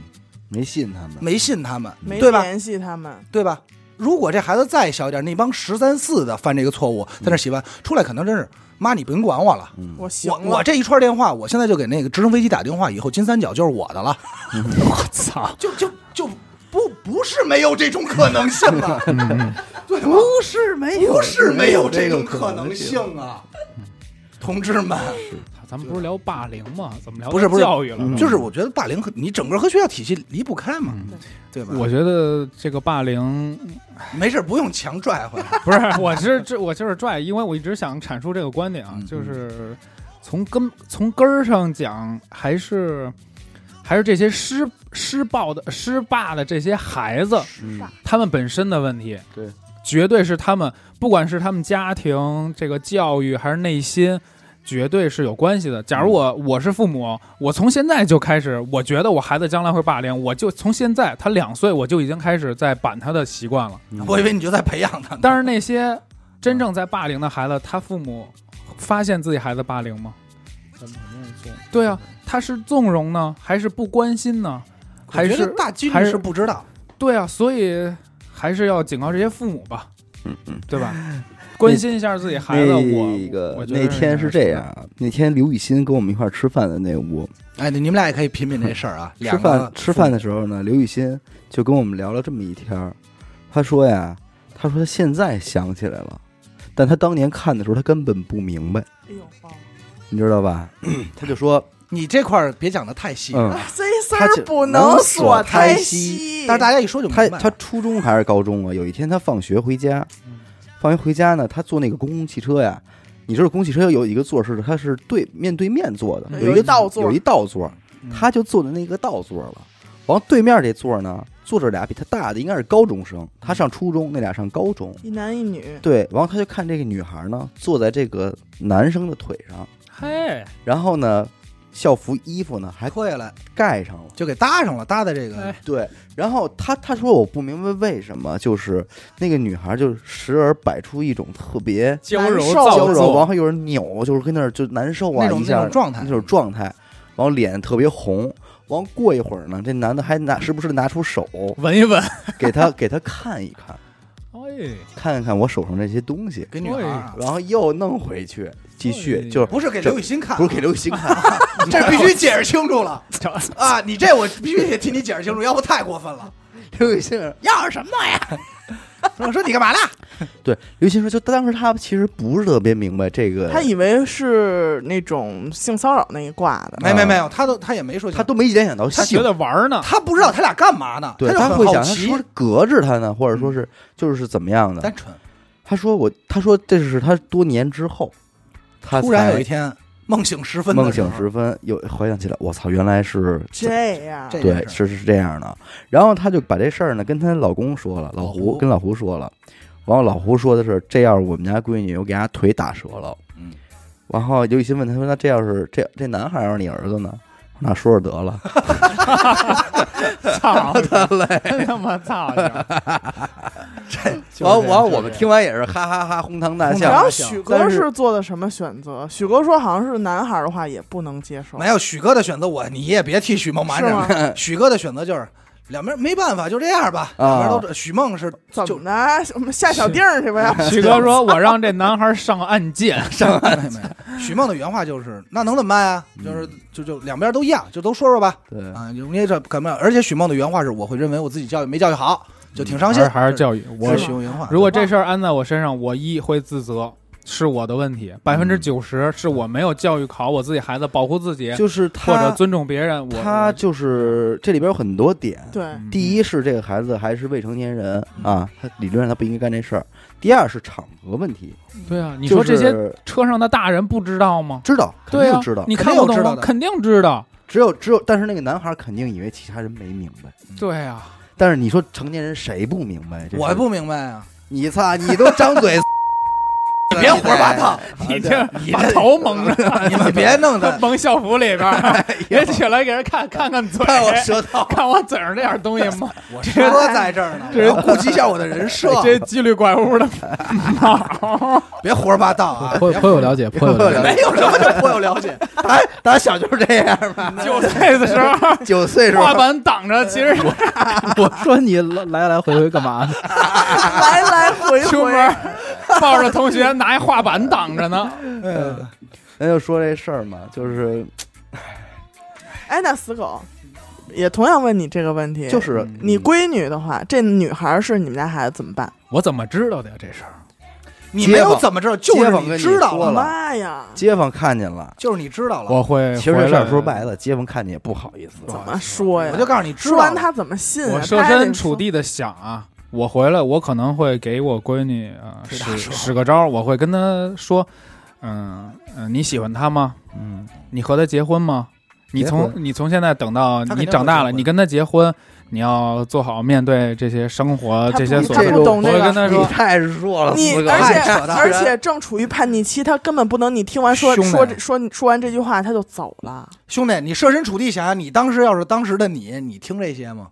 S3: 没信他们，
S4: 没信他们，
S2: 没
S4: 对吧？
S2: 联系他们，
S4: 对吧？如果这孩子再小一点，那帮十三四的犯这个错误，在那洗完出来，可能真是妈，你甭管我了。
S3: 嗯
S2: 我行啊
S4: 我
S2: 了，
S4: 我这一串电话，我现在就给那个直升飞机打电话，以后金三角就是我的了。
S6: 我操！
S4: 就就就不不是没有这种可能性啊，对吧？
S3: 不 是没
S4: 不是没有这种可能性啊，同志们，
S1: 咱们不是聊霸凌吗？怎么聊
S4: 不是不是
S1: 教育了？
S3: 嗯
S4: 就是我觉得霸凌和你整个和学校体系离不开嘛，
S3: 嗯
S4: 对吧？
S1: 我觉得这个霸凌
S4: 没事，不用强拽回来。
S1: 不是， 我是这我就是拽，因为我一直想阐述这个观点啊
S4: 嗯，
S1: 就是从根从根儿上讲，还是还是这些施施暴的施霸的这些孩子，他们本身的问题，
S3: 对，
S1: 绝对是他们，不管是他们家庭这个教育还是内心。绝对是有关系的。假如我我是父母，我从现在就开始，我觉得我孩子将来会霸凌，我就从现在他两岁我就已经开始在板他的习惯了。
S3: 嗯
S4: 我以为你就在培养他呢，
S1: 但是那些真正在霸凌的孩子，他父母发现自己孩子霸凌吗？对啊，他是纵容呢，还是不关心呢？还
S4: 我觉
S1: 是
S4: 得大几
S1: 还
S4: 率
S1: 是
S4: 是不知道。
S1: 对啊，所以还是要警告这些父母吧，对吧？关心一下自己孩子。我
S3: 嗯那个
S1: 我觉得
S3: 那天是这样，
S1: 样
S3: 啊，那天刘雨欣跟我们一块儿吃饭的那屋，
S4: 哎，你们俩也可以品品这事儿啊。
S3: 吃
S4: 两个
S3: 饭吃饭的时候呢，刘雨欣就跟我们聊了这么一天儿，他说呀，他说他现在想起来了，但他当年看的时候他根本不明白，
S2: 哎呦，哦
S3: 你知道吧？
S4: 嗯
S3: 他就说，
S4: 你这块儿别讲的太细，
S3: 嗯，
S2: 啊这丝
S3: 他
S2: 儿
S3: 就
S2: 不
S3: 能
S2: 锁
S3: 锁
S2: 太
S3: 太
S2: 细，
S4: 但是大家一说就明
S3: 他
S4: 白了。
S3: 他初中还是高中啊？有一天他放学回家
S1: 嗯，
S3: 放学回家呢，他坐那个公共汽车呀。你知道公共汽车有一个座是它是对面对面坐的，
S1: 嗯
S3: 有
S1: 有
S3: 一
S1: 一
S3: 个
S2: 倒座
S3: 有一倒座，
S1: 嗯
S3: 他就坐在那个倒座了。完对面这座呢，坐着俩比他大的，应该是高中生，他上初中，那俩上高中。
S2: 一男一女，
S3: 对，然后他就看这个女孩呢，坐在这个男生的腿上，
S1: 嘿，
S3: 然后呢，校服衣服呢还
S4: 退下来
S3: 盖上了。
S4: 就给搭上了，搭在这个
S1: 哎
S3: 对，然后他他说我不明白为什么，就是那个女孩就时而摆出一种特别
S1: 娇柔
S2: 难
S1: 造
S2: 受
S3: 娇柔，然
S1: 作，
S3: 后有人扭，就是跟那儿就难受啊
S4: 那种
S3: 一
S4: 那
S3: 下
S4: 种状态
S3: 那种状态，然后脸特别红。完过一会儿呢，这男的还拿时不时地拿出手
S1: 闻一闻，
S3: 给他 给他看一看，
S1: 哎，
S3: 看一看我手上这些东西，
S4: 给女孩儿啊，
S3: 然后又弄回去，继续
S1: 哎
S3: 就是
S4: 不是给
S3: 这
S4: 刘雨欣看啊，
S3: 不是给刘雨欣看，
S4: 这必须解释清楚了啊！你这我必须得替你解释清楚，要不太过分了。
S3: 刘雨欣
S4: 要是什么东西？我说你干嘛啦？
S3: 对刘雨欣说，就当时他其实不是特别明白这个，
S2: 他以为是那种性骚扰那一挂的，
S4: 没没没有，他都他也没说，
S3: 他都没联想到
S1: 他
S3: 性
S1: 觉，得玩 儿呢，
S4: 他不知
S2: 啊
S4: 道他俩干嘛呢，
S3: 对
S4: 就
S3: 他
S4: 很
S3: 会想
S4: 好
S3: 他
S4: 奇嗯
S3: 说，是隔着他呢，或者说是就是怎么样的
S4: 单。纯。
S3: 他说我，他说这是他多年之后，他
S4: 突然有一
S3: 才
S4: 天梦醒时分的
S3: 梦
S4: 时候，
S3: 醒时分，有回想起来，我操，原来是
S2: 这样
S4: 这
S3: 对，
S4: 件事
S3: 是是这样的。然后她就把这事儿呢跟她老公说了，老
S4: 老
S3: 胡
S4: 胡
S3: 跟老胡说了，然后老胡说的是，这要是我们家闺女，我给她腿打折了。
S4: 嗯，
S3: 然后刘雨欣问他说，那这要是这这男孩要是你儿子呢？那说说得了，
S1: 操 他嘞， 他妈操你！
S3: 完完，哦我们听完也是哈哈哈，哄堂大
S4: 这样
S2: 然
S3: 笑。
S2: 后
S4: 的
S2: 许
S4: 想
S2: 哥
S3: 但是
S2: 是做的什么选择？许哥说好像是男孩儿的话也不能接受，
S4: 没有许哥的选择我，你也别替许梦麻
S2: 是吗
S4: 将。？许哥的选择就是两边没办法，就这样吧。两
S3: 啊
S4: 边都许梦是
S2: 怎
S4: 就
S2: 么的？我们下小定儿去吧。
S1: 许哥说：“我让这男孩上暗箭，
S4: 上岸没没。许梦的原话就是：“那能怎么办呀？
S3: 嗯
S4: 就是就就两边都一样，就都说说吧。
S3: 对，
S4: 啊，你也这怎么样？而且许梦的原话是：“我会认为我自己教育没教育好，就挺伤心。”
S1: 嗯还是教育我
S4: 我
S2: 是
S4: 许梦原话。
S1: 如果这事儿安在我身上，我一会自责，是我的问题，百分之九十是我没有教育好我自己孩子，保护自己
S3: 就是
S1: 或者
S3: 他，
S1: 尊重别人。我嗯
S3: 他就是这里边有很多点。
S2: 对，
S3: 第，
S1: 我
S3: 一是这个孩子还是未成年人
S1: 嗯
S3: 啊，他理论上他不应该干这事儿。第二是场合问题，
S1: 嗯对啊，你
S3: 就
S1: 说这些
S3: 是
S1: 车上的大人不知道吗？
S3: 知道，肯
S1: 对
S3: 定
S1: 啊，
S3: 知道。
S1: 你看不
S4: 肯定
S1: 懂
S4: 知
S1: 吗
S4: 道？的
S1: 肯定知道。
S3: 只有只有，但是那个男孩肯定以为其他人没明白。
S1: 对啊，
S3: 但是你说成年人谁不明白？这事
S4: 我，不明白啊，，
S3: 你擦，你都张 嘴
S4: 别胡说八道，
S1: 你这把头蒙着，。
S4: 你们别弄 的
S1: 蒙校服里边儿，也起来给人看看看嘴，
S4: 看 我舌头，
S1: 看我嘴上这点东西吗？
S4: 我舌在这儿呢，
S1: 这
S4: 我要顾及一下我的人设，
S1: 这几率怪物的
S4: 别胡说八道啊！
S6: 颇颇有了 解，颇有了解。
S4: 没有什么叫颇有了解，
S3: 打打小就是这样吧，
S1: 九岁的时候，
S3: 九岁时 候
S1: 画。板挡着，其实
S6: 我说你来来回回干嘛呢？
S2: 来来 回
S1: 出
S2: 回，
S1: 门 抱着同学拿一画板挡着呢。
S3: 那就说这事儿嘛，就是
S2: 哎，那死狗也同样问你这个问题，
S3: 就是
S1: 嗯
S2: 你闺女的话，这女孩儿是你们家孩子怎么办？
S1: 我怎么知道的呀？这事儿
S4: 你没有怎么知道，就是你知道
S3: 街坊跟你说
S4: 了，
S3: 了
S2: 妈呀！
S3: 街坊看见了。
S4: 就是你知道了。
S1: 我会
S3: 其实这事儿说白
S1: 了，
S3: 了，街坊看见也不好意思。
S2: 怎么说呀？
S4: 我就告诉你，知
S2: 说
S4: 道
S2: 完
S4: 了
S2: 他怎么信啊？
S1: 我设
S2: 他还
S1: 身
S2: 得
S1: 处
S2: 说，
S1: 地的想啊，我回来我可能会给我闺女啊
S4: 给她
S1: 使
S4: 说
S1: 使个招儿，我会跟她说，嗯嗯，你喜欢她吗？
S3: 嗯，
S1: 你和她结婚吗？你
S3: 结
S1: 从
S3: 婚
S1: 你从现在等到
S4: 她肯
S1: 你
S4: 定会
S1: 长大了，
S4: 结婚
S1: 你跟她结婚，你要做好面对这些生活
S2: 她
S1: 这
S2: 不
S1: 些
S2: 她
S1: 琐
S2: 不
S1: 事。
S2: 懂这
S1: 我会
S2: 个
S1: 跟她
S3: 你
S1: 说，
S3: 太弱
S1: 啊
S3: 了，
S2: 你
S3: 四个
S2: 而且
S4: 太扯淡
S2: 而且正处于叛逆期，他根本不能。你听完说
S1: 凶的
S2: 说这说说完这句话，他就走了。
S4: 兄弟，你设身处地想想，你当时要是当时的你，你听这些吗？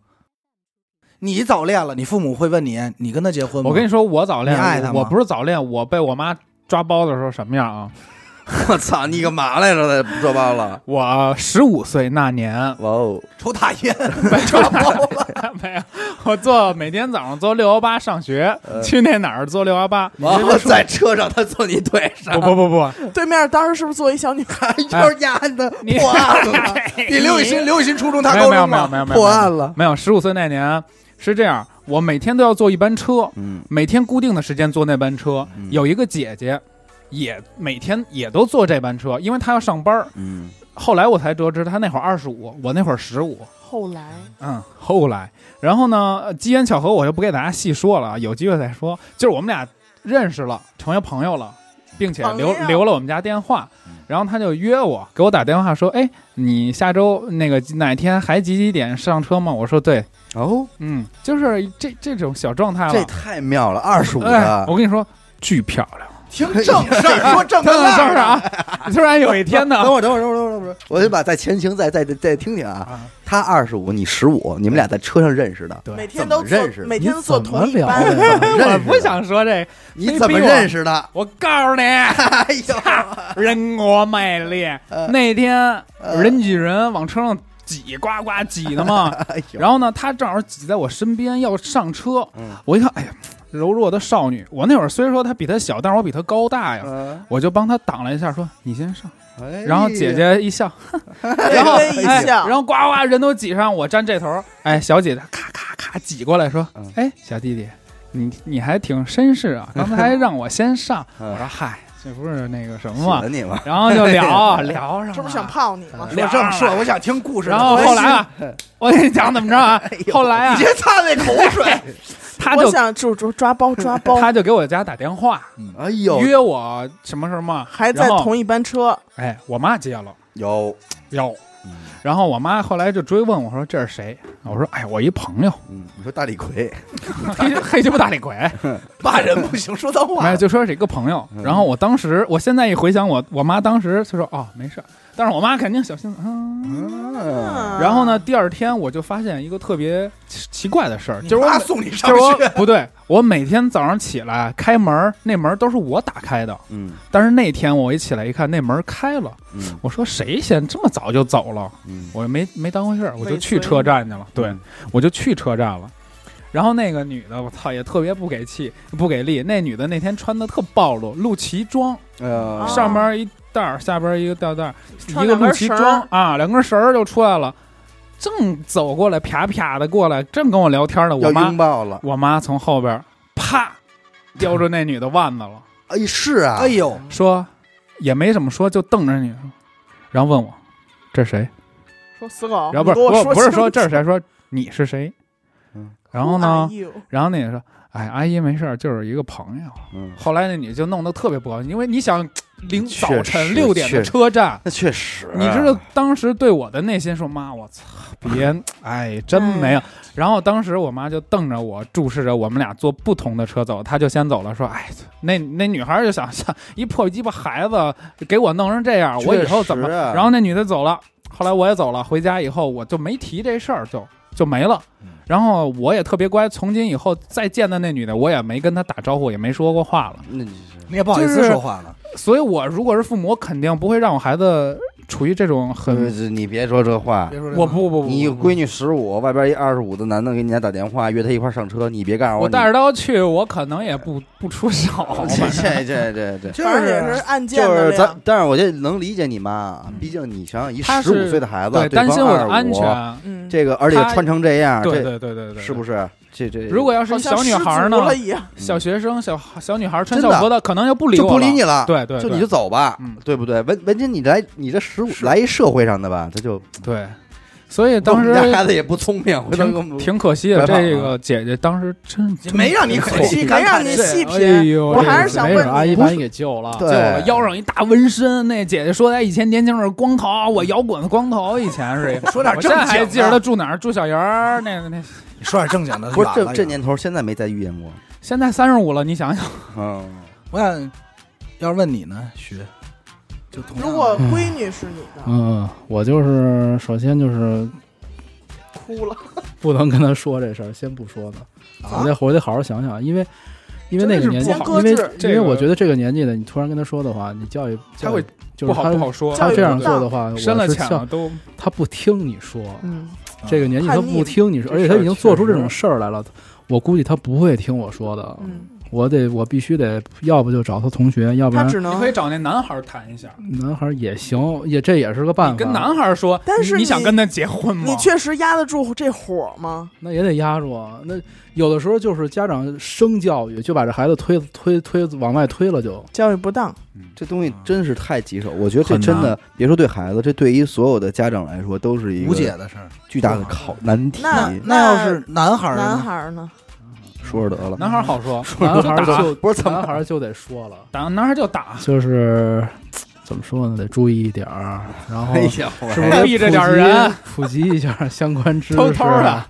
S4: 你早恋了，你父母会问你，你跟他结婚吗？
S1: 我跟你说，我早恋
S4: 你爱他，吗
S1: 我不是早恋，我被我妈抓包的时候什么样啊？
S3: 我操，你干嘛来着？说包了，，
S1: 我十五岁那年
S3: 哇 哦，
S4: 抽大烟，抓包了，
S1: 没有，我坐每天早上坐六幺八上学，
S3: 呃
S1: 去那哪儿坐六幺 八？
S3: 然后在车上他坐你腿上，
S1: 不不不不，
S2: 对面当时是不是作为一小女孩？
S3: 要是压的
S1: 你
S3: 破案了，
S4: 你刘雨欣，刘雨欣初中他
S1: 没
S4: 高
S1: 有没有
S4: 中
S1: 没有
S4: 吗？
S1: 没有没有
S3: 破案了。
S1: 没有，十五岁那年是这样，我每天都要坐一班车，
S3: 嗯，
S1: 每天固定的时间坐那班车。
S3: 嗯
S1: 有一个姐姐，也每天也都坐这班车，因为她要上班儿。
S3: 嗯，
S1: 后来我才得知，她那会儿二十五，我那会儿十五。
S2: 后来
S1: 嗯，后来，然后呢，呃机缘巧合，我就不给大家细说了，啊，有机会再说。就是我们俩认识了，成为朋友了，并且留
S2: 朋友
S1: 留了我们家电话，然后他就约我，给我打电话说：“哎，你下周那个哪天还几几点上车吗？”我说：“对，
S3: 哦，
S1: 嗯，就是这这种小状态
S3: 这
S1: 了。
S3: 太妙了，二十五”
S1: 啊哎，
S3: 的
S1: 我，跟你说，巨漂亮。
S4: 听正事儿，说正事
S1: 等等等
S4: 儿
S1: 会儿。啊， 突然有一天 呢
S3: 等，会儿，等会儿，等会儿，等会儿，等会儿，我得把再前情再再再听听啊。
S1: 啊
S3: 他二十五，你十五，你们俩在车上认识的，
S1: 对
S2: 每天都
S3: 怎么
S2: 坐
S3: 认识，的
S2: 每天都坐
S6: 你怎么
S2: 同一
S6: 聊
S2: 班
S6: 的。呀
S1: 我不想说这个，
S3: 你怎么认识的？
S1: 我告诉你。
S3: 哎 呦，
S1: 人我卖力。
S3: 呃
S1: 那天
S3: 呃
S1: 人挤人往车上挤，呱呱挤的 嘛。
S3: 哎呦，
S1: 然后呢，他正好挤在我身边要上车，
S3: 嗯
S1: 我一看，哎呀，柔弱的少女。我那会儿虽说她比她小，但是我比她高大呀。
S3: 嗯，
S1: 我就帮她挡了一下，说：“你先上。
S3: 哎”
S1: 然后姐姐一笑，
S2: 微
S1: 然后
S2: 微一
S1: 哎
S2: 笑
S1: 然后呱呱人都挤上，我站这头儿。哎，小姐姐咔咔咔挤过来说
S3: 嗯：“
S1: 哎，小弟弟，你你还挺绅士啊，刚才让我先上。”
S3: 嗯
S1: 我说：“嗨，这不是那个什么
S3: 喜
S1: 嘛。
S3: 欢你吗？”
S1: 然后就聊聊上了，
S2: 这不是想泡你吗？
S3: 说正事，我想听故事。
S1: 然后后来啊，我给你讲怎么着啊？后来啊
S3: 你，别擦那口 水。
S1: 他
S2: 我
S1: 就
S2: 想就就抓包抓包，
S1: 他就给我家打电话
S3: 哎呦，
S1: 约我什么什么，
S2: 还在
S1: 然后
S2: 同一班车，
S1: 哎，我妈接了，
S3: 有，
S1: 有。然后我妈后来就追问我说：“这是谁？”我说：“哎，我一朋友，
S3: 嗯，你说大李 逵
S1: 黑黑鸡巴大李逵。”
S3: 骂人不行，说脏
S1: 没有，就说是一个朋友
S3: 嗯。
S1: 然后我当时，我现在一回想我，我妈当时就说：“哦，没事儿。”但是我妈肯定小心。嗯。
S3: 嗯，
S1: 然后呢，？第二天我就发现一个特别奇奇怪的事儿，就是我
S3: 他
S1: 每
S3: 送你
S1: 就
S3: 上
S1: 是我
S3: 学。
S1: 不对，我每天早上起来开门儿，那门儿都是我打开的。
S3: 嗯
S1: 但是那天我一起来一看，那门儿开了，
S3: 嗯
S1: 我说谁先这么早就走了？
S3: 嗯，
S1: 我没没当回事儿，我就
S2: 尾
S1: 去
S2: 随
S1: 车站去了。对
S3: 嗯，
S1: 我就去车站了。然后那个女的，我操，也特别不给气，不给力。那女的那天穿的特暴露，露脐装，
S3: 呃，
S1: 上边一带儿，下边一个吊带儿，一
S2: 穿
S1: 个
S2: 两
S1: 露
S2: 根
S1: 脐
S2: 绳
S1: 装
S2: 儿
S1: 啊，两根绳儿就出来了。正走过来，啪啪的过来，正跟我聊天呢，我
S3: 要
S1: 妈
S3: 拥，抱了。
S1: 我妈从后边儿啪叼住那女的腕子了，
S4: 哎，是啊，
S3: 哎呦，
S1: 说也没怎么说，就瞪着你，然后问我这是谁？
S2: 说死狗，
S1: 然后
S2: 你给
S1: 不是
S2: 我
S1: 不不是说这是
S2: 清
S1: 谁，说你是谁
S3: 嗯？
S1: 然后
S2: 楚
S1: 呢
S2: 哎，呦
S1: 然后那也说，哎，阿姨没事儿，就是一个朋友。
S3: 嗯，
S1: 后来那女的就弄得特别不高兴，因为你想，零
S3: 确
S1: 早晨
S3: 实
S1: 六点
S3: 确
S1: 的车站，
S3: 那确实，啊
S1: 你知道当时对我的内心说：“妈，我 操，别，哎，真没有。”然后当时我妈就瞪着我，注视着我们俩坐不同的车走，她就先走了，说：“哎，那那女孩就想，想一破鸡巴孩子给我弄成这样，我以后怎么
S3: 确实啊？”
S1: 然后那女的走了，后来我也走了，回家以后我就没提这事儿，就就没了。
S3: 嗯
S1: 然后我也特别乖，从今以后再见到那女的，我也没跟她打招呼，也没说过话了。
S3: 那你是
S4: 你也不好意
S1: 就
S4: 思
S1: 是
S4: 说话了。
S1: 所以，我如果是父母，我肯定不会让我孩子处于这种很……
S3: 呃你别说这话。
S4: 别说这
S1: 我
S4: 话
S1: 不不不，
S3: 你闺女十五，外边一二十五的男的给你家打电话，约他一块儿上车，你别告诉
S1: 我
S3: 你
S1: 带着刀去，我可能也不不出手。
S3: 这这这这这，
S4: 就
S2: 反正也
S4: 是
S2: 是按
S3: 就
S2: 键的
S3: 是
S2: 量
S3: 咱，但是我这能理解你妈，毕竟你想想一
S1: 嗯她
S3: 十
S1: 是
S3: 五岁的孩子，
S1: 对，担心
S3: 我
S1: 我的安全。。
S2: 嗯，
S3: 这个而且
S1: 她
S3: 穿成这样，
S1: 对
S3: 这
S1: 对对对对，
S3: 是不
S1: 是？
S3: 是？这这
S1: 如果要是
S2: 好
S1: 一
S2: 像
S1: 小女
S2: 失
S1: 孩呢
S2: 足，了一样，
S1: 小学生、小小女孩穿
S3: 真
S1: 校
S3: 的
S1: 服的，可能就不理
S3: 就
S1: 我，
S3: 不理你。了，
S1: 对对，
S3: 就
S1: 对
S3: 你就走吧
S1: 嗯，
S3: 对不对？文文金，你来你这十五来一社会上的吧，他就
S1: 对，所以当时
S3: 我们家孩子也不聪明，回头给我
S1: 挺
S3: 们
S1: 挺可惜的。
S3: 白胖啊
S1: 这个姐姐当时真真
S4: 没让你可惜，
S2: 没
S4: 感
S2: 让
S4: 慨
S2: 你
S4: 这
S2: 细
S1: 哎
S2: 品。
S1: 呦，
S2: 我还
S1: 这
S2: 是想
S6: 没
S2: 问
S6: 准阿姨
S2: 你
S6: 把你给救了。
S1: 救了，
S3: 对
S1: 腰上一大纹身。那姐姐说，哎她以前年轻时候光头，我摇滚的光头，以前是一个。
S4: 说点
S1: 我
S4: 正
S1: 现在还
S4: 经
S1: 记着她
S4: 的，
S1: 住哪儿，住小营儿。那个那，
S4: 你说点正经的，
S3: 不是
S4: 晚
S3: 这
S4: 了
S3: 这
S4: 也
S3: 年头现在没再遇见过，
S1: 现在三十五了，你想想，
S3: 嗯，
S4: 我想要是问你呢，学就同样
S2: 如果闺女是你的，
S6: 嗯，我就是首先就是
S2: 哭了，
S6: 不能跟他说这事儿，先不说呢，
S4: 啊
S6: 我得回去好好想想，因为因为那
S1: 真
S6: 个
S1: 是
S6: 年纪，
S1: 不好
S6: 因为
S1: 这
S6: 因
S1: 个
S6: 为我觉得这个年纪的，你突然跟他说的话，你教育
S1: 他会
S6: 就
S1: 不
S6: 是
S1: 好
S6: 他
S1: 不好说。
S6: 他这样做的话，我
S1: 深了
S6: 是
S1: 浅
S6: 像
S1: 了都
S6: 他不听你说，
S2: 嗯，
S6: 啊这个年纪他
S2: 叛逆
S6: 不听你说，
S1: 这
S6: 而且他
S1: 事儿
S6: 已经
S1: 确
S6: 做出这
S1: 实
S6: 种事儿来了，我估计他不会听我说的。
S2: 嗯，
S6: 我得，我必须得，要不就找他同学，要不
S2: 他
S6: 然
S2: 只
S1: 你
S2: 能
S1: 可以找那男孩谈一下，
S6: 男孩儿也行，也这也是个办法。
S1: 跟男孩说，
S2: 但是
S1: 你
S2: 你
S1: 想跟他结婚吗？
S2: 你确实压得住这火吗？
S6: 那也得压住啊。那有的时候就是家长生教育，就把这孩子推推推往外推了就，
S2: 教育不当，
S3: 这东西真是太棘手。我觉得这
S1: 很
S3: 真的
S1: 难，
S3: 别说对孩子，这对于所有的家长来说都是一
S4: 无
S3: 个
S4: 解的事儿。
S3: 巨大的考难题。
S2: 那
S4: 那要是男孩儿
S2: 男
S4: 呢？
S2: 孩 儿呢？
S3: 说着得了，
S1: 男孩好说，
S6: 男孩
S1: 就
S6: 儿
S1: 打
S6: 就
S3: 不是怎么
S6: 男孩儿就得说了，
S1: 打男孩就打，
S6: 就是怎么说呢，得注意一点儿，然后
S3: 哎呀，
S6: 是
S3: 我
S6: 不是
S1: 避着点儿人
S6: 普及一下相关知识、啊？
S1: 偷偷的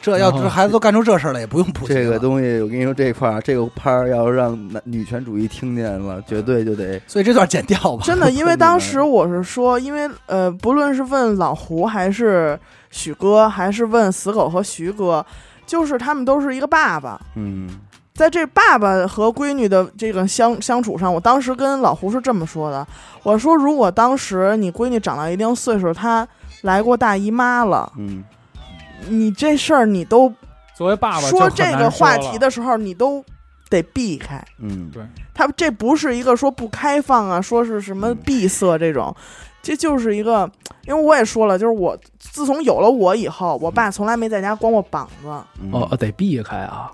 S4: 这要
S6: 然后
S4: 这孩子都干出这事儿来，也不用普及
S3: 这个
S4: 了。
S3: 东西，我跟你说这块儿这个拍儿要让男女权主义听见了，绝对就得
S4: 所以这段剪掉吧。
S2: 真的，因为当时我是说，因为呃，不论是问老胡还是许哥，还是问死狗和徐哥，就是他们都是一个爸爸。
S3: 嗯
S2: 在这爸爸和闺女的这个相相处上，我当时跟老胡是这么说的：我说，如果当时你闺女长到一定岁数，她来过大姨妈了，
S3: 嗯
S2: 你这事儿你都
S1: 作为爸爸
S2: 说
S1: 就很
S2: 这
S1: 难
S2: 个话
S1: 了
S2: 题，的时候，你都得避开。
S3: 嗯
S1: 对
S2: 他这不是一个说不开放啊，说是什么闭塞这种，这就是一个，因为我也说了，就是我自从有了我以后，我爸从来没在家光过膀子。
S3: 嗯
S6: 哦，得避开啊。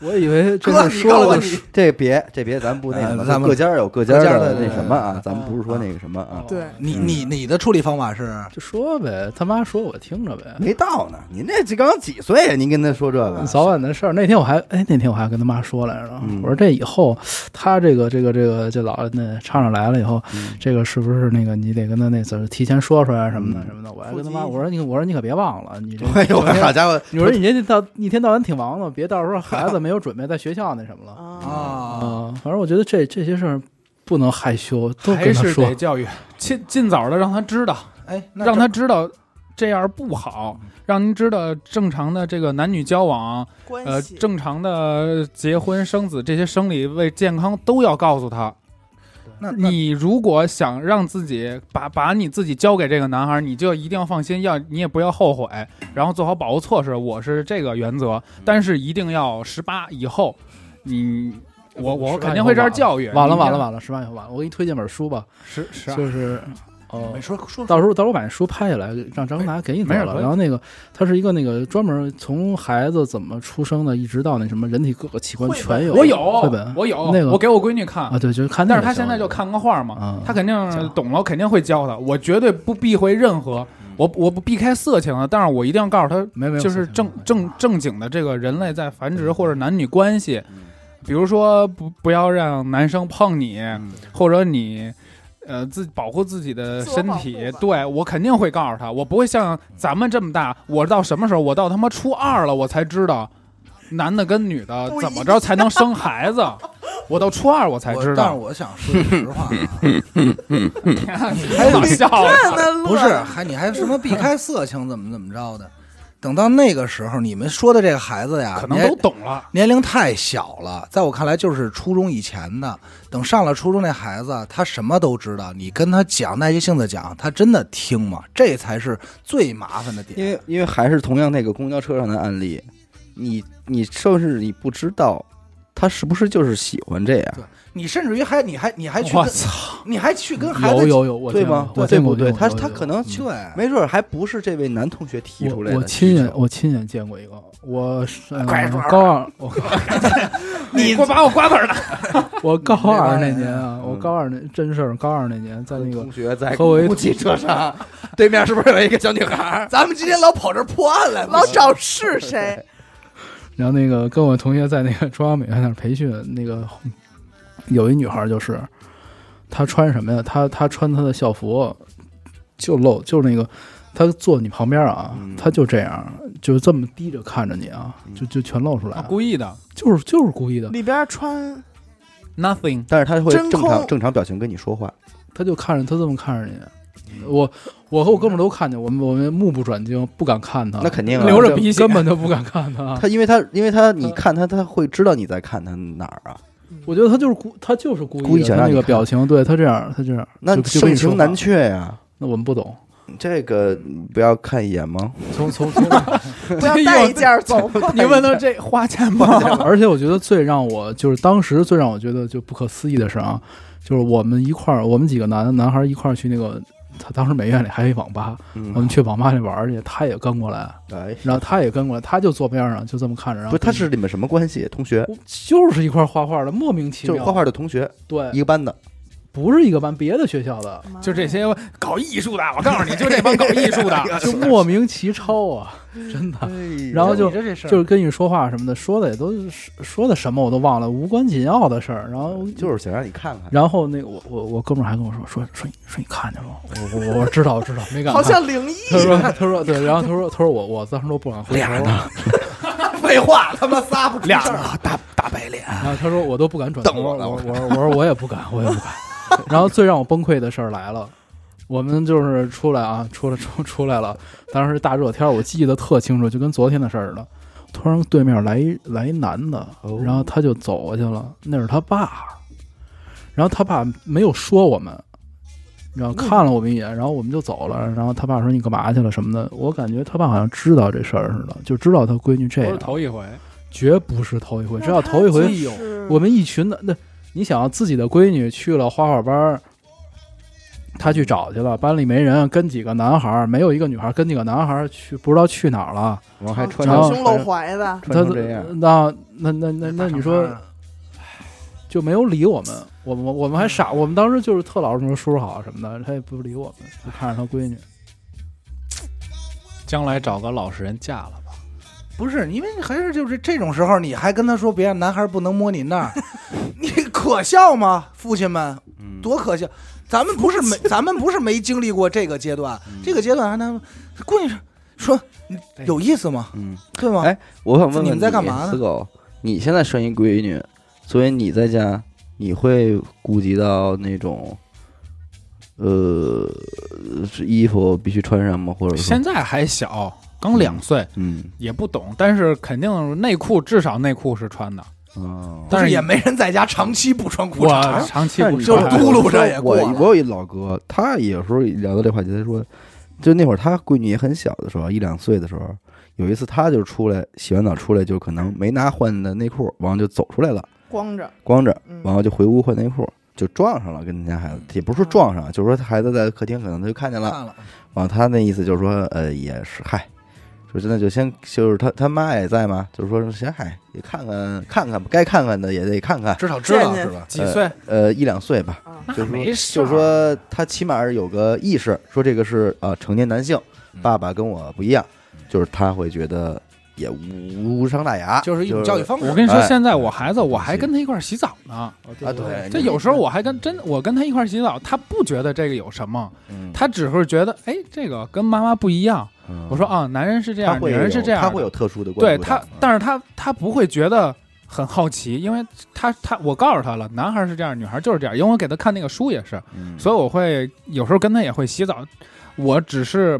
S6: 我以为真的
S4: 哥你
S6: 说了
S4: 告
S6: 就
S4: 诉
S6: 是
S4: 我
S3: 这别这别，咱不那什么，
S4: 呃咱们
S3: 各家儿有各家儿
S4: 各家儿的
S3: 那什么啊，
S4: 呃
S3: 咱们不是说那个什么啊，
S2: 对，
S4: 你
S1: 嗯
S4: 你你的处理方法是
S6: 就说呗，他妈说我听着呗，
S3: 没到呢。您这这刚几岁啊？您跟他说这 个，
S6: 早晚的事儿。那天我还哎，那天我还跟他妈说来着呢，
S3: 嗯
S6: 我说这以后他这个这个这个这老那唱上来了以后，
S3: 嗯
S6: 这个是不是那个你得跟他那怎么提前说出来什么的
S3: 嗯
S6: 什么的？我还跟他妈
S2: 腹肌
S6: 我说你我说你可别忘了，你这
S3: 哎呦，好家伙，
S6: 你说你这到一天到晚挺忙的，别到时候孩子没有准备在学校那什么了
S1: 嗯
S2: 啊，
S4: 啊，
S6: 啊。反正我觉得这这些事儿不能害羞，都
S1: 还
S6: 跟他
S1: 是
S6: 说
S1: 得。教育，尽尽早的让他知道，
S4: 哎，那
S1: 让
S4: 这
S1: 他知道这样不好，让您知道正常的这个男女交往，呃，
S2: 关系
S1: 正常的结婚生子这些生理为健康都要告诉他。
S4: 那那
S1: 你如果想让自己把把你自己交给这个男孩，你就一定要放心，要你也不要后悔，然后做好保护措施。我是这个原
S2: 嗯
S1: 则，但是一定要十八以后，你我我肯定会这样啊教育。
S6: 完了完了
S1: 了，
S6: 完了，十万以后完了，我给你推荐本书吧，
S1: 十十二
S6: 就是哦
S4: 没，说说
S6: 到时候到时候把那书拍下来，让张达给你得
S1: 没事
S6: 了。
S1: 可以
S6: 然后那个，它是一个那个专门从孩子怎么出生的，一直到那什么人体各个器官
S2: 绘本
S6: 全有。
S1: 我有
S6: 绘本，
S1: 我有
S6: 那个
S1: 我给我闺女看
S6: 啊，，对，就是看那
S1: 但是
S6: 个行了。
S1: 她现在就看个画嘛
S6: 嗯，
S1: 她肯定懂了，肯定会教她。我绝对不避讳任何，我我不避开色情啊，但是我一定要告诉她，
S6: 嗯没没有
S1: 就是正正正经的这个人类在繁殖或者男女关系，
S6: 嗯
S1: 比如说不不要让男生碰你，
S6: 嗯
S1: 或者你。呃，自保护自己的
S2: 自我
S1: 身
S2: 保
S1: 体
S2: 护，吧
S1: 对我肯定会告诉他，我不会像咱们这么大，我到什么时候，我到他妈初二了，我才知道，男的跟女的
S2: 不
S1: 怎么
S2: 一
S1: 着才能生孩子，我到初二我才
S4: 我
S1: 知
S4: 但是
S1: 道，
S4: 我想说句实 话啊，
S1: 还老笑了，
S2: 看他乐
S4: 不是，还你还什么避开色情怎么怎么着的？等到那个时候，你们说的这个孩子呀，
S1: 可能
S4: 年
S1: 都懂了，
S4: 年龄太小了，在我看来就是初中以前的。等上了初中，那孩子他什么都知道，你跟他讲耐性的讲，他真的听吗？这才是最麻烦的
S3: 因
S4: 点。
S3: 为因为还是同样那个公交车上的案例，你你就是你不知道他是不是就是喜欢这样，
S4: 你甚至于还你还你还去
S1: 我
S4: 跟
S1: 操，
S4: 你还去跟孩
S6: 有
S4: 子
S6: 有有，我
S3: 对
S6: 见过
S3: 吗？对
S6: 我见过
S3: 不对？
S6: 有有
S3: 他
S6: 有
S3: 他
S6: 有
S3: 可能
S6: 嗯
S3: 就
S4: 对，
S3: 没准儿还不是这位男同学提出来的
S6: 我我亲眼
S3: 需求
S6: 我亲眼见过一个，我是呃
S1: 快说
S6: 高二我
S1: 你给我把我瓜子 儿拿，
S6: 我高二那年
S4: 没办
S6: 啊，
S3: 法
S6: 我高二那真事儿，高二那年在那个
S3: 同学在
S6: 和我一
S3: 公共汽车上，对面是不是有一个小女孩？
S4: 咱们今天老跑这儿破案来了
S2: 老。找是谁？
S6: 然后那个跟我同学在那个中央美院那儿培训，那个有一女孩就是，她穿什么呀？她她穿她的校服，就露就那个，她坐你旁边啊
S3: 嗯，
S6: 她就这样，就这么低着看着你啊，
S3: 嗯
S6: 就就全露出来，
S1: 啊故意的
S6: 就是就是故意的，
S2: 里边穿
S1: ，nothing，
S3: 但是他会
S2: 真
S3: 正
S2: 空
S3: 常正常表情跟你说话，
S6: 她就看着她这么看着你，我我和我哥们儿都看见，我们我们目不转睛，不敢看她，
S3: 那肯定啊
S1: 流着鼻血
S6: 根本就不敢看 她。
S3: 他因为他因为
S6: 嗯
S3: 他你看他他会知道你在看他哪儿啊，
S6: 我觉得她就是故，她就是故意的，
S3: 故意想让
S6: 她那
S3: 你
S6: 个
S3: 看
S6: 表情，对她这样，她这样，
S3: 那
S6: 就就跟
S3: 盛
S6: 你
S3: 情
S6: 说话
S3: 难却呀。
S6: 那我们不懂，
S3: 这个不要看一眼吗？
S6: 从从从，
S2: 不要带一件走吧。
S1: 哎你问他这花钱吗？
S6: 而且我觉得最让我就是当时最让我觉得就不可思议的是啊，就是我们一块儿，我们几个男男孩一块儿去那个，他当时美院里还有一网吧，我
S3: 嗯
S6: 们，去网吧里玩儿去，他也跟过来，
S3: 哎，
S6: 然后他也跟过来，他就坐边上就这么看着，然
S3: 不
S6: 后
S3: 是，他是你们什么关系？同学，
S6: 我就是一块儿画画的，莫名其
S3: 就
S6: 妙，
S3: 是画画的同学，一
S6: 对，
S3: 个班的。
S6: 不是一个班，别的学 校的，
S1: 就这些搞艺术的，我告诉 你，就这帮搞艺术 的，
S6: 就莫名其超 啊，真 的。
S4: 嗯
S3: 哎
S6: 然后就
S1: 你这这事儿
S6: 就是跟你说话什么的，说的也都是说的什么我都忘了，无关紧要的事儿。然后
S3: 哦就是想让你看看，
S6: 然后那个我我我哥们儿还跟我说说说你说你看见了吗？我我我我知道我知道，没敢
S2: 好
S6: 看。
S2: 像灵异，
S6: 他说他说对，然后他说他说我我当时都不敢回头，然
S4: 废话，他妈仨不出
S1: 俩
S4: 事儿
S1: 大大白脸，
S6: 后他说我都不敢转头，
S3: 等我呢
S6: 我我说我说我也不敢，我也不敢。然后最让我崩溃的事儿来了。我们就是出来啊，出来出出来了。当时大热天儿，我记得特清楚，就跟昨天的事儿似的。突然对面来一来一男的，
S3: 哦
S6: 然后他就走过去了，那是他爸。然后他爸没有说我们，然后
S1: 嗯
S6: 看了我们一眼，然后我们就走了。然后他爸说：“你干嘛去了？”什么的。我感觉他爸好像知道这事儿似的，就知道他闺女这
S1: 不是
S6: 样，
S1: 头一回，
S6: 绝不是头一回。只要头一回，
S2: 嗯
S6: 我们一群的那，你想自己的闺女去了画画班儿，他去找去了，班里没人，跟几个男孩儿，没有一个女孩儿，跟几个男孩儿去，不知道去哪儿了。
S3: 然后还穿
S6: 然
S2: 袒
S6: 后
S2: 嗯胸露怀的，
S6: 他
S3: 穿成这样，
S6: 那那那那那你说就没有理我们，我们我们还傻，我们当时就是特老实说叔叔好什么的，他也不理我们，就看着他闺女。
S1: 将来找个老实人嫁了吧。
S4: 不是，因为还是就是这种时候，你还跟他说别让男孩不能摸你那儿，你可笑吗？父亲们
S3: 嗯
S4: 多可笑！咱们不是没，咱们不是没经历过这个阶段，
S3: 嗯
S4: 这个阶段还能过去说你有意思吗？
S3: 嗯，
S4: 对吗？
S3: 哎我想问问
S4: 你们在干嘛呢
S3: 死狗，你现在生一闺女，作为你在家，你会顾及到那种，呃，是衣服必须穿上吗？或者说
S1: 现，在还小，刚两岁，
S3: 嗯，
S1: 也不懂，但是肯定内裤至少内裤是穿的，
S3: 哦。
S1: 但
S4: 但
S1: 是
S4: 是也没人在家长期不穿裤
S1: 我
S4: 衩，
S1: 长期不
S4: 就是
S1: 穿
S4: 嘟噜着也过
S3: 我
S4: 了
S3: 我有一老哥，他有时候聊到这话题，他说，就那会儿他闺女也很小的时候，一两岁的时候，有一次他就出来洗完澡出来，就可能没拿换的内裤，完了就走出来了，
S2: 光着，
S3: 光着，
S2: 嗯
S3: 然后就回屋换内裤，就撞上了，跟人家孩子也不是说撞上，啊就是说他孩子在客厅可能他就看见了，
S4: 看了，
S3: 然后他那意思就是说，呃，也是嗨，说真的就先就是他他妈也在嘛，就是说先嗨，也看看看看吧，该看看的也得看看，
S4: 至少知道
S2: 见见
S4: 是吧？
S1: 几岁？
S3: 呃，一两岁吧，
S2: 啊，
S3: 就是说
S1: 没事儿
S3: 就是说他起码是有个意识，说这个是啊、呃成年男性，爸爸跟我不一样，就是他会觉得也无无伤大雅，
S4: 就是一种教育方式。
S1: 我跟你说，
S3: 哎
S1: 现在我孩子我还跟他一块儿洗澡呢。
S6: 哦
S3: 啊，对，
S1: 这有时候我还跟真我跟他一块儿洗澡，他不觉得这个有什么，
S3: 嗯
S1: 他只会觉得哎，这个跟妈妈不一样。
S3: 嗯
S1: 我说啊，男人是这
S3: 他
S1: 样，
S3: 会
S1: 女人是
S3: 有
S1: 这样的，
S3: 他会有特殊的关
S1: 对
S3: 注
S1: 他
S3: 到，嗯
S1: 但是他他不会觉得很好奇，因为他他我告诉他了，男孩是这样，女孩就是这样，因为我给他看那个书也是，
S3: 嗯
S1: 所以我会有时候跟他也会洗澡，我只是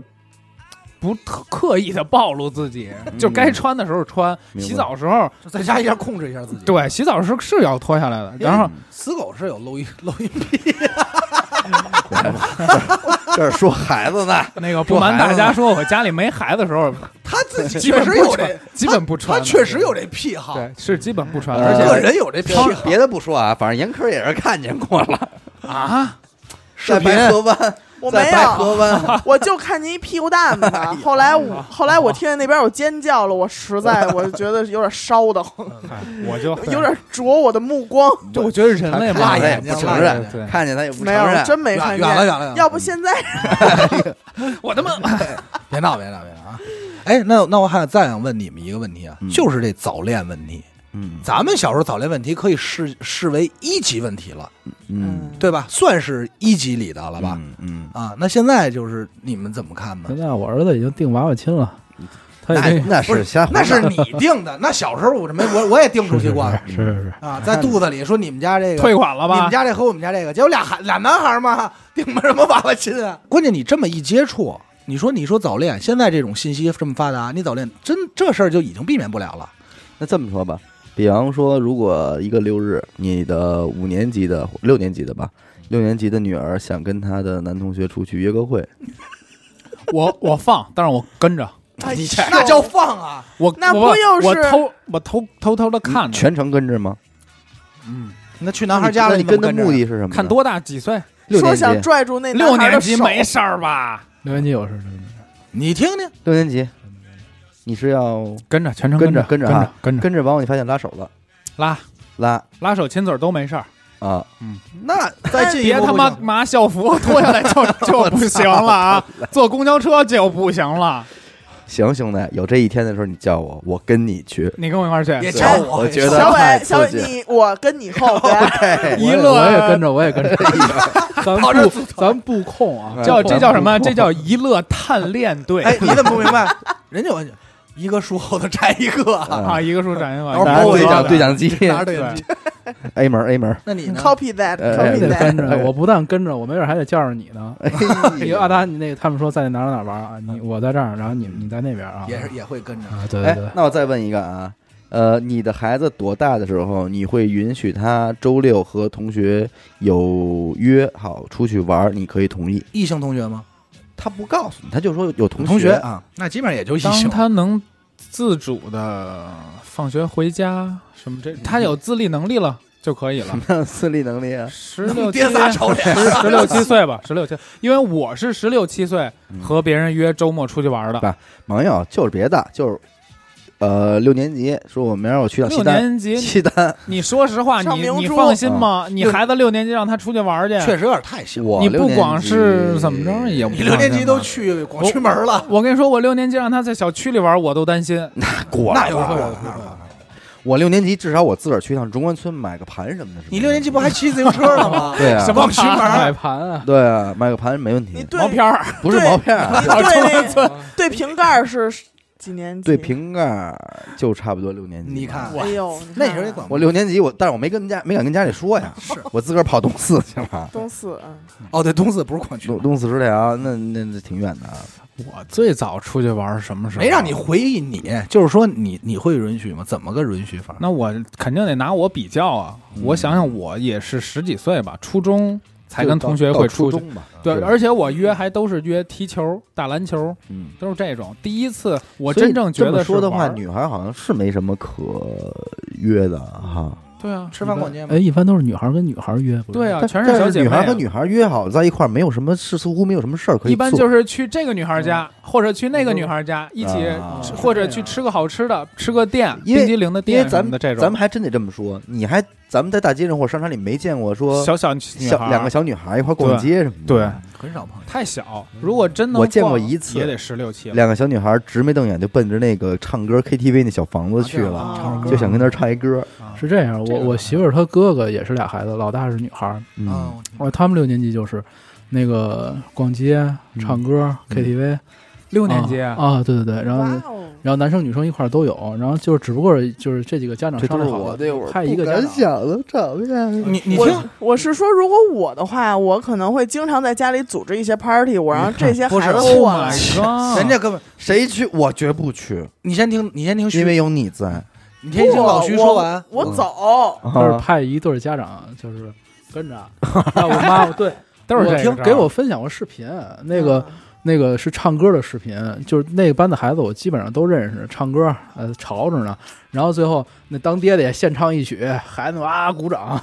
S1: 不特刻意的暴露自己，就该穿的时候穿，
S3: 嗯明白
S1: 洗澡时候
S4: 在家一下控制一下自己。，
S1: 对，洗澡时候是要脱下来的，然
S3: 嗯
S1: 后
S4: 死狗是有露一 露一
S3: 这是说孩子呢，
S1: 那个不瞒大家说，我家里没孩子的时 候，
S4: 他自己
S1: 基
S4: 确
S1: 本
S4: 实
S1: 不
S4: 有这
S1: 穿，，基本不穿的，
S4: 他确实有这癖好，
S1: 对，是基本不穿的，
S3: 而且
S4: 个人有这癖好。
S3: 别的不说啊，反正严科也是看见过了，
S1: 啊，
S3: 在白河湾，
S2: 我没
S3: 在白河
S2: 有，
S3: 湾，
S2: 我就看见一屁股蛋子。后来我后来我听见那边有尖叫了，我实在我觉得有点烧的慌，
S1: 哎我 就
S2: 啊有点灼我的目光。
S1: 对，我觉得人类嘛
S3: 看，见
S4: 眼
S3: 也
S4: 睛
S3: 不承
S4: 辣眼
S3: 认，
S4: 睛
S1: 对，
S3: 看见他也不承
S2: 没有，
S3: 认，
S2: 真没看
S4: 远了
S2: 见。
S4: 远了，远了
S2: 要不现在
S1: 我他妈
S4: 别闹别闹别闹啊！哎，那那我还再想问你们一个问题啊，
S3: 嗯
S4: 就是这早恋问题，
S3: 嗯
S4: 咱们小时候早恋问题可以视视为一级问题了，
S3: 嗯，
S4: 对吧？算是一级里的了
S3: 好
S4: 吧？？
S3: 嗯，
S4: 啊，那现在就是你们怎么看 呢
S6: 现？在我儿子已经定娃娃亲了，他已
S3: 那
S6: 经
S3: 那
S4: 不
S3: 是
S4: 是
S3: 瞎胡
S4: 那
S3: 闹
S4: 是你定的，那小时候我这没我我也定出去过
S6: 是是是是，
S4: 啊，在肚子里说你们家这个
S1: 退款了
S4: 你
S1: 吧
S4: 们？家这和我们家这个，结果俩孩俩男孩嘛，顶什么娃娃亲啊？关键你这么一接触，你说你说早恋，现在这种信息这么发达，你早恋真这事儿就已经避免不了了。
S3: 那这么说吧，比方说，如果一个六日，你的五年级的、六年级的吧，六年级的女儿想跟她的男同学出去约个会，
S1: 我我放，但是我跟着，
S2: 哎
S1: 你
S2: 呦
S4: 那叫放啊！
S1: 我
S2: 那不
S1: 我
S2: 又是
S1: 我偷我偷偷偷的看着，
S3: 全程跟着吗？
S1: 嗯，
S4: 那去男孩家
S3: 那
S4: 了，
S3: 你
S4: 你
S3: 跟
S4: 怎
S3: 的
S4: 么着啊
S3: 目的是什么呢？
S1: 看多大几岁？
S3: 六
S2: 说
S3: 年级
S2: 想，拽住那男
S1: 六
S2: 孩
S1: 年
S2: 的
S1: 级
S2: 手
S1: 没事儿吧？
S6: 留言机有事，
S4: 你听听，
S3: 六年级，你是要
S1: 跟着全程
S3: 跟着
S1: 跟
S3: 跟着
S1: 跟
S3: 啊
S1: 着跟着
S3: 跟着完，你发现拉手了，
S1: 拉
S3: 拉
S1: 拉手亲嘴都没事儿，
S3: 啊，
S1: 嗯，
S3: 那
S4: 再进一
S1: 别
S4: 步
S1: 他妈拿校服 脱下来就就不行了啊！坐公交车就不行了，
S3: 行，兄弟，有这一天的时候，你叫我，我跟你去。
S1: 你跟我一块儿
S4: 别
S1: 去。
S4: 叫我，
S3: 我觉得
S2: 小
S3: 太
S2: 伟，
S3: 刺
S2: 小伟，
S3: 激了
S2: 你我跟你后 边
S3: 对，
S1: 一
S6: 我也
S1: 乐
S6: 我也跟着，我也跟着，咱不咱不控啊，
S1: 叫这叫什么？
S6: 不控
S1: 这叫一乐探恋队
S4: 哎，你怎么不明白？ 人家有一个树后头摘一个啊，
S1: 啊！一个树展一个，
S4: 等会
S3: 拿
S4: 儿
S3: 着
S4: 我
S3: 对
S4: 也
S3: 讲对讲机
S4: 拿 着对讲机。
S3: ，A 门 A 门，
S4: 那你呢？
S2: ，copy that，
S3: 哎哎
S2: copy
S6: 必须得
S2: that，
S6: 跟着，我不但跟着，我没准还得叫着你呢。你阿达，你那个他们说在哪儿哪儿玩啊？你我在这儿，然后你你在那边啊？
S4: 也是也会跟着。
S6: 啊，对对
S3: 哎
S6: 对，，
S3: 那我再问一个啊，呃，你的孩子多大的时候，你会允许他周六和同学有约好出去玩儿？你可以同意？
S4: 异性同学吗？
S3: 他不告诉你，他就说有同
S4: 同
S3: 学。
S4: 啊，那基本上也就异
S1: 当
S4: 性。
S1: 他能自主的放学回家什么这，他有自立能力了，就可以了。
S3: 自立嗯能力啊，
S1: 十六七
S4: 爹仨瞅脸，
S1: 十十六七岁吧，十六七，因为我是十六七岁和别人约周末出去玩的。
S3: 没有，就是别的，就是呃六年级说我明儿我去趟
S1: 六
S3: 西单，
S1: 年级，
S3: 西单
S1: 你说实话，
S2: 上
S1: 你
S2: 明
S1: 你
S2: 珠
S1: 放心吗？你孩子六年级让他出去玩去，
S4: 确实有点太小。
S3: 我
S1: 你
S3: 六
S1: 不
S3: 年
S1: 光
S3: 级
S1: 是怎么着也不
S4: 你六年级都去广渠门了，
S1: 我跟你说，我六年级让他在小区里玩，我都担 心。
S3: 过
S4: 那
S3: 来
S4: 有会
S3: 了。
S4: 有那会有。
S3: 我六年级至少我自个儿去趟中关村买个盘什么的是吧。
S4: 你六年级不还骑自行车呢 吗？
S3: 对啊
S1: 什，么
S4: 逛渠门
S6: 买
S4: 儿
S6: 盘啊，
S3: 对啊，买个盘没问
S2: 你
S3: 题，
S2: 对
S1: 毛片儿，
S3: 不是
S2: 对
S3: 毛啊片儿，
S2: 你对那对瓶盖儿是几年级？
S3: 对，瓶盖儿就差不多六年级。
S4: 你看，
S2: 哎呦，你
S4: 那
S2: 看
S4: 时候也
S2: 啊
S4: 管不
S3: 我六年级我，但是我没跟家没敢跟家里说呀，
S4: 是
S3: 我自个儿跑东四去了。
S2: 东四，嗯
S4: 哦，对，东四不是广渠
S3: 东，东四十条，那那那挺远的。啊
S1: 我最早出去玩什么时候？啊
S4: 没让你。回忆你，就是说你你会允许吗？怎么个允许法？
S1: 那我肯定得拿我比较啊！
S3: 嗯
S1: 我想想，我也是十几岁吧，初中才跟同学
S3: 就到
S1: 会
S3: 到初
S1: 出去。
S3: 中吧。
S1: 对，
S3: 对
S1: 而且我约还都是约踢球、打篮球，
S3: 嗯，
S1: 都是这种。第一次我
S3: 所以
S1: 真正觉
S3: 这么
S1: 得
S3: 说
S1: 是
S3: 的话，
S1: 玩儿
S3: 女孩好像是没什么可约的哈。
S1: 对啊，
S4: 吃饭逛街吗
S6: 哎，？一般都是女孩跟女孩约，不是
S1: 对啊，
S3: 但
S1: 全是
S3: 但
S1: 小姐
S3: 女
S1: 妹啊。
S3: 孩和女孩约好在一块儿，没有什么事，似乎没有什么事儿可以做。嗯
S1: 一般就是去这个女孩家，或者去那个女孩家，一起
S3: 啊
S1: 吃或者去吃个好吃的，吃个店，
S3: 因
S1: 冰
S3: 为
S1: 激凌的
S3: 因
S1: 店
S3: 为
S1: 什
S3: 咱
S1: 么
S3: 们
S1: 的这种。
S3: 咱们还真得这么说，你还咱们在大街上或者商场里没见过说
S1: 小小女
S3: 小
S1: 孩儿
S3: 两个小女孩一块儿逛
S1: 对
S3: 街什么的。
S1: 对
S4: 很少碰见。
S1: 太小，如果真能
S3: 我见过
S1: 逛
S3: 一次
S1: 也得十六七了。
S3: 两个小女孩直眉瞪眼就奔着那个唱歌 KTV 那小房子去了，
S2: 啊
S4: 唱会儿歌
S3: 就想跟那儿唱一歌。
S1: 啊
S6: 是这样，
S1: 这
S6: 我
S1: 个
S6: 我媳妇儿她哥哥也是俩孩子，老大是女孩儿，
S3: 嗯，
S4: 啊，
S6: 哦，他们六年级就是那个逛街、唱歌、
S3: 嗯
S6: KTV，
S1: 六年级
S6: 啊，啊对对对，然后
S2: 哇哦，
S6: 然后男生女生一块儿都有，然后就是只不过就是这几个家长
S3: 这
S6: 商
S3: 都是
S6: 量好
S3: 我
S6: 了
S3: 那会儿
S6: 派一
S3: 不
S6: 个家
S3: 敢
S6: 长，
S3: 想的场面。
S4: 你你听
S2: 我我是说，如果我的话，我可能会经常在家里组织一些 party，我让这些
S4: 不是
S2: 孩子
S1: ，Oh
S2: 过来
S1: my god！
S4: 人家根本，
S3: 谁去？我绝不去，
S4: 你先听，你先听
S3: 因
S4: 徐，
S3: 为有你在。
S4: 你先听老徐说完。嗯
S2: 我我走，
S3: 啊
S6: 就是派一对儿家长就是跟着，让我妈对，
S1: 都是这
S6: 我
S1: 个
S6: 听
S1: 招儿
S6: 给我分享过视频，那
S2: 嗯
S6: 个那个是唱歌的视频，就是那个班的孩子我基本上都认识，唱歌呃吵着呢，然后最后那当爹的也献唱一曲，孩子们啊鼓掌，
S1: 啊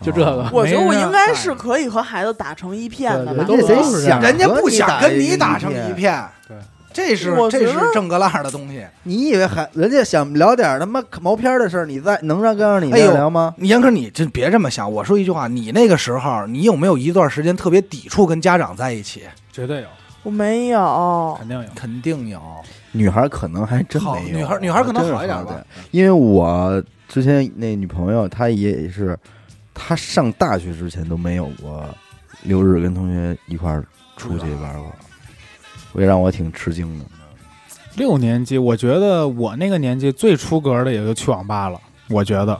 S6: 就这个。
S2: 我觉得我
S1: 没人
S2: 应该
S1: 带
S2: 是可以和孩子打成一片的吧
S6: 对。对
S3: 这
S6: 都
S3: 谁
S6: 是这
S3: 想
S6: 样
S3: 和
S4: 人家不想跟你
S3: 你
S4: 打成一，片，
S1: 对，
S4: 这是
S2: 我觉
S4: 这
S2: 得
S4: 是正格拉的东西。
S3: 你以为还人家想聊点他妈毛片的事儿，你在能让跟让你
S4: 哎呦
S3: 再聊吗？
S4: 严哥，你真别这么想。我说一句话，你那个时候，你有没有一段时间特别抵触跟家长在一起？
S1: 绝对有，
S2: 我没有，
S1: 肯定有。
S4: 肯定有。
S3: 女孩可能还真
S4: 好
S3: 没有，啊
S4: 女孩女孩可能
S3: 真是
S4: 好一点吧。
S3: 因为我之前那女朋友，她也是，她上大学之前都没有过六日跟同学一块儿出去玩过，
S4: 嗯
S3: 我也让我挺吃惊的。
S1: 六年级，我觉得我那个年纪最出格的也就去网吧了。我觉得，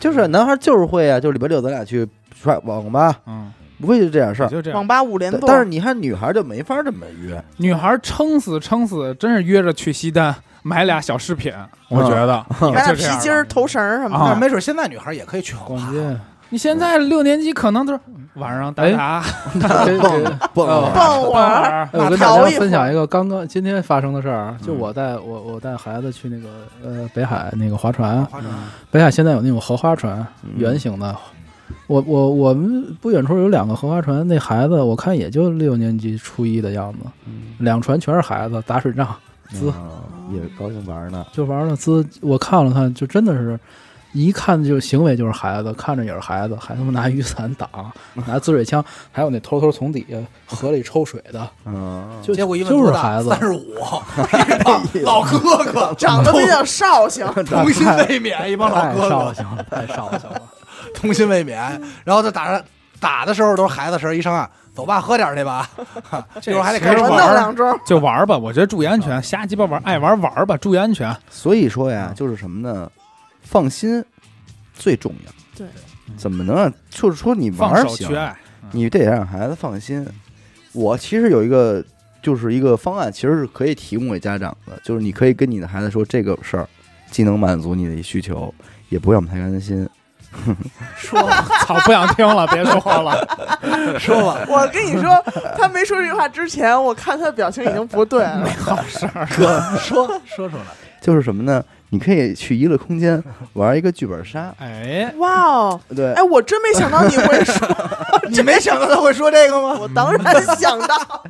S3: 就是男孩就是会啊，就是礼拜六咱俩去耍网吧，
S1: 嗯，
S3: 不会就这点事
S1: 也
S3: 儿。
S1: 就这样
S2: 网。吧五连
S3: 但
S2: 动，
S3: 但是你看女孩就没法这么约，
S1: 女孩撑死撑死，真是约着去西单 买俩小饰品，我觉得
S3: 嗯
S2: 买
S1: 也
S2: 俩
S1: 就
S2: 皮
S1: 这样
S2: 筋儿、
S1: 了。
S2: 头绳儿什么
S1: 啊
S2: 的。
S4: 但是没准现在女孩也可以去网吧
S6: 逛。街，
S1: 你现在六年级可能就是
S3: 嗯
S1: 晚上打打
S6: 这这
S3: 蹦
S6: 哦
S2: 蹦会
S1: 玩
S2: 儿，
S1: 儿
S6: 哎我跟大
S2: 逃
S6: 家
S2: 一
S6: 分
S2: 会
S6: 享
S2: 儿
S6: 一个刚刚今天发生的事儿啊，就
S3: 嗯
S6: 我带我我带孩子去那个呃北海那个划船，
S4: 花船
S6: 北海现在有那种荷花船，
S3: 嗯
S6: 圆形的。我我我们不远处有两个荷花船，那孩子我看也就六年级初一的样子，
S4: 嗯
S6: 两船全是孩子打水仗，滋
S3: 嗯也高兴玩呢。
S6: 就玩了滋。我看了看，就真的是。一看就行为就是孩子，看着也是孩子，还他妈拿雨伞 挡，拿滋水枪，还有那偷偷从底下河里抽水的，
S3: 嗯，
S6: 就
S4: 结果一问
S6: 就是孩子
S4: 三，十五， 一帮老哥哥，
S2: 长得比较绍 兴，
S4: 童心未泯，一帮老
S6: 太
S4: 哥
S6: 绍
S4: 哥
S6: 兴了，太绍兴了。
S4: 童心未泯。然后他打着打的时候都是孩子时候，一上岸，走吧，喝点儿 去吧。一会儿还得开始
S2: 我弄
S4: 玩儿。
S2: 两周。
S1: 就玩儿吧，我觉得注意安全，瞎鸡巴玩儿，爱玩儿玩儿吧，注意安全。
S3: 所以说
S1: 嗯
S3: 呀，就是什么呢？放心最重要。
S2: 对，
S3: 怎么能让啊就是说你玩
S1: 放
S3: 儿
S1: 手
S3: 行
S1: 去，爱，
S3: 你得让孩子放心。我其实有一个就是一个方案，其实是可以提供给家长的，就是你可以跟你的孩子说这个事儿，既能满足你的需求，也不会让我们太担心。
S1: 说 操，不想听了，别说了。
S4: 说吧，
S2: 我跟你说，他没说这句话之前，我看他的表情已经不对了。
S1: 好事儿，
S4: 哥，说说出来。
S3: 就是什么呢？你可以去娱乐空间玩一个剧本杀，
S1: 哎，
S2: 哇哦，
S3: 对
S2: 哎，，我真没想到你会说，
S4: 你没想到他会说这个吗？
S2: 我当然想到，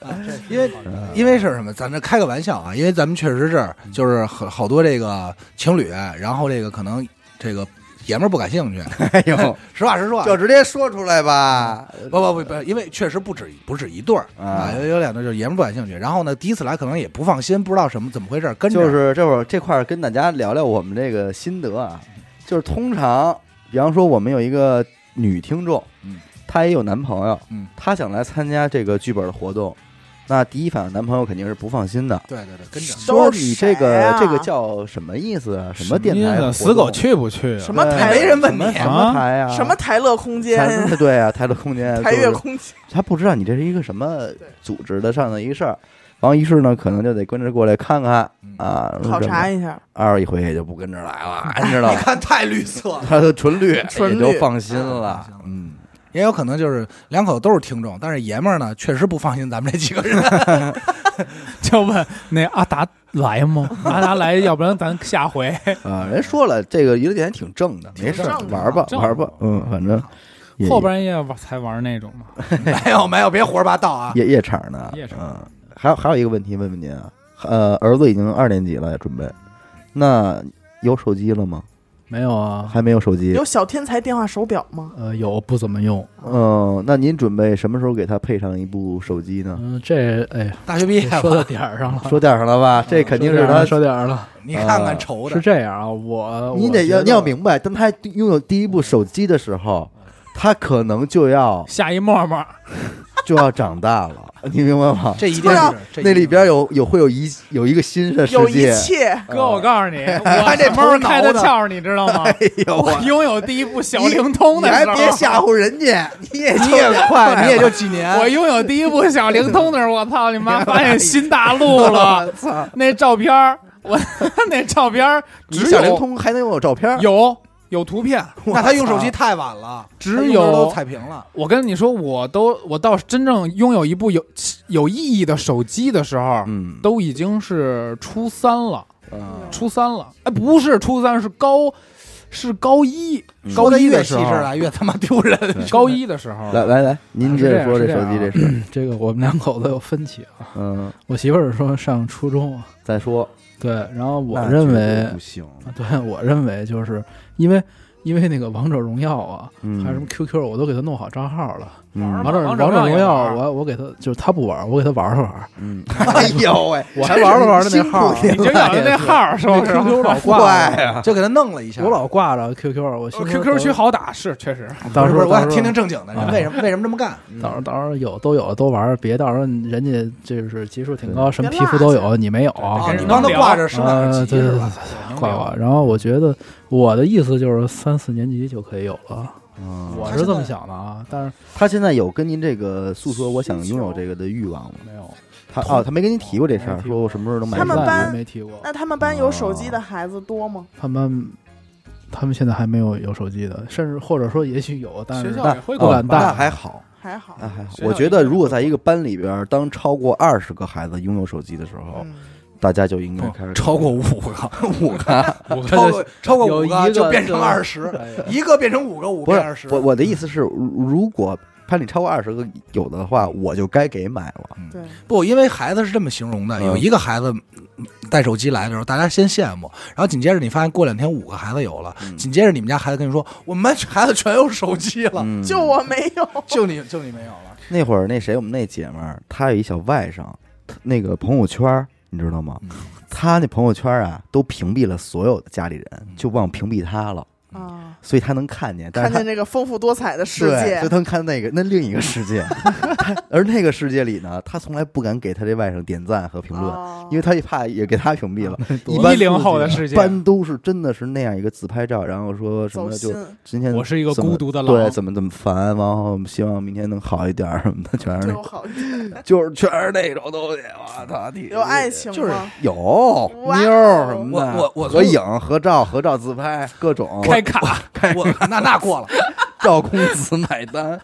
S3: 嗯
S4: 因为因为是什么？咱这开个玩笑啊，因为咱们确实是就是好好多这个情侣，然后这个可能这个爷们儿不感兴趣。
S3: 哎 呦，
S4: 实话实说啊，
S3: 就直接说出来吧。
S4: 不不不不，因为确实不止不止一对儿
S3: 啊
S4: 啊，有有两对儿就是爷们儿不感兴趣。然后呢，第一次来可能也不放心，不知道什么怎么回事儿，跟着
S3: 就是这会儿这块儿跟大家聊聊我们这个心得啊，就是通常，比方说我们有一个女听众，
S4: 嗯，
S3: 她也有男朋友，
S4: 嗯，
S3: 她想来参加这个剧本的活动，那第一反应男朋友肯定是不放心的，
S4: 对对对，跟着
S3: 说你这个、
S2: 都是谁啊
S3: 这个叫什么意思啊？什么电台活动？
S1: 死狗去不去啊？
S2: 什么
S3: 对
S2: 台
S4: 没人问你
S3: 什么什么台啊？
S2: 什么台乐空间、
S3: 台？对啊，台乐空间，
S2: 台
S3: 就
S2: 乐
S3: 是
S2: 空间，
S3: 他不知道你这是一个什么组织的上的一个事儿，然后于是呢，可能就得跟着过来看看
S4: 嗯
S3: 啊，
S2: 考察
S3: 什么。
S2: 一下。
S3: 二一回也就不跟着来了，你知道
S4: 你
S3: 吧？
S4: 看太绿色了。
S3: 他的纯绿，
S2: 纯绿
S3: 也就放心了
S4: 啊放心了。
S3: 嗯，
S4: 也有可能就是两口都是听众，但是爷们儿呢，确实不放心咱们这几个人。
S1: 就问那阿达来 吗？阿达来，要不然咱下回。
S3: 啊，人说了，这个娱乐点挺正的，没事儿
S2: 正的
S3: 玩吧，
S1: 正的
S3: 玩吧，嗯，反正也
S1: 后半夜玩才玩那种嘛。
S4: 没有没有，别胡说八道啊！
S3: 夜夜场呢，
S1: 夜场
S3: 嗯，还有还有一个问题问问您啊，呃，儿子已经二年级了，准备，那有手机了吗？
S6: 没有啊，
S3: 还没有手机
S2: 有，小天才电话手表吗？
S6: 呃，有不怎么用。
S3: 嗯，那您准备什么时候给他配上一部手机呢？
S6: 嗯，这 哎，
S4: 大学毕业
S6: 说到
S4: 了，
S6: 点儿上了，
S3: 说点儿上了吧，这肯定是他
S6: 说点儿了。
S4: 你看看
S3: 嗯
S4: 愁的
S6: 是，这样啊，我
S3: 哦你
S6: 我
S3: 得
S6: 觉
S3: 要
S6: 得
S3: 你要明白，当他拥有第一部手机的时候，他可能就要
S1: 下一陌
S3: 哦
S1: 陌，
S3: 就要长大了，你明白吗？
S4: 这一定
S2: 不
S4: 是这一定
S3: 那里边有有会有一有一个新的世
S2: 有一
S3: 界，
S2: 切，
S1: 哥，我告诉你，
S4: 还
S1: 我
S4: 得
S1: 什么时候
S4: 头挠
S1: 开的
S4: 呢
S1: 窍，你知道吗？
S3: 有
S1: 我
S3: 啊，
S1: 拥有第一部小灵通
S3: 你
S1: 的
S3: 还
S1: 时候，
S3: 别吓唬人家， 你也
S4: 你也快，你也就几
S1: 我
S4: 年，
S1: 拥有第一部小灵通的时候，我操你妈，发现新大陆了！
S3: 操，
S1: 那照片儿，我 那照片儿
S3: 你
S1: 只有
S3: 小灵通还能有照片？
S1: 有有图片，
S4: 那他用手机太晚了，他
S1: 只
S4: 用的都
S1: 有
S4: 彩屏了。
S1: 我跟你说，我都我到真正拥有一部有有意义的手机的时候，
S3: 嗯，
S1: 都已经是初三了，
S3: 啊
S1: 初三了，哎，不是初三，是高是高一
S3: 嗯，
S1: 高
S4: 说的
S1: 一
S4: 越
S1: 的
S4: 细
S1: 时
S4: 致
S1: 候，
S4: 了，啊越他妈丢人。
S1: 高一的时候，
S3: 来来来，您接着说这
S6: 是这
S3: 手
S6: 样啊
S3: 机这
S6: 是
S3: 事儿，
S6: 这个我们两口子有分歧啊。
S3: 嗯，
S6: 我媳妇儿说上初中啊，
S3: 再说，
S6: 对，然后我
S3: 那
S6: 认
S3: 绝
S6: 为
S3: 对不行，
S6: 对，我认为就是因为因为那个王者荣耀啊，
S3: 嗯
S6: 还有什么 QQ，我都给他弄好账号了。
S1: 玩儿
S3: 嗯
S1: 吧
S6: 王者
S1: 王者
S6: 者荣
S1: 荣耀
S6: 耀，我我给他就是他不玩儿，我给他玩了玩儿。
S3: 嗯，哎呦喂，
S6: 我还玩了玩了那号儿
S1: 你就有了那号儿是
S6: 那
S1: 不是？
S6: QQ 老挂
S3: 坏
S6: 着，
S3: 呀，
S4: 就给他弄了一下。
S6: 我老挂着 QQ，我心说
S1: QQ 哦区好打是确实，
S4: 不
S6: 到
S4: 是
S6: 时
S4: 不
S6: 候
S4: 是，我
S6: 到时候
S4: 想听听正经的人
S6: 啊
S4: 为什么为什么这么干？
S6: 到时候到时候有都有都玩儿，别到时候人家就是级数挺高，什么
S2: 别
S6: 皮肤
S2: 落
S6: 都
S2: 下
S6: 有，你没有。
S1: 对
S4: 啊，
S1: 跟
S4: 你
S1: 人
S4: 帮他
S1: 能聊
S4: 挂着升两
S6: 呃
S4: 级
S6: 对
S4: 是
S6: 对
S4: 吧？
S6: 挂挂，然后我觉得我的意思就是三四年级就可以有了，
S3: 嗯
S6: 我
S4: 他
S6: 是
S4: 现
S6: 这么
S4: 在
S6: 想的啊，但是
S3: 他现在有跟您这个诉说我想拥有这个的欲望吗？
S6: 没有，
S3: 他哦，他没跟您提过这事儿，
S6: 没提
S3: 说
S6: 过
S3: 我什么时候能买
S2: 他们
S3: 一个
S2: 班
S6: 没提过，
S2: 那他们班有手机的孩子多吗？
S6: 他们他们现在还没有有手机的，甚至或者说也许有，但
S1: 学
S6: 是
S1: 校也会
S3: 哦
S6: 不
S1: 管
S6: 敢大
S3: 那还好，
S2: 还好，
S3: 那还好。
S1: 学校
S3: 我觉得如果在一个班里边，当超过二十个孩子拥有手机的时候，
S2: 嗯，
S3: 大家就应该
S4: 不
S3: 开始
S4: 哦超过五个，
S3: 五个。
S6: 我
S4: 超过超过五
S6: 有一个
S4: 就变成
S6: 就哎
S4: 二十，一个变成五个，五
S3: 不
S4: 变二十
S3: 是，我我的意思是，如如果班里超过二十个有的话，我就该给买了。
S2: 对，
S4: 不，因为孩子是这么形容的，
S3: 嗯
S4: 有一个孩子嗯带手机来的时候，大家先羡慕，然后紧接着你发现过两天五个孩子有了，
S3: 嗯
S4: 紧接着你们家孩子跟你说，我们班孩子全有手机了，
S3: 嗯
S2: 就我没 有，
S4: 就你就你没有了，
S3: 那会儿，那谁，我们那姐们儿，她有一小外甥，她那个朋友圈儿，你知道吗
S4: 嗯？
S3: 她那朋友圈儿啊，都屏蔽了所有的家里
S1: 嗯
S3: 人，就忘屏蔽她了，
S2: 啊，
S3: 所以她能看见，但
S2: 看
S3: 是她
S2: 见这个丰富多彩的世
S3: 对，
S2: 界
S3: 所以，他能看那个那另一个世界， 他而那个世界里呢，他从来不敢给他这外甥点赞和评论，
S2: 哦
S3: 因为他也怕也给他屏蔽 了。一般啊
S1: 一零后的世界
S3: 一，般都是真的是那样一个自拍照，然后说什
S2: 走
S3: 么
S2: 心
S3: 就，今天
S1: 我是一个
S3: 怎么
S1: 孤独的
S3: 对，
S1: 狼。
S3: 怎么怎么烦，然后希望明天能好一点儿什么的，全是
S2: 对
S3: 那
S2: 我好一点，
S3: 就是全是那种东西，我 操，你
S2: 有爱情
S4: 就是
S2: 吗？
S3: 有
S2: 哇
S3: 妞儿什么的，
S4: 我我我
S3: 合影合照合照自拍各 种
S1: 开卡，
S4: 我 那那过了。
S3: 照公子买单，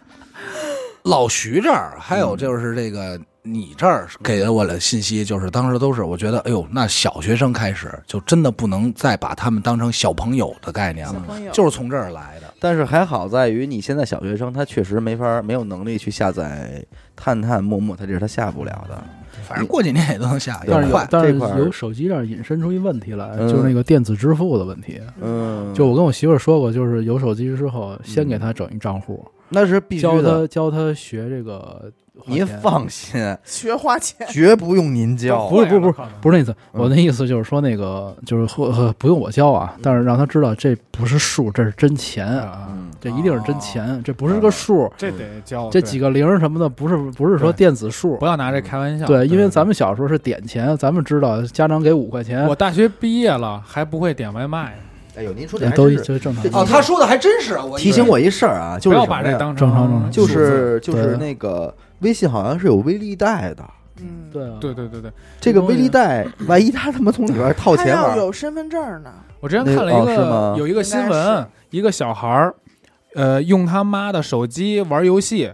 S4: 老徐这儿还有就是这个你这儿给了我的信息，就是当时都是我觉得，哎呦，那小学生开始就真的不能再把他们当成小朋友的概念
S2: 小
S4: 了，
S2: 朋友
S4: 就是从这儿来的。
S3: 但是还好在于你现在小学生，他确实没法没有能力去下载探探、陌陌，他这是他下不了的。
S4: 反正过几年也都能下，
S3: 对
S6: 但
S4: 有点
S3: 这
S6: 是有
S3: 块
S4: 快。
S6: 但是
S3: 这块儿
S6: 有手机这儿引申出一问题来，
S3: 嗯
S6: 就是那个电子支付的问题。
S3: 嗯，
S6: 就我跟我媳妇儿说过，就是有手机之后，先给她整一账户，
S3: 那是必须
S6: 教
S3: 的，
S6: 她教她学这个花钱。
S3: 您放心，
S2: 学花 钱，
S3: 绝不用您教。
S6: 不是不是不是不是那意思，
S3: 嗯
S6: 我那意思就是说那个就是或呃不用我教
S1: 嗯
S6: 啊，但是让她知道这不是数，这是真钱啊，
S3: 嗯，
S6: 这一定是真
S1: 哦
S6: 钱，这不是个数，
S1: 这得教
S6: 这几
S1: 个
S6: 个零儿什么的不是不是说
S1: 嗯对
S6: 电子数
S1: 不。要拿这开玩笑。
S6: 对，因为咱们小时候是点钱，咱们知道家长给五块钱
S1: 我，大学毕业了还不会点外卖，
S3: 哎呦，您说
S6: 呃
S3: 这
S6: 都
S3: 还真是
S6: 就正常
S3: 这。
S4: 哦，他说的还真是，我
S3: 提醒我一事儿啊，就
S1: 不
S3: 是
S1: 要
S3: 什么
S1: 把这
S3: 呀
S1: 当
S6: 正常正常
S3: 就
S1: 数字
S3: 是就是
S6: 对
S3: 那个微信好像是有微粒贷的，
S2: 嗯，
S6: 对啊，
S1: 对对对对，
S3: 这个微粒贷万一他他妈从里边套
S2: 他
S3: 钱
S2: 要
S3: 玩儿，
S2: 有身份证呢，
S1: 我之前
S3: 那
S1: 看了
S3: 哦
S1: 一
S3: 是
S1: 个、
S3: 吗
S1: 有一个新
S2: 应该
S1: 闻
S2: 是，
S1: 一个小孩儿，呃，用他妈的手机玩游戏，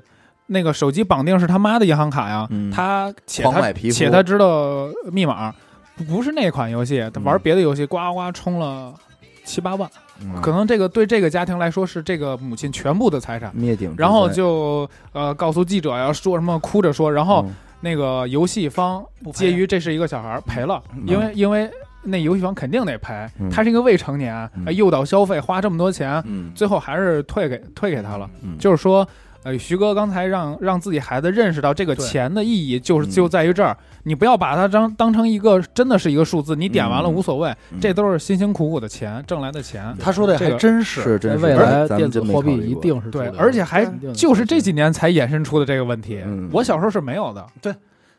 S1: 那个手机绑定是他妈的银行卡呀，
S3: 嗯
S1: 他且
S3: 狂
S1: 他
S3: 买皮肤
S1: 且他知道密码，不不是那款游戏，他玩
S3: 嗯
S1: 别的游戏，呱呱充了七八万，
S3: 嗯
S1: 可能这个对这个家庭来说是这个母亲全部的财产。
S3: 灭顶之灾。
S1: 然后就呃告诉记者呀，说什么哭着说，然后
S3: 嗯
S1: 那个游戏方
S4: 不赔
S1: 介于这是一个小孩儿赔了，因为因为那游戏方肯定得赔
S3: 嗯，
S1: 他是一个未成年，
S3: 嗯
S1: 哎诱导消费花这么多钱，
S3: 嗯，
S1: 最后还是退给退给他了。
S3: 嗯
S1: 就是说，呃，徐哥刚才让让自己孩子认识到这个
S4: 对
S1: 钱的意义，就是
S3: 嗯
S1: 就在于这儿，你不要把它当当成一个真的是一个数字，你点完了
S3: 嗯
S1: 无所谓，
S3: 嗯
S1: 这都是辛辛苦苦的钱挣来的钱。
S4: 他说的
S1: 这
S4: 还
S1: 个
S4: 真是，
S3: 是真
S6: 在
S3: 是
S6: 未来
S3: 咱
S6: 电
S3: 们
S6: 子
S3: 真没
S6: 货币
S3: 考虑
S6: 一
S3: 过
S6: 定是
S1: 对，
S6: 主流
S1: 而且还
S2: 嗯
S1: 就是这几年才衍生出的这个问题
S3: 嗯，
S1: 我小时候是没有的。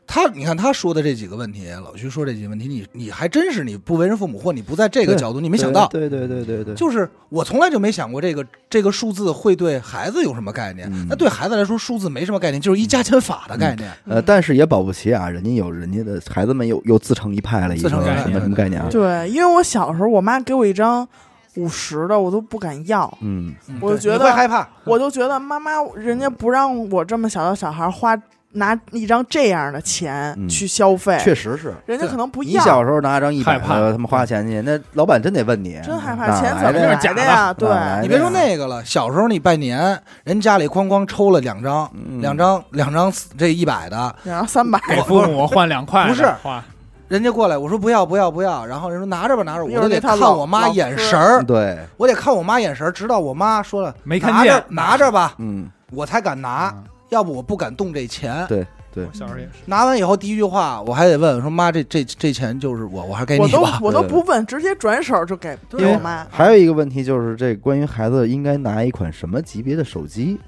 S4: 他，你看他说的这几个问题，老徐说这几个问题，你你还真是你不为人父母，或你不在这个
S3: 对
S4: 角度，你没想到。
S3: 对对对对对，
S4: 就是我从来就没想过这个这个数字会对孩子有什么概念。
S3: 嗯
S4: 那对孩子来说，数字没什么概念，就是一加减法的概念。
S3: 呃，但是也保不齐啊，人家有人家的孩子们又又自成一派了，已
S4: 自
S3: 经
S4: 成
S1: 一派
S3: 什么什么概念啊？
S2: 对，因为我小时候我妈给我一张五十的，我都不敢要，
S3: 嗯，
S4: 嗯
S2: 我
S4: 对
S2: 觉得
S4: 你会害怕，
S2: 我都觉得妈妈人家不让我这么小的小孩花拿一张这样的钱
S3: 嗯
S2: 去消费，
S3: 确实是。
S2: 人家可能哎不
S3: 你
S2: 要。
S3: 小时候拿张一百
S1: 害怕
S3: 的，他妈花钱去，那老板真得问你，
S2: 真害
S3: 哪
S2: 怕，钱
S3: 来
S2: 怎么
S3: 的呀
S2: 来的呀？哎对，
S3: 哪来的
S4: 你别说
S3: 呀
S4: 那个了，小时候你拜年，人家里哐哐抽了两张，
S3: 嗯
S4: 两张两张这一百的，
S2: 然后三百，
S1: 给父母换两块的，
S4: 不是
S1: 花
S4: 人家过来我说不要不要不要，然后人说拿着吧拿着，
S2: 一会
S4: 我
S2: 儿
S4: 都得
S2: 给他
S4: 看
S2: 老
S4: 我妈
S2: 老哥
S4: 眼神儿，
S3: 嗯对，
S4: 我得看我妈眼神儿，直到我妈说了
S1: 没看
S4: 拿
S1: 见
S4: 着，拿着吧，
S3: 嗯，
S4: 我才敢拿，要不我不敢动这钱。
S3: 对对
S1: 我，小时候也是。
S4: 拿完以后第一句话我还得问说妈这这这钱就是我我还给
S2: 我
S4: 你
S2: 都
S4: 吧，
S2: 我都
S3: 对
S2: 不问，直接转手就给
S3: 因
S2: 给
S3: 为
S2: 我妈。
S3: 还有一个问题就是，这关于孩子应该拿一款什么级别的手机？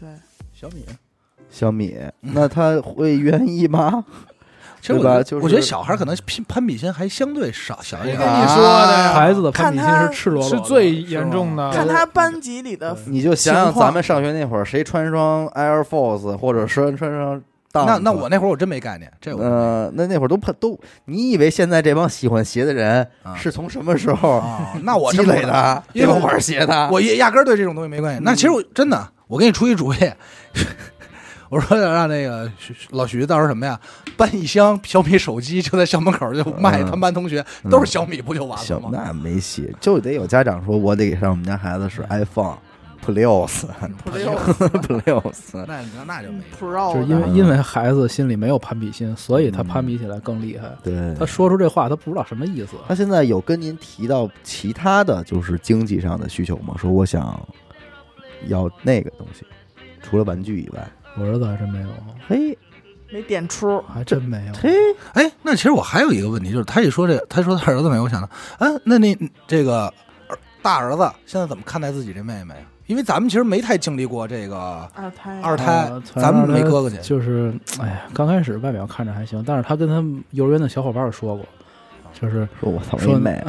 S2: 对，
S4: 小米。
S3: 小米，那他会愿意吗？
S4: 其实我
S3: 对吧
S4: 觉得
S3: 就是嗯哎
S4: 我觉得小孩可能攀攀比心还相对少小一
S1: 我
S4: 点。
S1: 跟你说的呀
S6: 孩子的攀比心
S2: 看
S6: 是
S2: 他
S6: 赤裸裸
S1: 是
S6: 的，
S1: 最严重的。
S2: 看他班级里的
S3: 你就想
S2: 情
S3: 想
S2: 况
S3: 咱们上学那会儿，谁穿双 Air Force，或者说穿双 Dunk
S4: 那那我那会儿我真没概念，这我真没
S3: 呃，那那会儿都怕都，你以为现在这帮喜欢鞋的人
S4: 啊
S3: 是从什么时候
S4: 啊，那我
S3: 积
S4: 真不
S3: 累
S4: 知道
S3: 的？
S4: 因 为
S3: 这帮
S4: 我
S3: 玩鞋的，啊嗯
S4: 我也压根儿对这种东西没关系。那其实我真的，我给你出一主意， 我说让那个徐老徐到时候什么呀，搬一箱小米手机，就在校门口就卖，
S3: 嗯
S4: 他们班同学都是小米，不就完了
S3: 行，
S4: 吗？
S3: 那没戏，就得有家长说，我得让我们家孩子是 iPhone Plus
S2: 朋友
S3: Plus，
S4: 那那那就没有。
S2: pro，
S6: 就是
S2: 的
S6: 因为
S3: 嗯
S6: 因为孩子心里没有攀比心，所以他
S1: 嗯
S6: 攀比起来更厉害。
S3: 对
S6: 他。说出这话，他不知道什么意思。
S4: 哎
S3: 他现在有跟您提到其他的就是经济上的需求吗？说我想要那个东西，除了玩具以外，
S6: 我儿子还真没有，
S3: 嘿，
S2: 没点出，
S6: 还真没有。
S3: 嘿，
S4: 哎，那其实我还有一个问题，就是他一说这，他说他儿子没有，我想到，啊，那那这个儿大儿子现在怎么看待自己这妹妹呀？因为咱们其实没太经历过这个
S2: 二胎
S4: 二胎
S6: 啊，
S4: 咱们没
S6: 反正
S4: 哥哥去，
S6: 就是，哎呀，刚开始外表看着还行，但是他跟他们幼儿园的小伙伴说过，就是
S3: 说我操，
S6: 说啊
S3: 没美，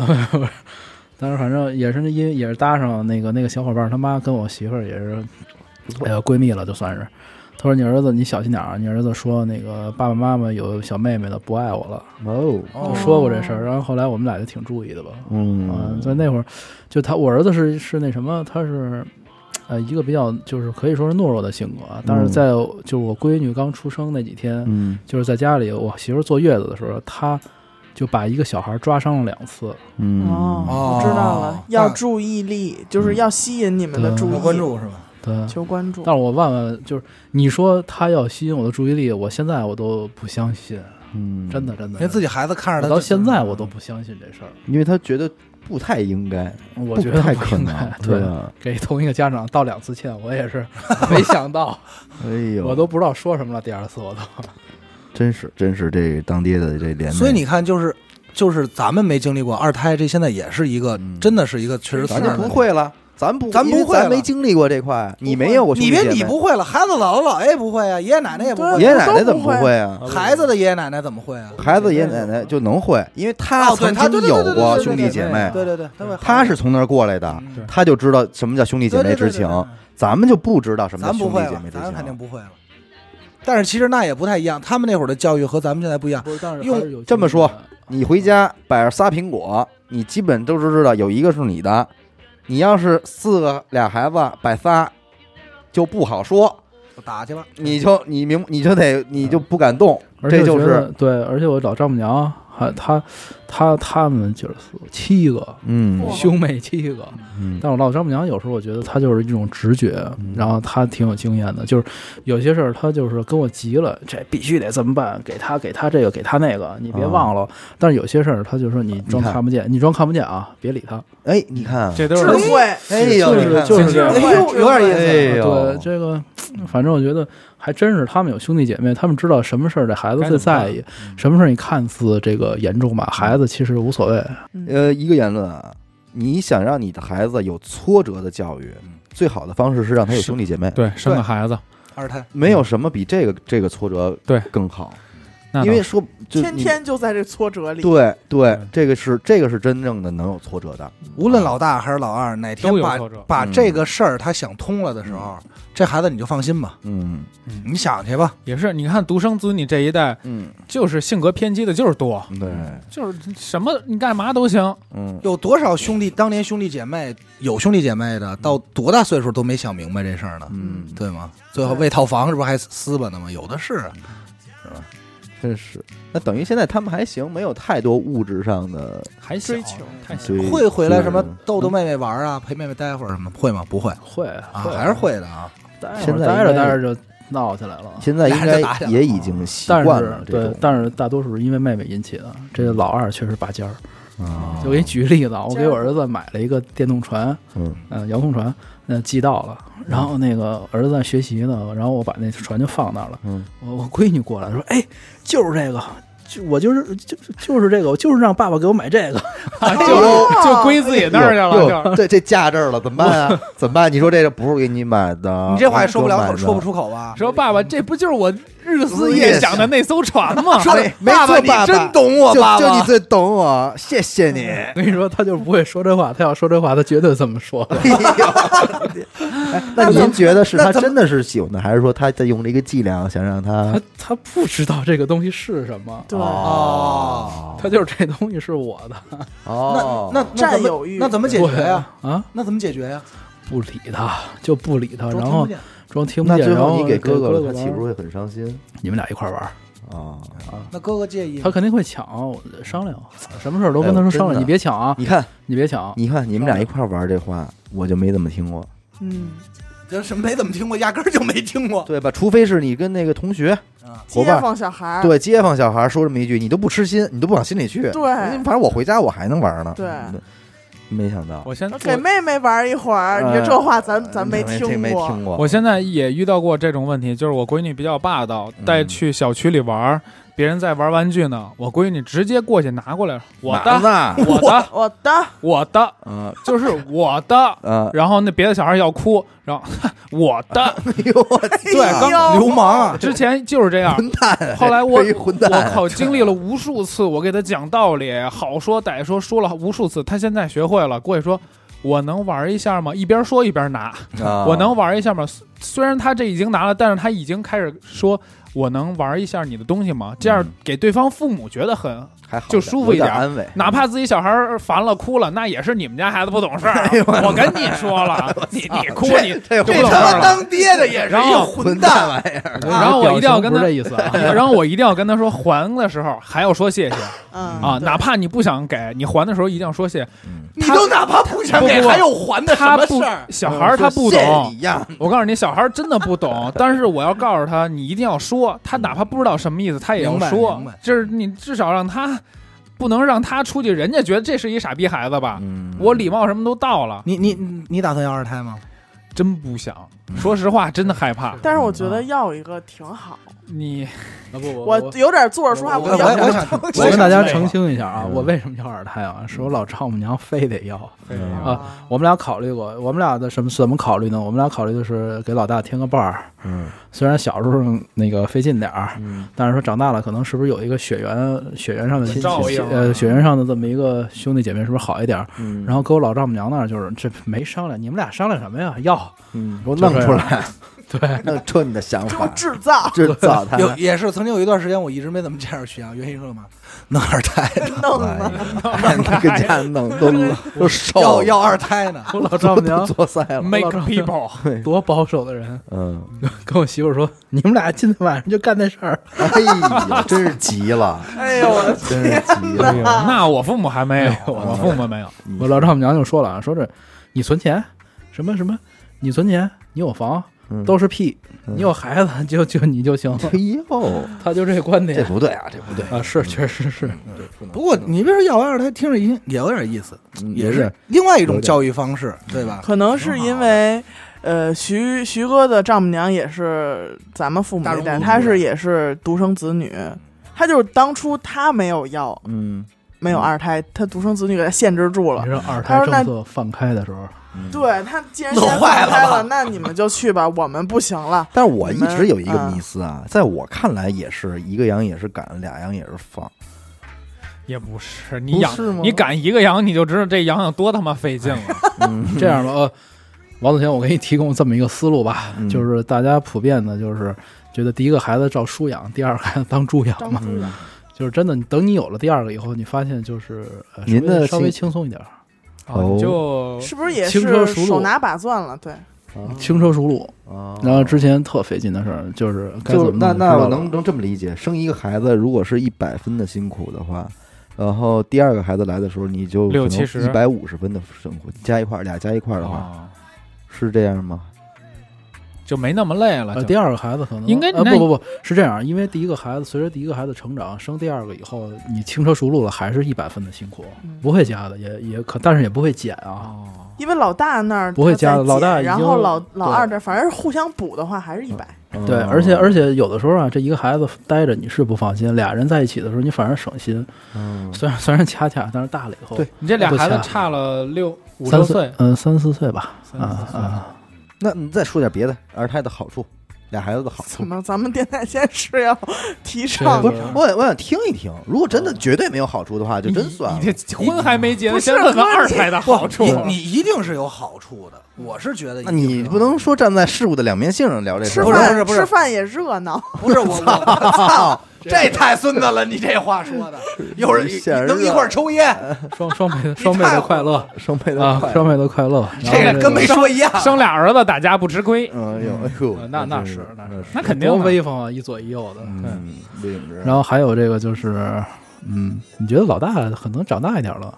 S6: 但是反正也是因为也是搭上那个那个小伙伴他妈跟我媳妇儿也是，哎呀闺蜜了就算是。她说：“你儿子，你小心点儿啊。你儿子说那个爸爸妈妈有小妹妹的，不爱我了。
S3: 哦，
S4: 哦
S6: 说过这事儿，然后后来我们俩就挺注意的吧。啊
S3: 嗯，
S6: 在那会儿，就他我儿子是是那什么，他是呃一个比较就是可以说是懦弱的性格啊，但是在就是我闺女刚出生那几天，
S3: 嗯
S6: 就是在家里我媳妇儿坐月子的时候，她就把一个小孩抓伤了两次，
S3: 嗯
S2: 哦，
S4: 哦
S2: 我知道了
S4: 哦，
S2: 要
S4: 那
S2: 注意力，就是要吸引你们的
S6: 对
S2: 注意，
S4: 要关，注是吧？
S6: 对。
S2: 求关注。
S6: 但是我万万就是你说她要吸引我的注意力，我现在我都不相信，
S3: 嗯
S6: 真的，真的，
S4: 因为自己孩子看
S6: 我
S4: 着他
S6: 到现在我都不相信这事儿，
S3: 因为他觉得不太应该，
S6: 我觉
S3: 不
S6: 得
S3: 太
S6: 不
S3: 可
S6: 应
S3: 能
S6: 该， 对
S3: 啊，
S6: 给同一个家长道两次歉，我也是没想到，
S3: 哎呦，
S6: 我都不知道说什么了。第二次我都，
S3: 真是真是这当爹的这连累，
S4: 所以你看，就是就是咱们没经历过二胎，这现在也是一个
S3: 嗯
S4: 真的是一个确实
S3: 咱就不，会了，咱不，
S4: 咱不
S3: 因为
S4: 会
S3: 咱
S4: 了
S3: 没经历过这块，你
S2: 不会
S3: 没有我兄
S4: 你
S3: 弟
S4: 别
S3: 姐
S4: 你
S3: 妹
S4: 不会了，孩子姥姥姥爷也不会啊，爷爷奶奶也不
S2: 对
S4: 会，
S3: 爷爷奶奶怎么
S2: 都不
S3: 会啊？
S4: 孩子的爷爷奶奶怎么会啊？
S3: 孩子爷爷奶奶就能会，因为他
S4: 哦对
S3: 曾
S4: 他
S3: 经
S4: 对对对
S3: 有
S4: 对对
S3: 过
S4: 对
S3: 兄弟
S4: 对
S3: 姐
S4: 对
S3: 妹，
S4: 对对对，他会
S3: 他是从那儿过来的，
S4: 嗯
S6: 对
S3: 他就知道什么叫兄弟姐妹之
S4: 对对对对
S3: 情
S4: 对对，
S3: 咱们就不知道什么
S4: 咱
S3: 叫
S4: 不
S3: 兄
S4: 会
S3: 弟姐
S4: 了
S3: 妹，之啊
S4: 咱肯定
S3: 情。
S4: 不会了。但是其实那也不太一样，他们那会儿的教育和咱们现在不一样。
S6: 不是，但是
S4: 用
S6: 还是有
S3: 这么说
S6: 经历的，嗯
S3: 你回家摆着仨苹果，你基本都是知道有一个是你的。你要是四个俩孩子摆仨，就不好说，
S4: 打去吧，
S3: 你就你明你就得你就不敢动，
S6: 而且
S3: 这就
S6: 我觉得
S3: 是
S6: 对，而且我老丈母娘还她她她们就是七个
S3: 嗯
S2: 哇
S6: 兄妹七个，
S3: 嗯
S6: 但我老丈母娘有时候我觉得她就是一种直觉
S3: 嗯，
S6: 然后她挺有经验的，就是有些事儿她就是跟我急了，这必须得这么办，给她给她这个给她那个，你别
S3: 啊
S6: 忘了。但是有些事儿她就说你装
S3: 看
S6: 看不见，你装看不见啊，别理她。
S3: 哎，你看，
S1: 这都
S2: 智
S1: 是
S2: 慧，
S3: 哎呦，
S6: 就是
S3: 你看
S6: 就是这样
S3: 哎呦，有点意思，
S6: 啊
S3: 哎
S6: 对
S3: 呦，
S6: 这个，反正我觉得还真是他们有兄弟姐妹，他们知道什么嗯事儿这孩子最在意，什么事儿你看似这个严重吧，孩子其实无所谓。
S2: 嗯
S3: 呃，一个言论啊，你想让你的孩子有挫折的教育
S4: 嗯，
S3: 最好的方式是让他有
S1: 是
S3: 兄弟姐妹。
S1: 对生个孩子，
S4: 二胎
S3: 没有什么比这个这个挫折
S1: 对
S3: 更好，
S1: 那
S3: 因
S1: 倒
S3: 为
S1: 是
S3: 说就
S2: 天
S3: 你
S2: 天就在这挫折里。
S3: 对对
S1: 嗯，
S3: 这个是这个是真正的能有挫折的。
S4: 无论老大还是老二，哪天
S1: 都有
S4: 把
S1: 挫折。
S4: 把
S3: 嗯
S4: 这个事儿他想通了的时候，这孩子你就放心吧，
S3: 嗯
S1: 嗯，
S4: 你想去吧。
S1: 也是，你看独生子女这一代，
S3: 嗯，
S1: 就是性格偏激的，就是多，
S4: 嗯
S3: 对，
S1: 就是什么你干嘛都行。
S3: 嗯
S4: 有多少兄弟当年兄弟姐妹有兄弟姐妹的，到多大岁数都没想明白这事儿呢？
S3: 嗯，
S4: 对吗？最后
S2: 对
S4: 为套房是不是还撕吧呢吗？有的是，啊
S3: 真是。那等于现在他们还行，没有太多物质上的
S1: 还小
S2: 追求
S1: 太小
S3: 对
S4: 会回来什么
S3: 对
S4: 逗逗妹妹玩啊，陪妹妹待会儿什么？会吗？不会
S6: 会
S4: 啊，
S6: 会
S4: 还是会的啊。
S3: 嗯
S6: 待会儿
S3: 现在
S6: 待
S3: 应
S6: 着
S3: 该
S6: 待着就闹起来了。
S3: 现在应该
S4: 俩人打起来了
S3: 也已经习
S6: 但
S3: 惯
S6: 是
S3: 了这
S6: 对
S3: 种，。
S6: 但是大多数是因为妹妹引起的。这个老二确实拔尖儿。
S3: 啊
S6: 就给你举个例子啊，我给我儿子买了一个电动船，
S3: 嗯
S6: 呃，遥控船，嗯、寄到了。然后那个儿子在学习呢，然后我把那船就放那儿了。
S3: 嗯，
S6: 我我闺女过来说：“哎，就是这个，就我就是就就是这个，我就是让爸爸给我买这个。
S1: 啊就
S2: 哦
S1: 就归自己那儿去了，
S3: 哟
S1: 就是
S3: 哟这这架这儿了，怎么办 啊？怎么办？你说这个不是给你买的，
S4: 你这话也说不
S3: 我
S4: 了，
S3: 嗯买的
S4: 说不。出口吧？
S1: 说爸爸，这不就是我日思夜想的那艘船吗？
S3: 说没没
S4: 啊
S3: 错，
S4: 哎爸爸，
S3: 爸
S4: 你真
S3: 爸，
S4: 懂我，
S3: 就
S4: 爸
S3: 就你
S4: 爸。
S3: 最懂我，谢谢你。
S4: 嗯
S6: 我跟你说，他就不会说这话，他要说这话，他绝对这么说。
S3: 哎呦 哎那您觉得是他真的是喜欢的，还是说他在用这个伎俩想让他
S6: 他？他不知道这个东西是什么，
S2: 对，
S4: 哦，
S6: 他就是这东西是我 的
S3: 哦，
S4: 那那那怎
S2: 占
S4: 么
S2: 有欲
S4: 那怎么解决呀？
S6: 啊，
S4: 那怎么解决呀？
S6: 不理他就不理他，
S4: 都
S6: 然
S4: 听不
S6: 后
S4: 见
S6: 装听不
S3: 那
S6: 见，
S3: 最
S6: 然
S3: 后
S6: 后
S3: 你给
S6: 哥
S3: 哥哥了，
S6: 玩
S3: 他岂不是会很伤心
S6: 你们俩一块儿玩儿？
S3: 啊？
S4: 那哥哥介意吗
S6: 他？肯定会抢，我商量什么事儿都跟他
S3: 哎呦
S6: 说
S3: 真
S6: 商
S3: 的
S6: 量，你别抢啊，
S3: 你看，
S6: 你别抢，
S3: 你看，你们俩一块玩这话，我就没怎么听过，
S2: 嗯，
S4: 这是没怎么听过，压根儿就没听过。
S3: 对吧？除非是你跟那个同学、
S4: 啊，
S2: 街
S3: 伙伴，
S2: 坊小孩儿，
S3: 对街坊小孩说这么一句，你都不吃心，你都不往心里去。
S2: 对
S3: 反正我回家我还能玩呢。
S2: 对，
S3: 没想到
S1: 我现
S2: 给
S1: 我
S2: 妹妹玩一会儿，你
S3: 呃
S2: 说这话咱咱
S3: 没
S2: 听
S3: 没
S2: 过
S3: 听，过。
S1: 我现在也遇到过这种问题，就是我闺女比较霸道，带去小区里玩儿，别人在玩玩具呢，我闺女直接过去拿过来了，我
S3: 完
S1: 的，
S3: 了，
S1: 我的，
S2: 我的
S1: 我的，
S3: 嗯
S1: 就是我的。
S3: 呃，
S1: 然后那别的小孩要哭，然后 我的，
S3: 哎呦我
S2: 对
S1: 刚
S4: 流氓啊！
S1: 之前就是这样，
S3: 混蛋！
S1: 后来我
S3: 这一混
S1: 我
S3: 蛋，啊
S1: 靠，经历了无数次，我给他讲道理，好说歹说，说了无数次，他现在学会了。过去说，我能玩一下吗？一边说一边拿，
S3: 啊
S1: 我能玩一下吗？虽然他这已经拿了，但是他已经开始说我能玩一下你的东西吗？这样
S3: 嗯
S1: 给对方父母觉得很，
S3: 还好
S1: 就
S3: 点
S1: 舒服
S3: 有
S1: 一点
S3: 安慰。
S1: 哪怕自己小孩儿烦了哭了，那也是你们家孩子不懂事儿。啊我跟你说了，你你哭你就
S3: 这这
S1: 不懂
S3: 混
S1: 事儿
S3: 蛋
S4: 他妈
S1: 了。
S4: 当爹的也是
S1: 然
S4: 一
S1: 后
S4: 个混蛋玩意儿，
S6: 嗯
S1: 然后我一定要跟
S6: 不是
S1: 他
S6: 这，意思 啊，
S1: 然后我一定要跟他说还的时候还要说谢谢
S2: 嗯
S1: 啊，
S2: 对
S1: 哪怕你不想给你还的时候一定要说谢。
S4: 你都哪怕不想给，
S1: 不不
S4: 还有还的什
S1: 他
S4: 么
S1: 不
S4: 事儿？
S1: 小孩儿他不懂
S3: 嗯一，样，
S1: 我告诉你，小孩儿真的不 懂，但是我要告诉他，你一定要说，他哪怕不知道什么意思，他也要
S4: 明白
S1: 说
S4: 明白，
S1: 就是你至少让他不能让他出去，人家觉得这是一傻逼孩子吧？
S3: 嗯
S1: 我礼貌什么都到了，
S4: 你你你你打算要二胎吗？
S1: 真不想，说实话，嗯真的害怕。
S2: 但是我觉得要一个挺好，
S1: 你
S6: 不不，
S2: 我有点坐着说话
S4: 我
S2: 不啊
S4: 我
S2: 腰
S4: 我
S2: 疼。
S4: 想
S6: 我跟大家澄清一下啊，
S3: 嗯
S6: 我为什么要二胎啊？是我老丈母娘非得要。
S3: 嗯
S6: 啊我们俩考虑过，我们俩的什么怎么考虑呢？我们俩考虑的是给老大添个伴儿，
S3: 嗯
S6: 虽然小时候那个费劲点儿，
S3: 嗯
S6: 但是说长大了可能是不是有一个血缘血缘上的亲
S1: 照应啊
S6: 呃血缘上的这么一个兄弟姐妹是不是好一点儿？
S3: 嗯
S6: 然后搁我老丈母娘那儿就是这没商量，你们俩商量什么呀？要
S3: 嗯，
S6: 我
S3: 弄
S6: 就这
S3: 出
S6: 样
S3: 来，对，弄出你的想
S2: 这么
S3: 法，
S2: 制造
S3: 这造他
S4: 有也是曾经有一段时间，我一直没怎么见着徐阳，啊原因是什么？弄二胎，
S2: 弄的，
S3: 哎呀跟家弄都都瘦，
S4: 要要二胎呢？
S6: 我老丈母娘
S3: 都做塞了，
S1: make people，
S6: 多保守的人，
S3: 嗯，
S6: 跟我媳妇说，你们俩今天晚上就干那事儿。
S3: 哎呀，真是急了，
S2: 哎呦我的
S3: 真是急了，
S2: 啊
S1: 那我父母还没有，啊我父母没有，
S3: 嗯
S6: 我老丈母娘就说了，啊，说这你存钱，什么什么，你存钱，你有房
S3: 嗯
S6: 都是屁，
S3: 嗯
S6: 你有孩子就就你 就行了。
S3: 哎呦，
S6: 他就这观
S3: 这
S6: 点
S3: 不对啊，这不嗯对，
S6: 啊，是确实是，
S4: 不过你别说要完二胎，听着也也有点意思，
S3: 嗯
S4: 也是另外一种教育方式，对吧？
S2: 可能是因为，呃，徐徐哥的丈母娘也是咱们父母
S4: 大
S2: 那
S4: 荣
S2: 代，
S4: 不
S2: 她
S4: 是
S2: 是也是独生子女，她就是当初她没有要
S3: 嗯，
S2: 没有二胎，她独生子女给她限制住了
S6: 你。让
S2: 他
S6: 二胎
S2: 说那
S6: 政策放开的时候，
S3: 嗯，
S2: 对她既然
S4: 弄
S2: 现在
S4: 坏
S2: 放
S4: 了
S2: 开
S4: 吧
S2: 了，那你们就去吧，我们不行了。
S3: 但是我一
S2: 你们
S3: 直有一个
S2: 啊
S3: 迷思啊，在我看来也是一个羊也是赶，俩羊也是放，
S1: 也不是你养
S3: 不是吗
S1: 你赶一个羊，你就知道这羊有多他妈费 劲了。
S3: 嗯
S6: 这样吧，呃，王子贤，我给你提供这么一个思路吧，
S3: 嗯
S6: 就是大家普遍的就是觉得第一个孩子照书养，第二个孩子当猪养嘛，
S3: 嗯，
S6: 就是真的，你等你有了第二个以后，你发现就是呃稍
S3: 您的
S6: 微稍微
S3: 情
S6: 轻松一点儿，
S1: 啊你就是
S2: 不是也
S6: 轻车熟
S2: 是
S6: 路
S2: 手拿把攥了？对，
S6: 轻车熟路。
S3: 啊，
S6: 然后之前特费劲的事儿就是该怎
S3: 就那
S6: 么弄就
S3: 那
S6: 知
S3: 我
S6: 道了
S3: 能能这么理解，生一个孩子如果是一百分的辛苦的话，然后第二个孩子来的时候，你就
S1: 六七十
S3: 一百五十分的生活，加一块儿俩加一块儿的话，
S1: 啊
S3: 是这样吗？
S1: 就没那么累了。
S6: 呃，
S1: 就
S6: 第二个孩子可能
S1: 啊应该
S6: 呃、
S1: 那
S6: 不不不是这样，因为第一个孩子随着第一个孩子成长，生第二个以后，你轻车熟路了，还是一百分的辛苦，
S2: 嗯
S6: 不会加的，也也可，但是也不会减啊。
S1: 哦
S2: 因为老大那儿
S6: 不会
S2: 她
S6: 加
S2: 在
S6: 的老
S2: 减
S6: 大已
S2: 然
S6: 经
S2: 后老老
S6: 对
S2: 二这儿反正是互相补的话，还是一百。
S3: 嗯
S6: 对，
S3: 哦
S6: 而且而
S3: 且，
S6: 且有的时候啊，这一个孩子待着你是不放心，俩人在一起的时候你反而省心。
S3: 嗯
S6: 虽然虽 然掐掐，但是大了以后，
S3: 对
S1: 你这俩孩子
S6: 不掐
S1: 差了六五
S6: 三
S1: 六
S6: 四
S1: 岁，
S6: 嗯、三四岁吧，
S1: 三
S6: 啊
S1: 四岁
S6: 啊，
S3: 那你再说点别的，二胎的好处，俩孩子的好处
S2: 怎。么？咱们电台先是要提倡
S3: 不是，我想我想听一听。如果真的绝对没有好处的话，就真算了
S1: 你。你这婚还没结呢，
S2: 不是
S1: 先问问
S2: 哥
S1: 二
S2: 你
S1: 胎的好处。
S4: 你你一定是有好处的，我是觉得一
S3: 那
S4: 定是有
S3: 你不能说站在事物的两面性上聊这事
S2: 吃
S3: 儿。
S4: 不是不是
S2: 饭
S4: 不是
S2: 吃饭也热闹，
S4: 不是我我操，这太孙子了！你这话说的，有人
S3: 显然
S4: 能一块儿抽烟，
S6: 双双 倍的双倍的快乐
S3: 双倍的
S6: 啊
S3: 快，乐。
S6: 双倍的快乐，
S4: 这
S6: 然后
S4: 个跟没说一样。
S1: 生俩儿子打架不吃亏，
S3: 嗯，有哎呦
S6: 呃，那那
S3: 真
S6: 是那
S3: 那
S1: 那肯定
S6: 多
S1: 的
S6: 威风啊，一左一右的，对。
S3: 嗯，领着。
S6: 然后还有这个就是，嗯，你觉得老大可能长大一点了，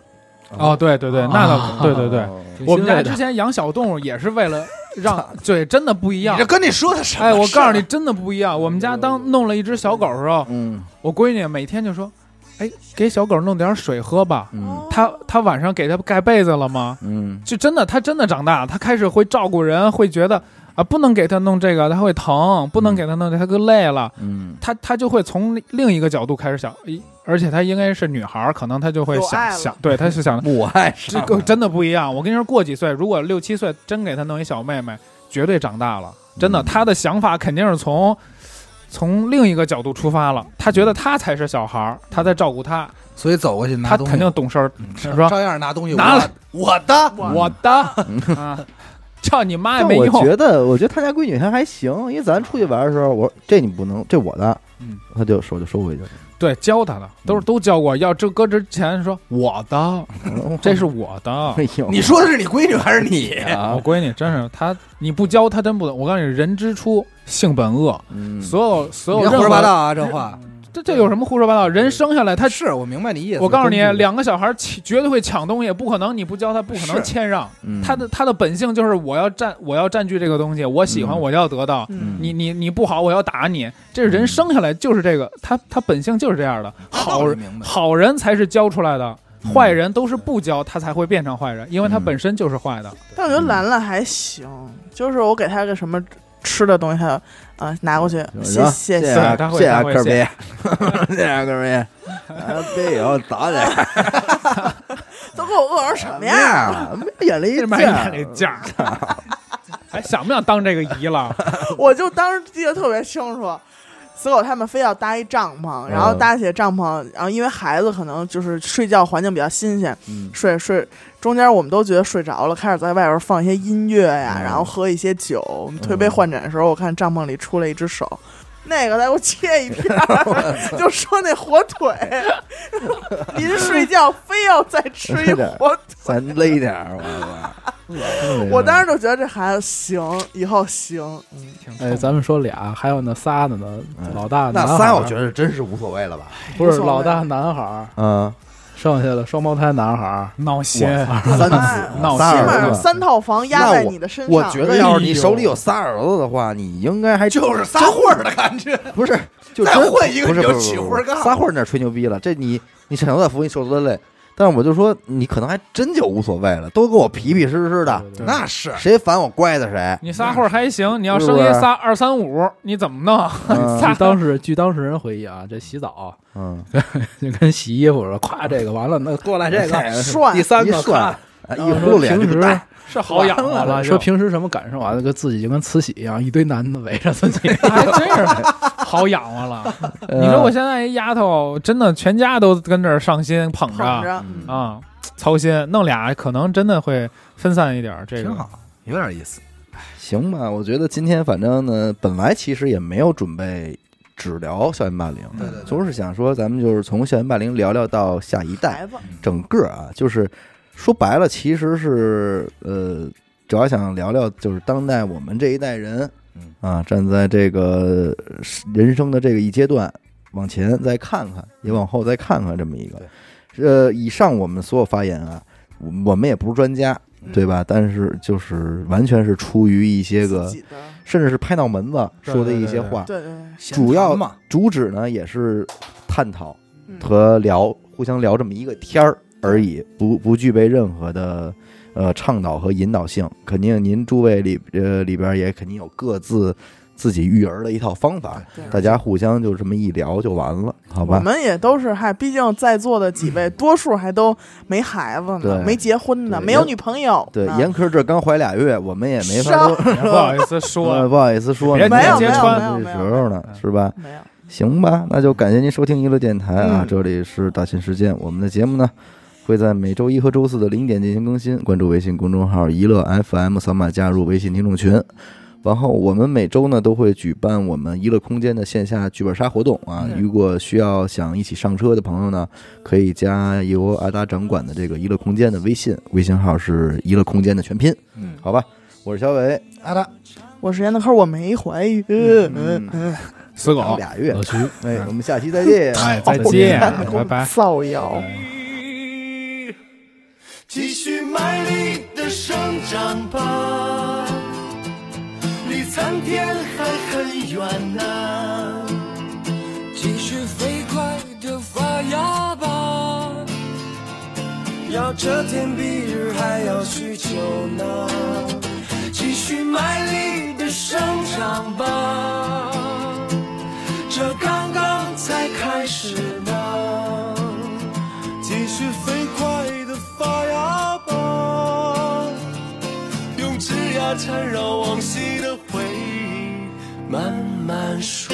S1: 哦，对对对，那倒对对对。
S6: 挺
S1: 我们
S6: 欣
S1: 家
S6: 慰的
S1: 之前养小动物也是为了让，对，真的不一
S4: 你
S1: 样
S4: 这。跟你说的什么？啊
S1: 哎，我告诉你，，真的不一样。我们家当弄了一只小狗的时候，
S3: 嗯
S1: 我闺女每天就说：“哎，给小狗弄点水喝吧。
S3: 嗯
S2: 哦
S1: 她她晚上给它盖被子了吗？
S3: 嗯
S1: 就真的，它真的长大了，它开始会照顾人，会觉得啊，不能给它弄这个，它会疼；不能给它弄这个，它就累了。
S3: 嗯
S1: 他他就会从另一个角度开始想，诶而且她应该是女孩儿，可能她就会
S2: 有
S1: 想
S2: 爱了
S1: 想，对，她是想
S3: 母爱
S1: 这个真的不一样。我跟你说，过几岁，如果六七岁真给她弄一小妹妹，绝对长大了，真的，
S3: 嗯
S1: 她的想法肯定是从从另一个角度出发了，她觉得她才是小孩儿，她在照顾她，
S4: 所以走过去拿
S1: 她
S4: 东西，嗯
S1: 肯定懂事儿。你说
S4: 照样拿东西，
S1: 拿
S4: 我
S1: 来
S4: 我的，
S1: 我的啊， 叫你妈也
S3: 但
S1: 没
S3: 我
S1: 用。
S3: 觉得，我觉得他家闺女还还行，因为咱出去玩的时候，我说这你不能，这我的，
S1: 嗯，
S3: 他就手就收回去了。
S1: 对，教他的
S4: 嗯
S1: 都是都教过，要这搁之前说我的，这是我 的。
S3: 哎呦，
S4: 你说的是你闺女还是你？
S3: 啊
S1: 我，闺女真是她，你不教她真不懂。我告诉你，人之初性本恶，
S3: 嗯
S1: 所有所有
S4: 别
S1: 任
S4: 胡
S1: 何
S4: 说八，道啊，这话。
S1: 这这有什么胡说八道？人生下来他，
S4: 是我明白你意思。
S1: 我告诉你，
S4: 根据
S1: 两个小孩抢绝对会抢东西，不可能你不教他，不可能
S4: 是
S1: 谦让。
S3: 嗯
S1: 他的他的本性就是我要占我要占据这个东西，我喜欢
S3: 嗯
S1: 我要得到，
S2: 嗯
S1: 你你你不好我要打你，这
S4: 嗯
S1: 人生下来就是这个，他他本性就是这样的，好人
S4: 明白。
S1: 好人才是教出来的，
S3: 嗯
S1: 坏人都是不教他才会变成坏人，因为他
S3: 嗯
S1: 本身就是坏的。
S2: 但我觉得兰兰还行，就是我给她个什么吃的东西，她啊、拿过去，谢
S3: 行
S2: 谢
S3: 谢
S2: 谢。
S1: 啊他
S3: 谢
S1: 会
S3: 谢啊
S1: 他会
S3: 哥们儿，谢谢啊哥们儿，啊别有早点儿
S2: 都给我饿成什么样儿？
S3: 儿，没眼力
S1: 这妈
S3: 见
S1: 看这价儿，还想不想当这个姨了？
S2: 我就当时记得特别清楚，所有他们非要搭一帐篷，然后
S3: 嗯
S2: 搭起帐篷，然后因为孩子可能就是睡觉环境比较新鲜，
S3: 嗯
S2: 睡睡中间我们都觉得睡着了，开始在外边放一些音乐呀，
S3: 嗯
S2: 然后喝一些酒。我们推杯换盏的时候，我看帐篷里出来一只手。那个，再给我切一片儿， 就说那火腿， 临睡觉非要再吃一火腿，
S3: 咱勒点儿，我操！
S2: 我当时就觉得这孩子行，以后行，
S1: 挺
S6: 哎，咱们说俩，还有那仨的呢
S3: 哎。
S6: 老大
S7: 那
S6: 男孩
S7: 仨
S6: 儿
S7: 我觉得真是无所谓了吧？
S6: 不是
S2: 无所谓
S6: 老大男孩儿，
S3: 嗯，
S6: 剩下的双胞胎男孩儿，
S1: 闹心，
S7: 三
S2: 哎
S7: 子
S1: 闹
S7: 仨
S2: 起
S1: 心
S2: 码
S3: 儿
S2: 有
S3: 子，
S2: 三套房压在你的身上。
S3: 我觉得要是你手里有仨儿子的话，你应该还
S7: 就是撒混儿的感觉。
S3: 不是就
S7: 再
S3: 真
S7: 混一个
S3: 不是
S7: 你就
S3: 不是
S7: 起
S3: 不是
S7: 活儿干了
S3: 撒混儿那吹牛逼了，这你你享受的福，你受多的累。但是我就说，你可能还真就无所谓了，都跟我皮皮实实
S1: 啊
S3: 的，
S6: 对
S7: 那是
S3: 谁烦我乖的谁。
S1: 你仨会儿还行，你要
S3: 是
S1: 生
S3: 不
S1: 一
S3: 是
S1: 仨二三五，你怎么弄？
S3: 嗯
S1: 仨
S6: 据当事据当事人回忆啊，这洗澡
S3: 嗯，
S6: 就跟洗衣服似的，咵这个完了，那过 来这个，
S2: 涮
S6: 第三
S3: 一
S6: 个
S3: 涮
S6: 咵，
S3: 哎
S6: 然
S3: 一
S6: 后
S3: 葫
S6: 说
S3: 芦脸
S6: 平
S3: 就
S6: 时啊
S3: 大，
S1: 是好养活了，
S6: 说
S1: 就
S6: 平时什么感受啊？就跟自己就跟慈禧一样，一堆男的围着 自己。
S1: 还哎真是好养活了。你说
S3: 呃
S1: 我现在一丫头，真的全家都跟这儿上心捧
S2: 捧
S1: 着
S2: 着，
S3: 嗯
S1: 啊，操心弄俩可能真的会分散一点
S3: 哎
S1: 儿。这
S7: 挺
S1: 个
S7: 好，有点意思。
S3: 行吧，我觉得今天反正呢，本来其实也没有准备只聊校园霸凌，
S4: 对对对
S3: 就是想说咱们就是从校园霸凌聊聊到下一代，
S2: 孩子，
S3: 整个啊，就是说白了，其实是呃，主要想聊聊就是当代我们这一代人
S7: 嗯，
S3: 啊，站在这个呃人生的这个一阶段，往前再看看，也往后再看看这么一个。呃，以上我们所有发言啊，我我们也不是专家，
S1: 嗯
S3: 对吧？但是就是完全是出于一些个
S2: 自，己的
S3: 甚至是拍脑门子
S1: 对
S3: 说的一
S1: 对
S3: 些
S1: 对
S3: 话，
S2: 对对对，
S3: 主要
S4: 闲谈嘛，
S3: 主旨呢也是探讨
S2: 嗯
S3: 和聊，互相聊这么一个天儿而已，不不具备任何的呃倡导和引导性。肯定您诸位里呃里边也肯定有各自自己育儿的一套方法，
S2: 对
S3: 大家互相就这么一聊就完了，好
S2: 我
S3: 吧？嗯
S2: 们也都是嗨，毕竟在座的几位，多数还都没孩子
S3: 对
S2: 呢，没结婚呢，
S3: 对
S2: 没有女朋友呢。
S3: 对，严科这刚怀俩月，我们也没
S2: 是
S3: 法
S2: 啊
S3: 说，
S1: 不好意思
S3: 呃
S1: 说，
S3: 不好意思说呢，
S1: 别
S2: 没有
S1: 直接
S2: 没有
S1: 穿
S2: 没有没
S3: 这
S2: 有
S3: 时候呢
S1: 没有，
S3: 是吧？
S2: 没有，
S3: 行吧，那就感谢您收听娱乐电台啊，
S2: 嗯
S3: 这里是大千时间，我们的节目呢。会在每周一和周四的零点进行更新，关注微信公众号“娱乐 FM”，扫码加入微信听众群。然后我们每周呢都会举办我们娱乐空间的线下剧本杀活动啊，
S1: 嗯
S3: 如果需要想一起上车的朋友呢，可以加由阿达掌管的这个娱乐空间的微信，微信号是娱乐空间的全拼，
S4: 嗯
S3: 好吧，我是小伟，
S4: 阿达，
S2: 我是严德科，我没怀孕。
S3: 嗯
S2: 嗯
S1: 死
S3: 还有
S1: 狗，
S3: 俩月
S6: 老，徐，
S3: 哎，我们下期再见。
S1: 哎，再 见，拜拜。
S2: 造谣。
S7: 继续卖力的生长吧，离苍天还很远呢、
S5: 继续飞快的发芽吧，
S7: 要遮天蔽日还要许久呢，继续卖力的生长吧，这刚刚才开始呢，继续飞快的发芽吧，用枝桠缠绕往昔的回忆，慢慢数。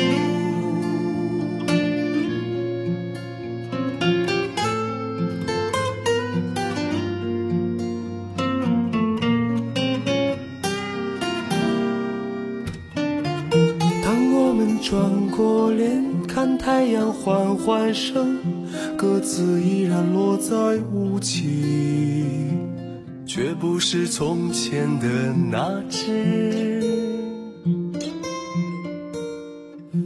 S7: 转过脸看太阳缓缓升，鸽子依然落在屋脊，却不是从前的那只。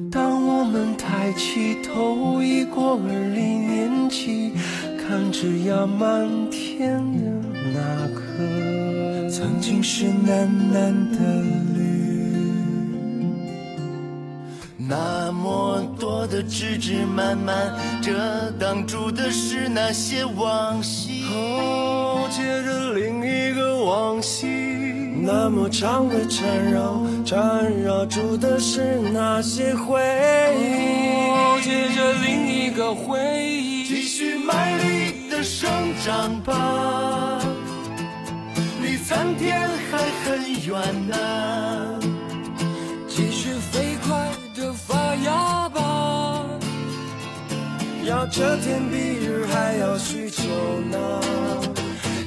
S7: 当我们抬起头，已过而立年纪，看枝桠满天的那颗，曾经是喃喃的绿。那么多的枝枝蔓蔓，遮挡住的是那些往昔。哦，接着另一个往昔。那么长的缠绕，缠绕住的是那些回忆。哦，接着另一个回忆。继续卖力的生长吧，离苍天还很远呢、
S5: 继续飞快的发芽吧，
S7: 要遮天蔽日，还要许久呢。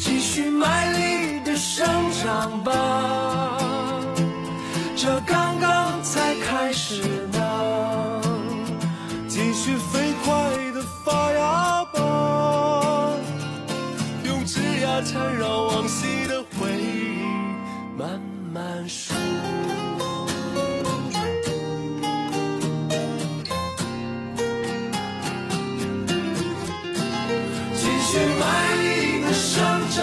S7: 继续卖力的生长吧，这刚刚才开始呢。继续飞快的发芽吧，用枝桠缠绕往昔的回忆，慢慢数。继续卖力的生长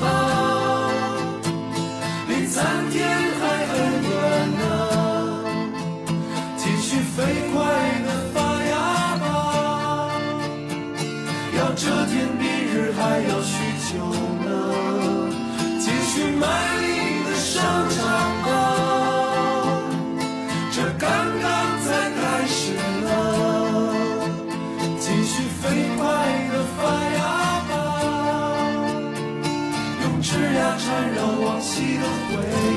S7: 吧，离苍天还很远呢。继续飞快的发芽吧，要遮天蔽日还要许久呢。继续卖力的生长吧，这刚刚才开始呢。继续飞快的发芽吧，用枝桠缠绕往昔的回忆，